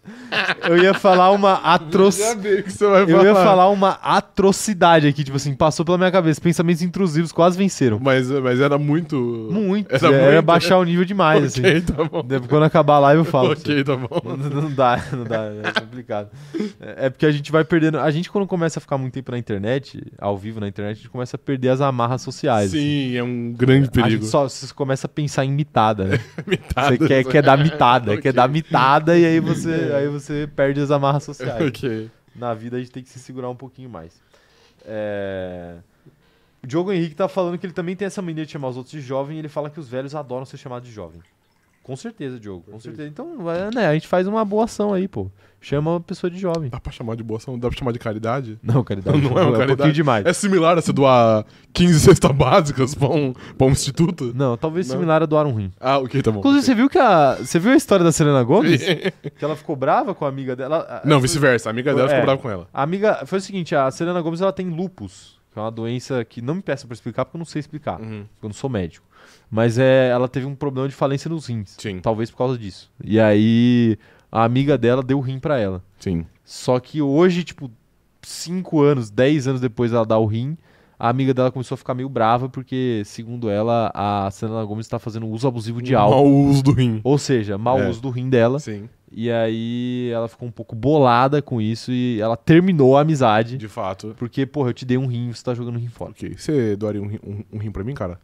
Eu ia falar uma atrocidade.
Sabia que você vai
Eu ia falar uma atrocidade aqui, tipo assim, passou pela minha cabeça. Pensamentos intrusivos quase venceram.
Mas, mas era muito.
Muito.
Era
Era,
muito,
baixar o nível demais, assim.
ok, tá bom.
Deve- Quando acabar a live eu falo. pra você.
ok, tá bom.
Não, não dá, não dá, é complicado. É é porque a gente vai perdendo. A gente, quando começa a ficar muito tempo na internet, ao vivo na internet, a gente começa a perder as amarras sociais. assim.
Sim, é um grande
A
perigo. Tá.
gente só você começa a pensar em mitada, né?
Metade.
Você quer, quer dar mitada,
né? Ok. É.
quer dar mitada e aí você, aí você perde as amarras sociais.
Ok.
na vida a gente tem que se segurar um pouquinho mais. É... O Diogo Henrique tá falando que ele também tem essa mania de chamar os outros de jovem e ele fala que os velhos adoram ser chamados de jovem. Com certeza, Diogo, com certeza. Então, é, né, a gente faz uma boa ação aí, pô. Chama a pessoa de jovem.
Dá pra chamar de boa ação? Dá pra chamar de caridade?
Não, caridade.
Não é uma
um pouquinho
caridade.
demais.
É similar a você doar 15 cestas básicas pra um, pra um instituto?
Não, talvez
Não.
similar a doar um rim.
Ah, ok, tá bom.
Inclusive, você viu que a. Você viu a história da Selena Gomes? que ela ficou brava com a amiga dela. A-
Não, vice-versa. A amiga dela
É.
ficou brava com ela.
A amiga. Foi o seguinte, a Selena Gomes ela tem lupus, que é uma doença que não me peça pra explicar, porque eu não sei explicar.
Uhum.
Eu não sou médico. Mas é, ela teve um problema de falência nos rins.
Sim.
Talvez por causa disso. E aí a amiga dela deu o rim pra ela.
Sim.
Só que hoje, tipo, 5 anos, 10 anos depois ela dá o rim, a amiga dela começou a ficar meio brava porque, segundo ela, a Selena Gomes está fazendo uso abusivo de álcool.
Mau uso do rim.
Ou seja, mau
É.
uso do rim dela.
Sim,
E aí ela ficou um pouco bolada com isso e ela terminou a amizade.
de fato.
Porque, porra, eu te dei um rim, você tá jogando rim fora.
Ok. Você doaria um rim, um, um rim pra mim, cara?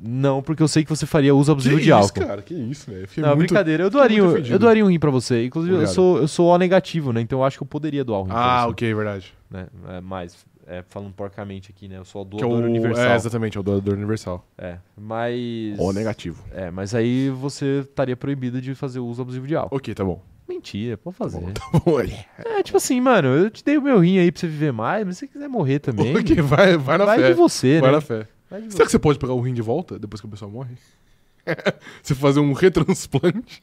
Não, porque eu sei que você faria uso
Que
abusivo de
isso,
álcool.
cara? Que isso, velho? Fiquei
Não, é
muito...
brincadeira. Eu doaria,
muito
um,
ofendido.
eu doaria um rim pra você. Inclusive, eu
Obrigado.
sou, eu sou O negativo, né? Então eu acho que eu poderia doar um rim pra
Ah,
você.
ok, verdade.
né? É, mas, é, falando porcamente aqui, né? Eu sou o
Que é
doador
o...
universal.
É, exatamente, é o doador universal.
É, mas.
Ou negativo.
É, mas aí você estaria proibido de fazer uso abusivo de álcool.
Ok, tá bom.
Mentira, pode fazer.
Tá bom, olha.
É, tipo assim, mano, eu te dei o meu rim aí pra você viver mais, mas se você quiser morrer também.
Ok, vai, vai na
vai
fé.
de você,
vai
né?
na fé.
Vai de
Será
você.
que você pode pegar o rim de volta depois que a pessoa morre? você fazer um retransplante?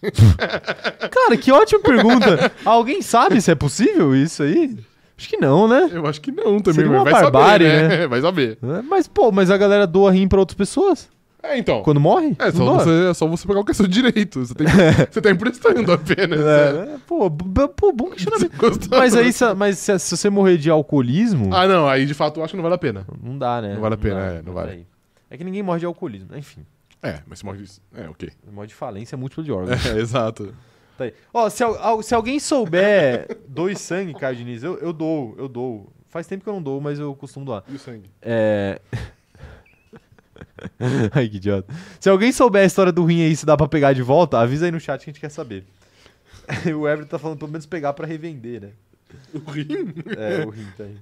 Cara, que ótima pergunta. Alguém sabe se é possível isso aí? Acho que não, né?
Eu acho que não também,
Seria
mas
uma
vai
barbárie,
saber, né? Vai saber.
É, Mas, pô, mas a galera doa rim pra outras pessoas?
É, então.
Quando morre?
É só,
Não doa?
você, é só você pegar o que é seu direito. Você, tem, você tá emprestando apenas. né?
É, é, pô, b- pô, bom
Você
questionamento.
gostou?
Mas aí, se, mas se, se você morrer de alcoolismo,
Ah, não. Aí de fato eu acho que não vale a pena.
não dá, né?
Não vale a pena,
dá,
é, não vale.
daí. É que ninguém morre de alcoolismo, né? enfim.
É, mas se morre. É, ok.
Morre de falência múltipla de órgãos.
É, exato.
Tá aí. Ó, se, al- al- se alguém souber dois sangue, Caio Diniz, eu, eu dou, eu dou. Faz tempo que eu não dou, mas eu costumo doar.
E o sangue?
É. Ai, que idiota. Se alguém souber a história do rim aí, se dá pra pegar de volta, avisa aí no chat que a gente quer saber. o Everton tá falando pelo menos pegar pra revender, né?
O rim?
É, o rim tá aí.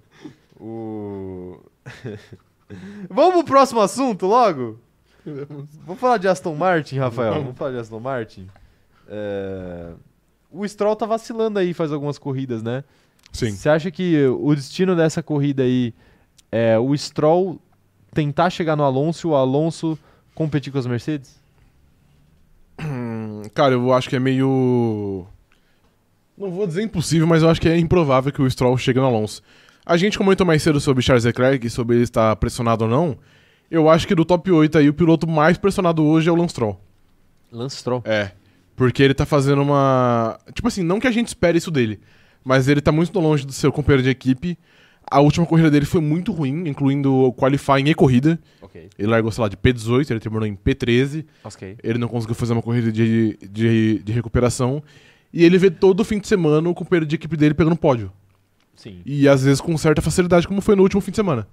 O. Vamos pro próximo assunto logo? Vamos falar de Aston Martin, Rafael?
Vamos.
Vamos falar de Aston Martin? É, O Stroll tá vacilando aí faz algumas corridas, né?
Sim.
Você acha que o destino dessa corrida aí é o Stroll tentar chegar no Alonso e o Alonso competir com as Mercedes?
Hum, Cara, eu acho que é meio. Não vou dizer impossível, mas eu acho que é improvável que o Stroll chegue no Alonso. A gente comentou mais cedo sobre Charles Leclerc e sobre ele estar pressionado ou não. Eu acho que do top 8 aí, o piloto mais pressionado hoje é o Lance Stroll.
Lance Stroll.
É. Porque ele tá fazendo uma. Tipo assim, não que a gente espere isso dele, mas ele tá muito longe do seu companheiro de equipe. A última corrida dele foi muito ruim, incluindo o qualifying e corrida.
Ok.
Ele largou, sei lá, de P18, ele terminou em P13
Ok.
ele não conseguiu fazer uma corrida de, de, de recuperação. E ele vê todo fim de semana o companheiro de equipe dele pegando pódio.
Sim.
E às vezes com certa facilidade, como foi no último fim de semana.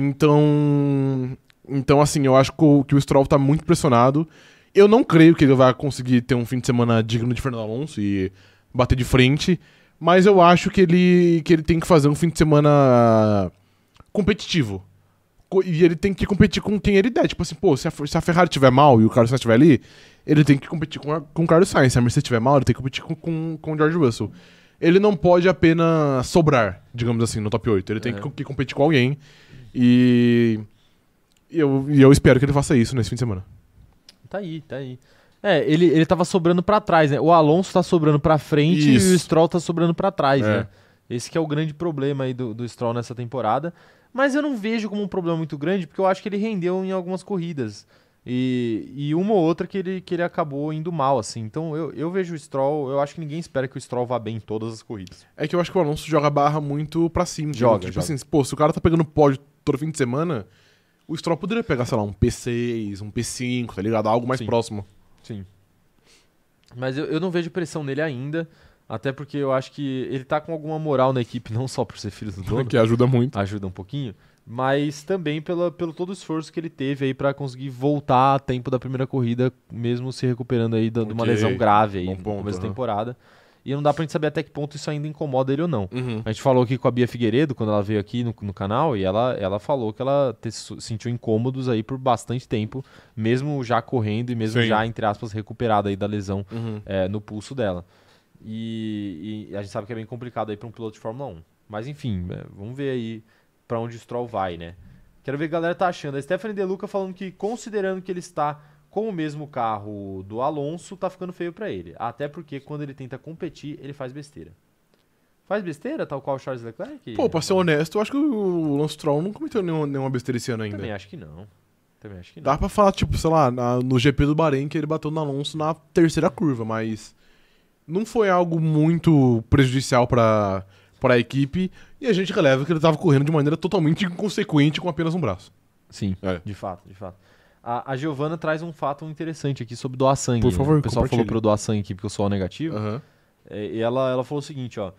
Então. Então, assim, eu acho que o, que o Stroll tá muito pressionado. Eu não creio que ele vai conseguir ter um fim de semana digno de Fernando Alonso e bater de frente. Mas eu acho que ele, que ele tem que fazer um fim de semana competitivo. Co- E ele tem que competir com quem ele der. Tipo assim, pô, se a, Fer- se a Ferrari tiver mal e o Carlos Sainz estiver ali, ele tem que competir com, a- com o Carlos Sainz. Se a Mercedes tiver mal, ele tem que competir com, com, com o George Russell. Ele não pode apenas sobrar, digamos assim, no top 8. Ele tem
Aham.
que, que competir com alguém. E e eu, e eu espero que ele faça isso nesse fim de semana.
Tá aí, tá aí. É, ele, ele tava sobrando pra trás, né? O Alonso tá sobrando pra frente e o
Isso.
Stroll tá sobrando pra trás,
É.
né? Esse que é o grande problema aí do, do Stroll nessa temporada. Mas eu não vejo como um problema muito grande, porque eu acho que ele rendeu em algumas corridas. E, e uma ou outra que ele, que ele acabou indo mal, assim. Então eu, eu vejo o Stroll, eu acho que ninguém espera que o Stroll vá bem em todas as corridas.
É que eu acho que o Alonso joga a barra muito pra cima. entendeu?
Joga,
Tipo
joga.
assim, pô, se o cara tá pegando pódio todo fim de semana, o Stroll poderia pegar, sei lá, um P6, um P5, tá ligado? Algo mais
Sim.
próximo.
Sim. Mas eu, eu não vejo pressão nele ainda, até porque eu acho que ele tá com alguma moral na equipe, não só por ser filho do dono.
Que ajuda muito.
ajuda um pouquinho, mas também pela, pelo todo o esforço que ele teve aí pra conseguir voltar a tempo da primeira corrida, mesmo se recuperando aí da- de uma
Ok.
lesão grave aí
Bom
no
ponto,
começo da
né?
temporada. E não dá pra gente saber até que ponto isso ainda incomoda ele ou não.
Uhum.
A gente falou aqui com a Bia Figueiredo, quando ela veio aqui no, no canal, e ela, ela falou que ela te- sentiu incômodos aí por bastante tempo, mesmo já correndo e mesmo
Sim.
já, entre aspas, recuperada aí da lesão
Uhum.
é, no pulso dela. E, e a gente sabe que é bem complicado aí para um piloto de Fórmula 1. Mas enfim, é, vamos ver aí para onde o Stroll vai, né? Quero ver o que a galera tá achando. A Stephanie De Luca falando que, considerando que ele está com o mesmo carro do Alonso, tá ficando feio para ele. Até porque quando ele tenta competir, ele faz besteira. Faz besteira, tal qual o Charles Leclerc?
um Pô, pra ser honesto, eu acho que o Lance Stroll não cometeu nenhum- nenhuma besteira esse ano ainda.
Também acho que não. Também acho que não.
Dá pra falar, tipo, sei lá, na- no GP do Bahrein que ele bateu no Alonso na terceira curva, mas não foi algo muito prejudicial pra, pra equipe. E a gente releva que ele tava correndo de maneira totalmente inconsequente com apenas um braço.
Sim.
É.
De fato, de fato. A, a Giovana traz um fato interessante aqui sobre doar sangue.
Por
né?
favor,
O pessoal falou
compartilhe.
pra eu doar sangue aqui porque eu sou o negativo.
Aham.
É, E ela, ela falou o seguinte, ó.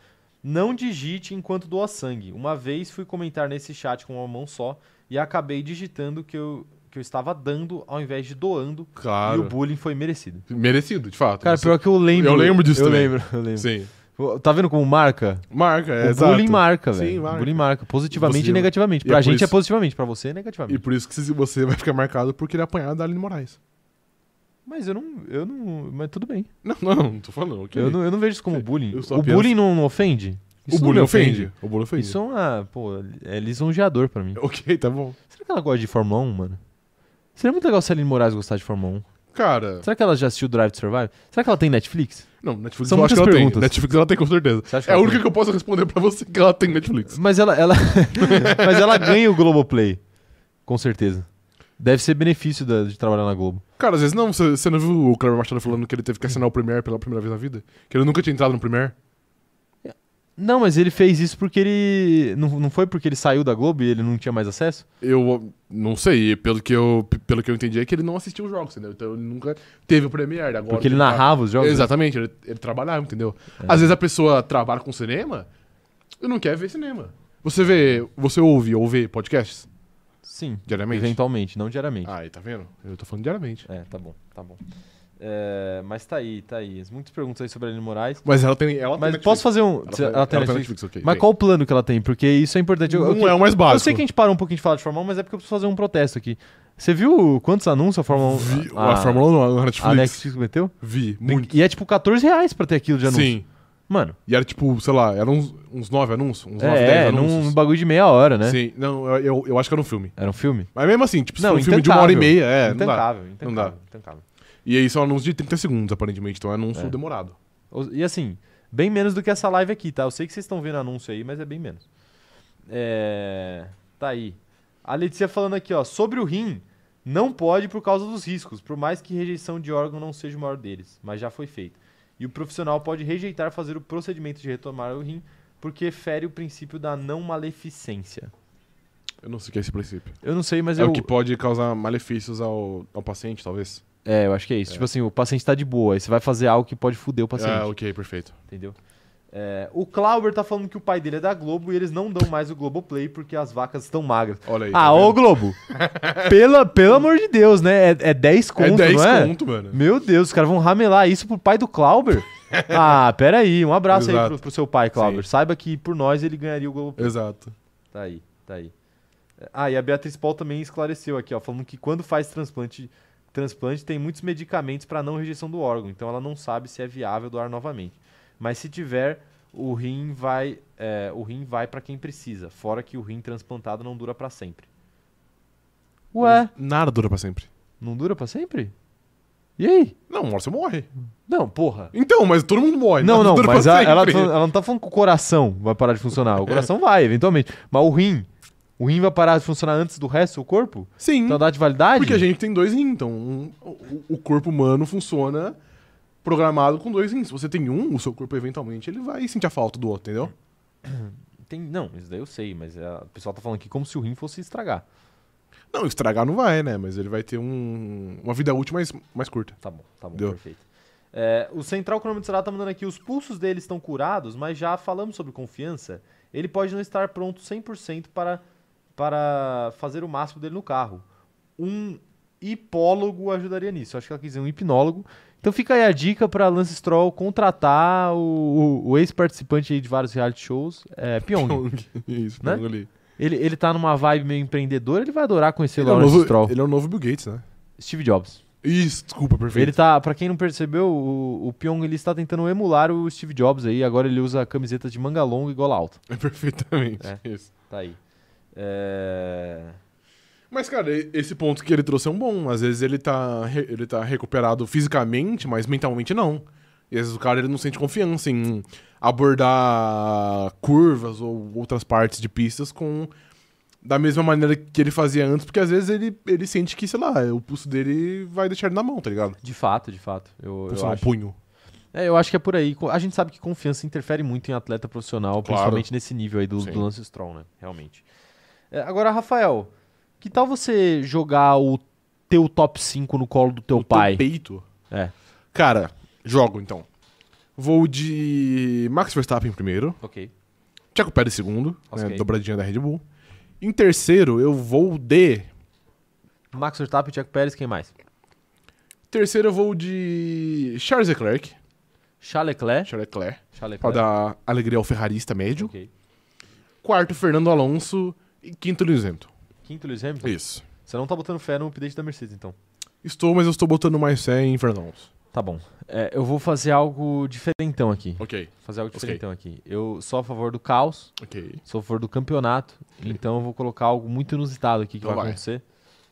Não digite enquanto doa sangue. Uma vez fui comentar nesse chat com uma mão só e acabei digitando que eu, que eu estava dando ao invés de doando e o
Claro.
bullying foi merecido.
Merecido, de fato.
Cara,
Você-
pior que eu lembro.
eu lembro disso
Eu
também.
lembro, eu lembro.
Sim.
Pô, Tá vendo como marca?
Marca, é
o
exato.
bullying marca,
Sim,
velho. O
marca.
bullying marca. Positivamente e,
Positivo.
negativamente.
E
Pra
é por
gente é
isso-
positivamente, pra você é
E
negativamente.
por isso que se- você vai ficar marcado por querer apanhar da Aline Moraes.
Mas eu não, eu não. Mas tudo bem.
Não, não, não tô falando. ok.
Eu, não, eu não vejo isso como bullying.
Eu
O
sou apenas-
bullying não, não ofende?
O
Isso não
bullying
me
ofende. O bullying ofende.
Isso é uma. Pô, é lisonjeador pra mim.
Ok, tá bom.
Será que ela gosta de Fórmula 1, mano? Seria muito legal se a Aline Moraes gostar de Fórmula 1.
Cara,
Será que ela já assistiu Drive to Survive? Será que ela tem Netflix?
não, Netflix
São
eu acho que
muitas
ela
perguntas.
tem. Netflix ela tem com certeza.
Você acha que
É a
ela
única
tem?
que eu posso responder pra você que ela tem Netflix.
Mas ela, ela... Mas ela ganha o Globoplay. Com certeza. Deve ser benefício da- de trabalhar na Globo.
Cara, às vezes não, você você não viu o Cleber Machado falando que ele teve que assinar o Premiere pela primeira vez na vida? Que ele nunca tinha entrado no Premiere?
Não, mas ele fez isso porque ele. Não, não foi porque ele saiu da Globo e ele não tinha mais acesso?
Eu ó, não sei, pelo que eu, pelo que eu entendi é que ele não assistiu os jogos, entendeu? Então ele nunca teve o Premiere agora.
Porque ele
tá-
narrava os jogos? né?
Exatamente, ele, ele trabalhava, entendeu?
É.
Às vezes a pessoa trabalha com cinema e não quer ver cinema. Você vê, você ouve ou vê podcasts
Sim.
diariamente?
Eventualmente, não diariamente.
Ah, aí tá vendo? Eu tô falando diariamente.
É, tá bom, tá bom. É, mas tá aí, tá aí. Muitas perguntas aí sobre a Aline Moraes.
Mas ela tem. Ela
Mas
tem
posso fazer um.
Netflix.
Ela, tem Netflix?
ok.
Mas
tem.
qual o plano que ela tem? Porque isso é importante. Eu, eu
Não
que-
é o mais
eu
básico.
sei que a gente parou um pouquinho de falar de Fórmula 1, mas é porque eu preciso fazer um protesto aqui. Você viu quantos anúncios a Fórmula 1?
Vi
ah.
a, Fórmula 1 na Netflix.
A Netflix meteu?
Vi, muito.
E é tipo 14 reais pra ter aquilo de anúncio.
Sim.
Mano,
E era tipo, sei lá, eram uns, uns nove anúncios? Uns nove,
é,
dez
é
anúncios.
num bagulho de meia hora, né?
Sim, não, eu, eu, eu acho que era um filme.
Era um filme?
Mas mesmo assim, tipo, se
Não,
for um filme de uma hora e
intancável.
meia, é, não dá.
intancável,
não dá.
intancável, intancável.
E aí são anúncios de 30 segundos, aparentemente, então é anúncio
É.
demorado.
Ou- E assim, bem menos do que essa live aqui, tá? Eu sei que vocês estão vendo anúncio aí, mas é bem menos. É... Tá aí. A Letícia falando aqui, ó. Sobre o rim, não pode por causa dos riscos, por mais que rejeição de órgão não seja o maior deles, mas já foi feito. E o profissional pode rejeitar fazer o procedimento de retomar o rim porque fere o princípio da não maleficência. Eu
Eu não sei o que é esse princípio.
Eu não sei, mas
é
eu...
o que pode causar malefícios ao, ao paciente, talvez.
É, eu acho que é isso. Tipo assim, o paciente tá de boa, aí você vai fazer algo que pode foder o paciente.
Ah, ok, perfeito.
Entendeu? É, o Clauber tá falando que o pai dele é da Globo e eles não dão mais o Globoplay porque as vacas estão magras.
Olha aí.
ah,
tá
ô
vendo?
Globo! Pela, pelo amor de Deus, né? É, é 10 conto,
É 10
não é?
conto, mano.
Meu Deus, os caras vão ramelar isso pro pai do Clauber? ah, peraí. Um abraço aí
Exato.
pro, pro seu pai, Clauber. Saiba que por nós ele ganharia o Globoplay.
Exato.
Tá aí, tá aí. Ah, e a Beatriz Paul também esclareceu aqui, ó, falando que quando faz transplante, transplante tem muitos medicamentos para não rejeição do órgão, então ela não sabe se é viável doar novamente. Mas se tiver, o rim vai, é, o rim vai para quem precisa, fora que o rim transplantado não dura para sempre. Ué,
Nada dura pra sempre.
não dura para sempre? E aí?
Não, uma hora você morre.
Não, porra.
Então, mas todo mundo morre.
Não,
nada
não,
dura pra
mas a- ela, tá
sempre. É.
falando- ela não tá falando que o coração vai parar de funcionar. O coração vai, eventualmente. Mas o rim, o rim vai parar de funcionar antes do resto do corpo?
Sim.
Então dá de validade?
Porque a gente tem dois rins, então um- o, o corpo humano funciona programado com dois rins. Se você tem um, o seu corpo eventualmente ele vai sentir a falta do outro, entendeu?
Tem- não, isso daí eu sei, mas é, o pessoal tá falando aqui como se o rim fosse estragar.
Não, estragar não vai, né? Mas ele vai ter um- uma vida útil mais, mais curta.
Tá bom, tá bom,
Deu.
perfeito. É, o Central Cronômetro Será tá mandando aqui, os pulsos dele estão curados, mas já falamos sobre confiança. Ele pode não estar pronto 100% para, para fazer o máximo dele no carro. Um hipólogo ajudaria nisso. Eu Acho que ela quis dizer um hipnólogo. Então fica aí a dica para Lance Stroll contratar o, o- o ex-participante aí de vários reality shows, é, Pyong.
Isso,
Né?
Pyong ali.
Ele, ele tá numa vibe meio empreendedora, ele vai adorar conhecer
Ele, é o
Lawrence Stroll.
novo, ele é o novo Bill Gates, né?
Steve Jobs.
Isso, desculpa,
Ele
perfeito.
tá, pra quem não percebeu, o, o Pyong ele está tentando emular o Steve Jobs aí, agora ele usa camiseta de manga longa e gola alta.
É Perfeitamente.
É.
Isso.
Tá aí. É...
Mas, cara, e- esse ponto que ele trouxe é um bom. Às vezes ele tá, re- ele tá recuperado fisicamente, mas mentalmente não. E às vezes o cara ele não sente confiança em abordar curvas ou outras partes de pistas com da mesma maneira que ele fazia antes, porque às vezes ele, ele sente que, sei lá, é, o pulso dele vai deixar ele na mão, tá ligado?
De fato, de fato. Eu,
Pulso
eu
não,
acho.
punho.
É, eu acho que é por aí. Co- A gente sabe que confiança interfere muito em atleta profissional,
Claro.
principalmente nesse nível aí do,
Sim.
do Lance Stroll, né? Realmente. É, agora, Rafael, que tal você jogar o teu top 5 no colo do teu
O
pai?
Teu peito.
É.
Cara, jogo então. Vou de Max Verstappen em primeiro,
Ok.
Checo Pérez em segundo, né,
Ok.
dobradinha da Red Bull. Em terceiro, eu vou de.
Max Verstappen, Jack Pérez, quem mais?
Terceiro, eu vou de Charles Leclerc.
Charles Leclerc.
Charles Leclerc.
Charles
Pra
Leclerc.
dar alegria ao ferrarista médio.
Ok.
Quarto, Fernando Alonso. E quinto, Lewis Hamilton.
Quinto, Lewis Hamilton.
Isso.
Você não tá botando fé no update da Mercedes, então.
Estou, mas eu estou botando mais fé em Fernando Alonso.
Tá bom. É, eu vou fazer algo diferentão aqui.
Ok,
Fazer algo
Ok.
diferentão aqui. Eu sou a favor do caos.
ok.
Sou a favor do campeonato, então eu vou colocar algo muito inusitado aqui que
Então
vai,
vai.
acontecer,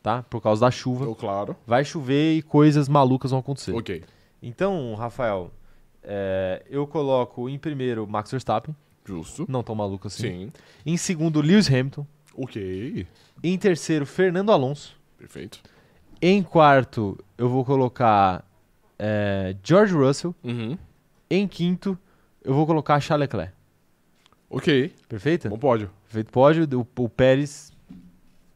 tá? Por causa da chuva.
Então, claro.
Vai chover e coisas malucas vão acontecer.
Ok.
Então, Rafael, é, eu coloco em primeiro Max Verstappen,
Justo.
não tão maluco assim.
Sim.
Em segundo, Lewis Hamilton.
Ok.
Em terceiro, Fernando Alonso.
Perfeito.
Em quarto, eu vou colocar é, George Russell.
Uhum.
Em quinto, eu vou colocar Charles Leclerc.
Ok.
Perfeito?
Bom pódio.
Perfeito pódio. O, o Pérez.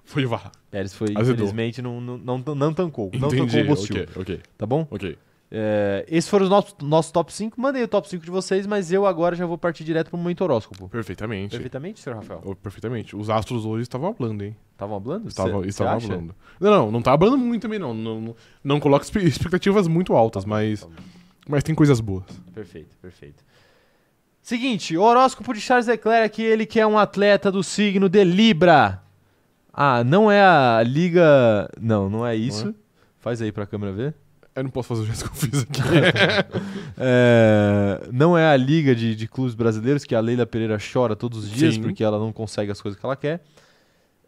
Foi vá.
Pérez foi,
Azedou.
infelizmente, não, não, não, não tancou. Não tancou
Entendi.
o Bostil.
ok, ok,
Tá bom?
ok.
É, esses foram os nossos, nossos top 5. Mandei o top 5 de vocês, mas eu agora já vou partir direto pro momento horóscopo.
Perfeitamente.
Perfeitamente, senhor Rafael?
Oh, perfeitamente. Os astros hoje estavam hablando, hein?
Estavam hablando?
Estavam,
Cê-
estavam
cê acha?
hablando. Não, não, não tá hablando muito também, não. Não, não, não coloca expe- expectativas muito altas, mas,
tá bom.
mas tem coisas boas.
Perfeito, perfeito. Seguinte, horóscopo de Charles Leclerc, que ele que é um atleta do signo de Libra. Ah, não é a liga... Não, não é isso. Faz aí pra câmera ver.
Eu não posso fazer o gesto que eu fiz aqui.
É, não é a liga de, de clubes brasileiros que a Leila Pereira chora todos os dias
Sim.
porque ela não consegue as coisas que ela quer.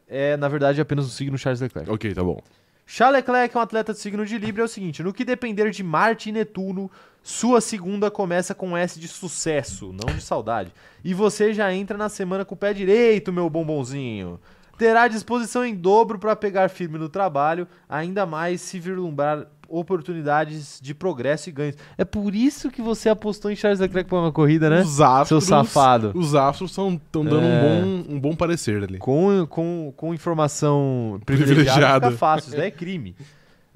É, na verdade, apenas o signo Charles Leclerc.
ok, tá bom.
Charles Leclerc, que é um atleta do signo de Libra, é o seguinte: no que depender de Marte e Netuno, sua segunda começa com S de sucesso, não de saudade. E você já entra na semana com o pé direito, meu bombonzinho. Terá disposição em dobro para pegar firme no trabalho, ainda mais se vislumbrar oportunidades de progresso e ganhos. É por isso que você apostou em Charles Leclerc para uma corrida, né?
Os astros.
Seu safado.
Os astros estão dando
É.
um, bom, um bom parecer ali.
Com, com, com informação
Privilegiada.
privilegiada, fica fácil, isso daí é crime.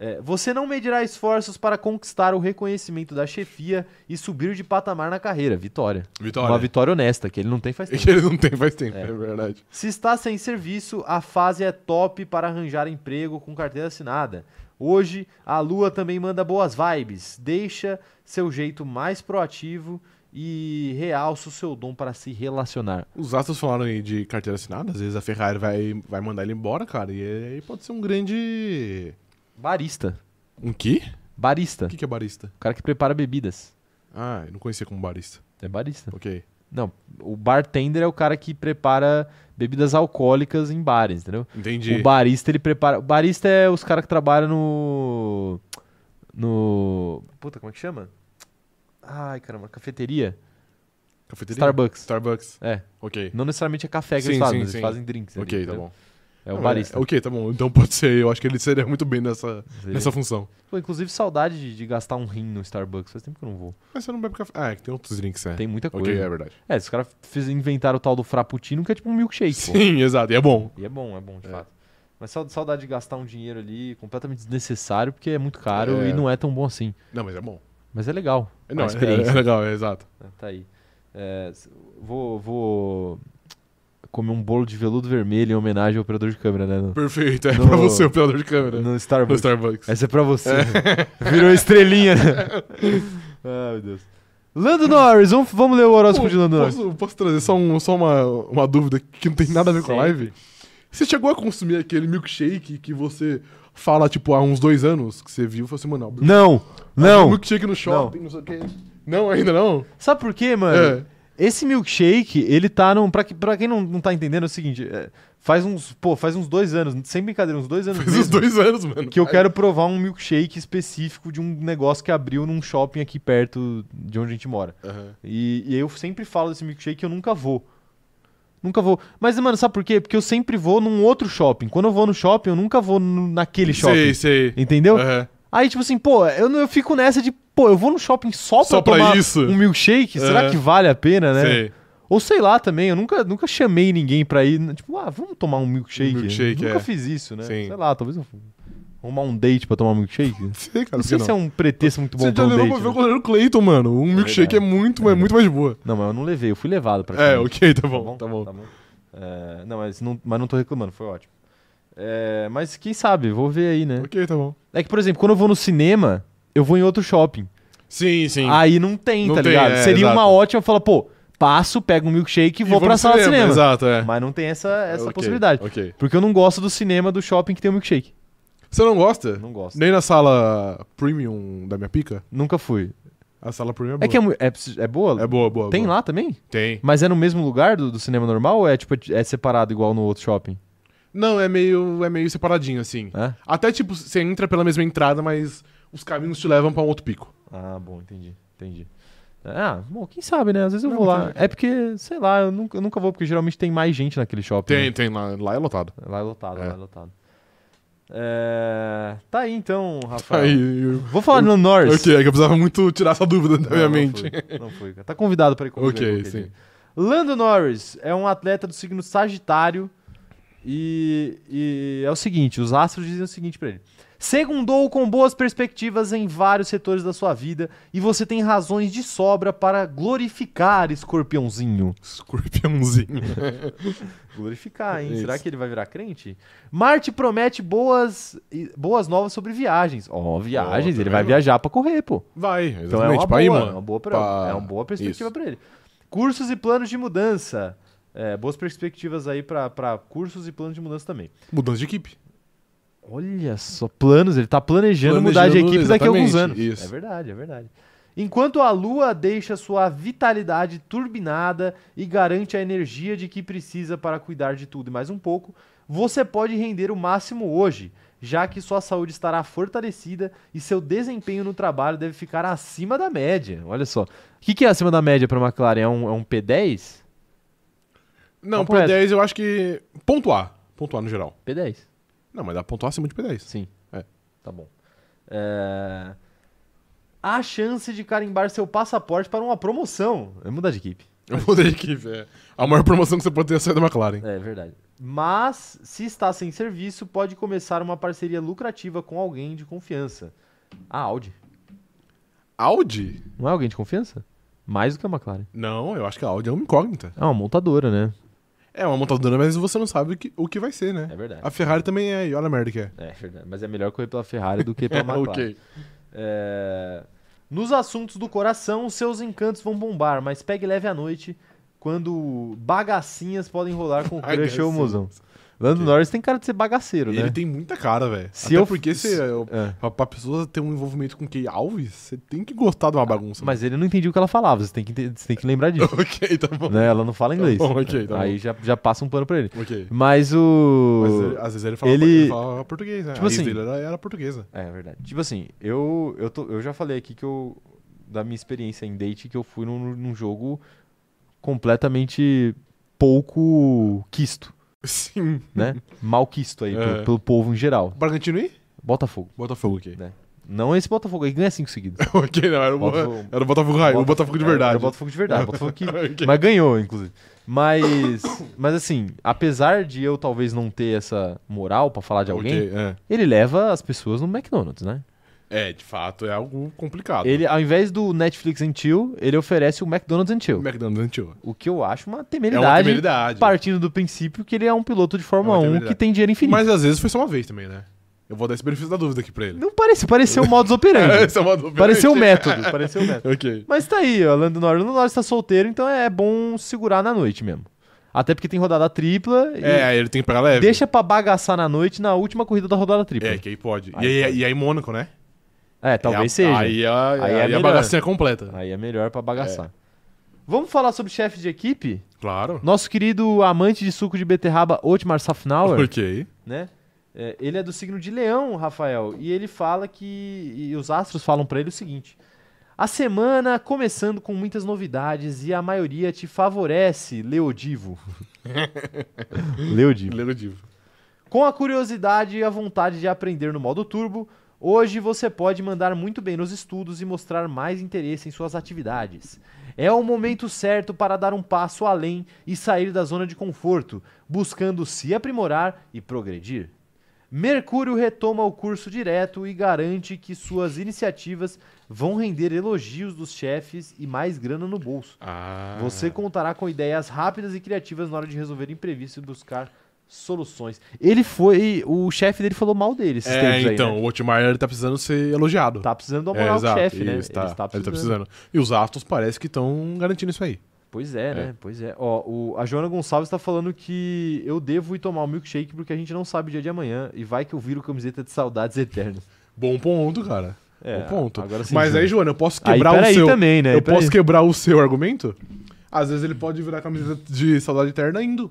É, você não medirá esforços para conquistar o reconhecimento da chefia e subir de patamar na carreira. Vitória.
Vitória.
Uma vitória honesta, que ele não tem faz
É
tempo.
que ele não tem faz tempo, é, verdade.
Se está sem serviço, a fase é top para arranjar emprego com carteira assinada. Hoje, a lua também manda boas vibes. Deixa seu jeito mais proativo e realça o seu dom para se relacionar.
Os astros falaram aí de carteira assinada, às vezes a Ferrari vai, vai mandar ele embora, cara, e aí pode ser um grande...
Barista.
Um quê?
Barista.
O que que é barista?
O cara que prepara bebidas.
Ah, eu não conhecia como barista.
É barista.
Ok.
Não, o bartender é o cara que prepara bebidas alcoólicas em bares, entendeu?
Entendi.
O barista ele prepara. O barista é os caras que trabalham no. No. Puta, como é que chama? Ai, caramba, cafeteria?
Cafeteria?
Starbucks.
Starbucks.
É.
Ok.
Não necessariamente é café que
Sim,
eles fazem,
sim,
mas
sim.
eles fazem drinks. ali,
Ok, tá
entendeu?
bom.
É o
Não,
barista.
ok, tá bom. Então pode ser. Eu acho que ele seria muito bem nessa,
Seria-
nessa função.
Pô, inclusive, saudade de, de gastar um rim no Starbucks. Faz tempo que eu não vou.
Mas você não bebe café. Ah, é que tem outros drinks, né?
Tem muita
Ok,
coisa.
é verdade.
é, os caras fiz- inventaram o tal do Frappuccino, que é tipo um milkshake. pô.
Sim, exato. E é bom.
E é bom, é bom, de
É.
fato. Mas sau- saudade de gastar um dinheiro ali completamente desnecessário, porque é muito caro
É.
e não é tão bom assim.
Não, mas é bom.
Mas é legal.
Não,
a
é-
experiência.
é legal, é exato.
né? Tá aí. É, s- vou, vou comer um bolo de veludo vermelho em homenagem ao operador de câmera, né? No,
Perfeito, é
No-
pra você, operador de câmera. No, É.
no Starbucks.
Starbucks.
Essa é pra você. Virou estrelinha, né? ah, meu Deus. Lando Norris, vamos, vamos ler o horóscopo de Lando Norris.
posso, posso trazer só, um- só uma, uma dúvida que não tem nada a ver com a
Sempre.
live? Você chegou a consumir aquele milkshake que você fala, tipo, há uns dois anos que você viu e falou assim, mano, não,
Não, não.
milkshake no shopping, não, sei o quê. Não, ainda não?
Sabe por quê, mano?
É.
Esse milkshake, ele tá num. Pra, que- pra quem não, não tá entendendo, é o seguinte: é, faz uns. Pô, faz uns dois anos, sem brincadeira, uns dois anos
Fez uns
mesmo,
dois anos, mano. É
que eu quero provar um milkshake específico de um negócio que abriu num shopping aqui perto de onde a gente mora.
Aham.
E, e eu sempre falo desse milkshake que eu nunca vou. Nunca vou. Mas, mano, sabe por quê? Porque eu sempre vou num outro shopping. Quando eu vou no shopping, eu nunca vou no- naquele shopping.
Sei, sei.
Entendeu?
Aham.
Aí, tipo assim, pô, eu, não- eu fico nessa de, pô, eu vou no shopping só pra
Só pra
tomar
isso?
um milkshake? Será
É.
que vale a pena, né?
Sei.
Ou sei lá também, eu nunca, nunca chamei ninguém pra ir. né? Tipo, ah, vamos tomar um milkshake.
Um milkshake,
nunca
é.
fiz isso, né?
Sim.
Sei lá, talvez eu arrumar um date pra tomar um milkshake.
Sei, cara.
não
por
sei
que
se é um pretexto muito bom
Você
pra
já
um
levou pra
date.
ver o
né?
goleiro Cleiton, mano. Um milkshake é, muito, é muito mais de boa.
Não, mas eu não levei, eu fui levado pra
É,
cá.
ok, tá bom, tá bom.
É, não, mas não, mas não tô reclamando, foi ótimo. É, mas quem sabe, vou ver aí, né?
Ok, tá bom.
É que, por exemplo, quando eu vou no cinema, eu vou em outro shopping.
Sim, sim.
Aí não tem,
Não
tá
tem,
ligado?
é,
Seria
exato.
uma ótima, eu falo, pô, passo, pego um milkshake e vou,
vou
pra
no
sala de cinema.
Exato, é.
Mas não tem essa, essa
Ok,
possibilidade.
Ok.
Porque eu não gosto do cinema do shopping que tem o milkshake.
Você não gosta?
Não gosto.
Nem na sala premium da minha pica?
Nunca fui.
A sala premium é boa.
É que é, mu- é, preciso- é boa?
É boa, boa.
tem
boa.
lá também?
Tem.
Mas é no mesmo lugar do, do cinema normal ou é, tipo, é separado igual no outro shopping?
Não, é meio, é meio separadinho, assim.
É?
Até, tipo, você entra pela mesma entrada, mas os caminhos te levam pra um outro pico.
Ah, bom, entendi, entendi. Ah, bom, quem sabe, né? Às vezes eu
Não,
vou lá.
mas
É porque, sei lá, eu nunca, eu nunca vou, porque geralmente tem mais gente naquele shopping.
Tem,
né?
tem. Lá, lá é lotado.
Lá é lotado,
É.
lá é lotado. É... Tá aí então, Rafael.
Aí, eu...
Vou falar no Norris.
Ok, é que eu precisava muito tirar essa dúvida da
Não,
minha
não
mente.
fui, Não foi. Tá convidado pra ir comigo.
Ok,
aí, qualquer
sim.
dia. Lando Norris é um atleta do signo Sagitário e, e é o seguinte, os astros dizem o seguinte pra ele. Segundou com boas perspectivas em vários setores da sua vida e você tem razões de sobra para glorificar Escorpiãozinho.
Escorpiãozinho.
Glorificar, hein?
Isso.
Será que ele vai virar crente? Marte promete boas, e- boas novas sobre viagens. Ó, viagens,
tá
ele vai
vendo?
viajar pra correr, pô.
Vai, exatamente.
Então é uma
pra
boa,
ir,
é
mano.
uma boa, pra,
Pra-
é uma boa perspectiva
Isso.
para ele. Cursos e planos de mudança. É, boas perspectivas aí para cursos e planos de mudança também.
Mudança de equipe.
Olha só, planos, ele tá planejando,
Planejando,
mudar de equipe daqui a alguns
exatamente,
anos.
isso.
É verdade, é verdade. Enquanto a lua deixa sua vitalidade turbinada e garante a energia de que precisa para cuidar de tudo e mais um pouco, você pode render o máximo hoje, já que sua saúde estará fortalecida e seu desempenho no trabalho deve ficar acima da média. Olha só. O que, que é acima da média para McLaren? É um, é um P10?
Não,
Papo reto.
P10 eu acho que. Ponto A. Ponto A no geral.
P10.
Não, mas dá ponto A acima de P10.
Sim.
É.
Tá bom. É... Há chance de carimbar seu passaporte para uma promoção. É mudar de equipe.
Eu mudei de equipe. É. A maior promoção que você pode ter é sair da McLaren.
É verdade. Mas, se está sem serviço, pode começar uma parceria lucrativa com alguém de confiança. A Audi.
Audi?
Não é alguém de confiança? Mais do que a McLaren.
Não, eu acho que a Audi é uma incógnita.
É uma montadora, né?
É uma montadora, mas você não sabe o que, o que vai ser, né?
É verdade.
A Ferrari também é, e olha a merda que é.
É verdade. Mas é melhor correr pela Ferrari do que pela McLaren.
ok.
É, Nos assuntos do coração, seus encantos vão bombar, mas pegue leve à noite, quando bagacinhas podem rolar com o crush ou o
Bagacinhas.
mozão. Lando
Ok.
Norris tem cara de ser bagaceiro,
Ele
né?
tem muita cara, velho.
Se
Até
eu-
porque se,
se-
eu-
É.
pra, pra pessoa ter um envolvimento com Key Alves, você tem que gostar de uma bagunça.
Mas ele não entendia o que ela falava, você tem que, ente- você tem que lembrar disso.
ok, tá bom.
né? Ela não fala inglês.
bom, ok, tá
Aí já, já passa um pano pra ele.
Ok.
Mas o.
Mas ele- às vezes ele falava,
ele-
ele falava português, né?
Tipo
a ex
assim-
dele era, era portuguesa.
É é verdade. Tipo assim, eu, eu, tô- eu já falei aqui que eu. Da minha experiência em date, que eu fui num, num jogo completamente pouco quisto,
Sim.
né? Mal quisto aí,
É.
pelo, pelo povo em geral.
Bragantino e?
Botafogo.
Botafogo, ok.
Não esse Botafogo aí, que ganha cinco seguidos.
ok, não, era o,
Botafogo.
era o Botafogo raio, Ah, o Botafogo de verdade. É.
Era o Botafogo de verdade. o Botafogo que...
Ok.
Mas ganhou, inclusive. Mas, mas assim, apesar de eu talvez não ter essa moral pra falar de
Ok,
alguém,
é.
ele leva as pessoas no McDonald's, né?
É, de fato, é algo complicado.
Ele, ao invés do Netflix and Chill, ele oferece o McDonald's and
O
Chill.
McDonald's antigo.
O que eu acho uma
É
temeridade,
uma temeridade.
partindo do princípio que ele é um piloto de
É
Fórmula
uma
1 que
temeridade.
tem dinheiro infinito.
Mas às vezes foi só uma vez também, né? Eu vou dar esse benefício da dúvida aqui pra ele.
Não parece, pareceu o modus operandi.
Essa é uma dúvida.
pareceu o método, pareceu o método.
Ok.
Mas tá aí, ó, Lando Norris. Lando Norris tá solteiro, então é bom segurar na noite mesmo. Até porque tem rodada tripla e
É, aí ele tem que pegar leve.
deixa pra bagaçar na noite na última corrida da rodada tripla.
É,
É,
que aí pode.
Aí
e, aí,
pode.
e aí Mônaco, né?
talvez
É a-
seja. Aí...
Aí a,
Aí é
aí a
melhor.
bagacinha completa.
é melhor pra bagaçar. Vamos falar sobre chefe de equipe?
Claro.
Nosso querido amante de suco de beterraba, Otmar Safnauer,
Ok.
né? É, ele é do signo de leão, Rafael, e ele fala que... E os astros falam pra ele o seguinte... A semana começando com muitas novidades e a maioria te favorece, Leodivo. Leodivo.
Lerodível.
Com a curiosidade e a vontade de aprender no modo turbo, hoje você pode mandar muito bem nos estudos e mostrar mais interesse em suas atividades. É o momento certo para dar um passo além e sair da zona de conforto, buscando se aprimorar e progredir. Mercúrio retoma o curso direto e garante que suas iniciativas vão render elogios dos chefes e mais grana no bolso.
Ah.
Você contará com ideias rápidas e criativas na hora de resolver imprevistos e buscar soluções. Ele foi. O chefe dele falou mal dele esses
É,
tempos aí,
então,
né?
o Otmar ele tá precisando ser elogiado.
Tá precisando do
é,
moral do
exato,
chefe, né?
isso, tá.
Eles tá
Ele tá
precisando.
precisando. E os Astons parece que estão garantindo isso aí.
Pois é, né? Pois é. Ó, o, a Joana Gonçalves tá falando que eu devo ir tomar o milkshake porque a gente não sabe o dia de amanhã e vai que eu viro camiseta de saudades eternas.
Bom ponto, cara.
É,
Bom ponto.
agora sim,
Mas
Júnior.
aí, Joana, eu posso
Aí,
quebrar o
peraí
seu.
também, né?
Eu
Peraí.
posso quebrar o seu argumento? Às vezes ele pode virar camiseta de saudade eterna indo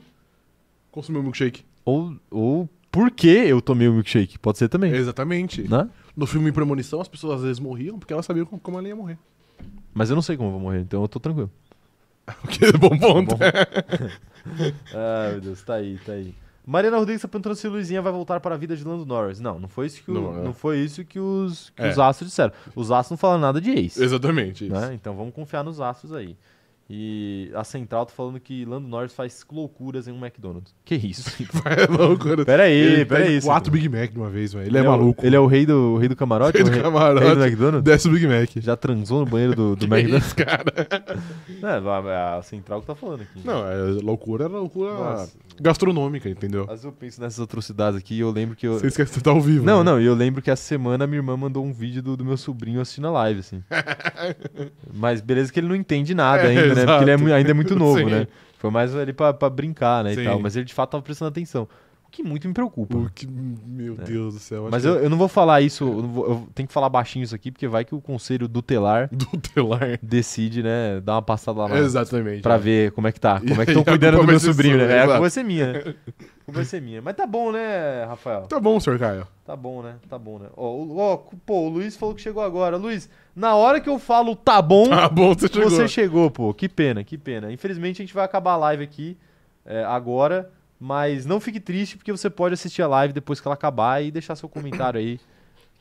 consumir um milkshake.
Ou, ou por que eu tomei o milkshake? Pode ser também.
Exatamente.
Né?
No filme Premonição, as pessoas às vezes morriam porque elas sabiam como, como ela ia morrer.
Mas eu não sei como eu vou morrer, então eu tô tranquilo.
Que bom ponto.
Ah, meu Deus, tá aí, tá aí. Mariana Rodrigues tá perguntando se o Luizinha vai voltar para a vida de Lando Norris. Não, não foi isso que, o-
Não,
não,
é.
foi isso que os, que
É.
os astros disseram. Os astros não falaram nada de ex.
Exatamente. isso.
né? Então vamos confiar nos astros aí. E a Central tá falando que Lando Norris faz loucuras em um McDonald's. Que isso?
É loucura.
Pera aí,
Ele
pera
pede
aí,
Quatro
Sandro.
Big Mac de uma vez, velho. Ele, é,
o-
maluco.
Ele é o rei do, o rei do camarote?
Rei
O
do camarote.
Rei do McDonald's?
Desce o Big Mac.
Já transou no banheiro do, do McDonald's?
Isso, cara.
É, a, a Central que tá falando aqui.
Não, é loucura, é loucura
Nossa.
gastronômica, entendeu?
Às vezes eu penso nessas atrocidades aqui e eu lembro que eu.
Você esquece que você tá ao vivo.
Não,
né?
não, e eu lembro que essa semana minha irmã mandou um vídeo do, do meu sobrinho assistindo a live, assim. Mas beleza que ele não entende nada
É,
ainda, né? Porque ele é,
exato.
mu- ainda é muito novo,
Sim.
né? Foi mais ali pra, pra brincar, né?
Sim.
E tal. Mas ele de fato tava prestando atenção. O que muito me preocupa.
O que- meu Deus do céu. acho
É. Mas
que- É.
eu, eu não vou falar isso, eu, não vou- eu tenho que falar baixinho isso aqui, porque vai que o conselho do telar
Do é telar.
decide, né, dar uma passada lá na-
Exatamente.
pra ver como é que tá,
E
como é que
aí
estão
a
cuidando
culpa
do
vai
meu
ser
sobrinho,
sua,
né? É, a
exato.
culpa vai ser minha, né? A culpa vai ser minha. Mas tá bom, né, Rafael?
Tá bom, senhor Caio.
Tá bom, né? Tá bom, né? Ó, o- ó, cu- pô, o Luiz falou que chegou agora. Luiz, na hora que eu falo tá bom,
Tá bom, você chegou.
você chegou, pô. Que pena, que pena. Infelizmente a gente vai acabar a live aqui é, agora, mas não fique triste porque você pode assistir a live depois que ela acabar e deixar seu comentário aí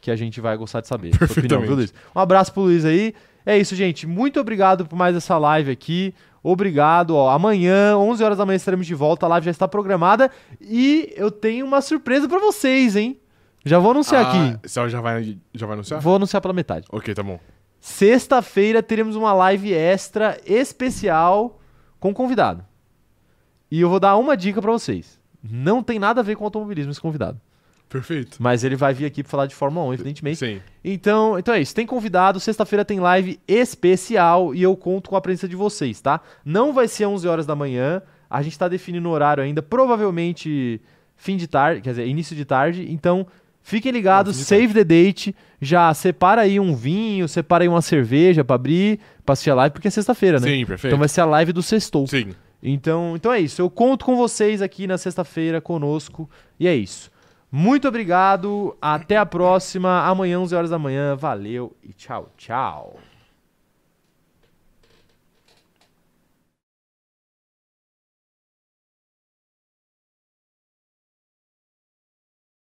que a gente vai gostar de saber. sua opinião, viu, Luiz? Um abraço pro Luiz aí. É isso, gente. Muito obrigado por mais essa live aqui. Obrigado, ó. Amanhã, 11 horas da manhã, estaremos de volta. A live já está programada. E eu tenho uma surpresa pra vocês, hein? Já vou anunciar
Ah,
aqui.
Você já vai, já vai anunciar?
Vou anunciar pela metade.
Ok, tá bom.
Sexta-feira teremos uma live extra especial com um convidado. E eu vou dar uma dica pra vocês. Não tem nada a ver com automobilismo esse convidado.
Perfeito.
Mas ele vai vir aqui pra falar de Fórmula 1, evidentemente.
Sim.
Então, então é isso. Tem convidado. Sexta-feira tem live especial e eu conto com a presença de vocês, tá? Não vai ser 11 horas da manhã. A gente tá definindo o horário ainda. Provavelmente fim de tarde, quer dizer, início de tarde. Então, fiquem ligados.
Não, fim de
save the date. Já separa aí um vinho, separa aí uma cerveja pra abrir, pra assistir a live, porque é sexta-feira, né?
Sim, perfeito.
Então vai ser a live do sextou.
Sim.
Então, então é isso. Eu conto com vocês aqui na sexta-feira conosco. E é isso. Muito obrigado. Até a próxima. Amanhã, 11 horas da manhã. Valeu e tchau, tchau.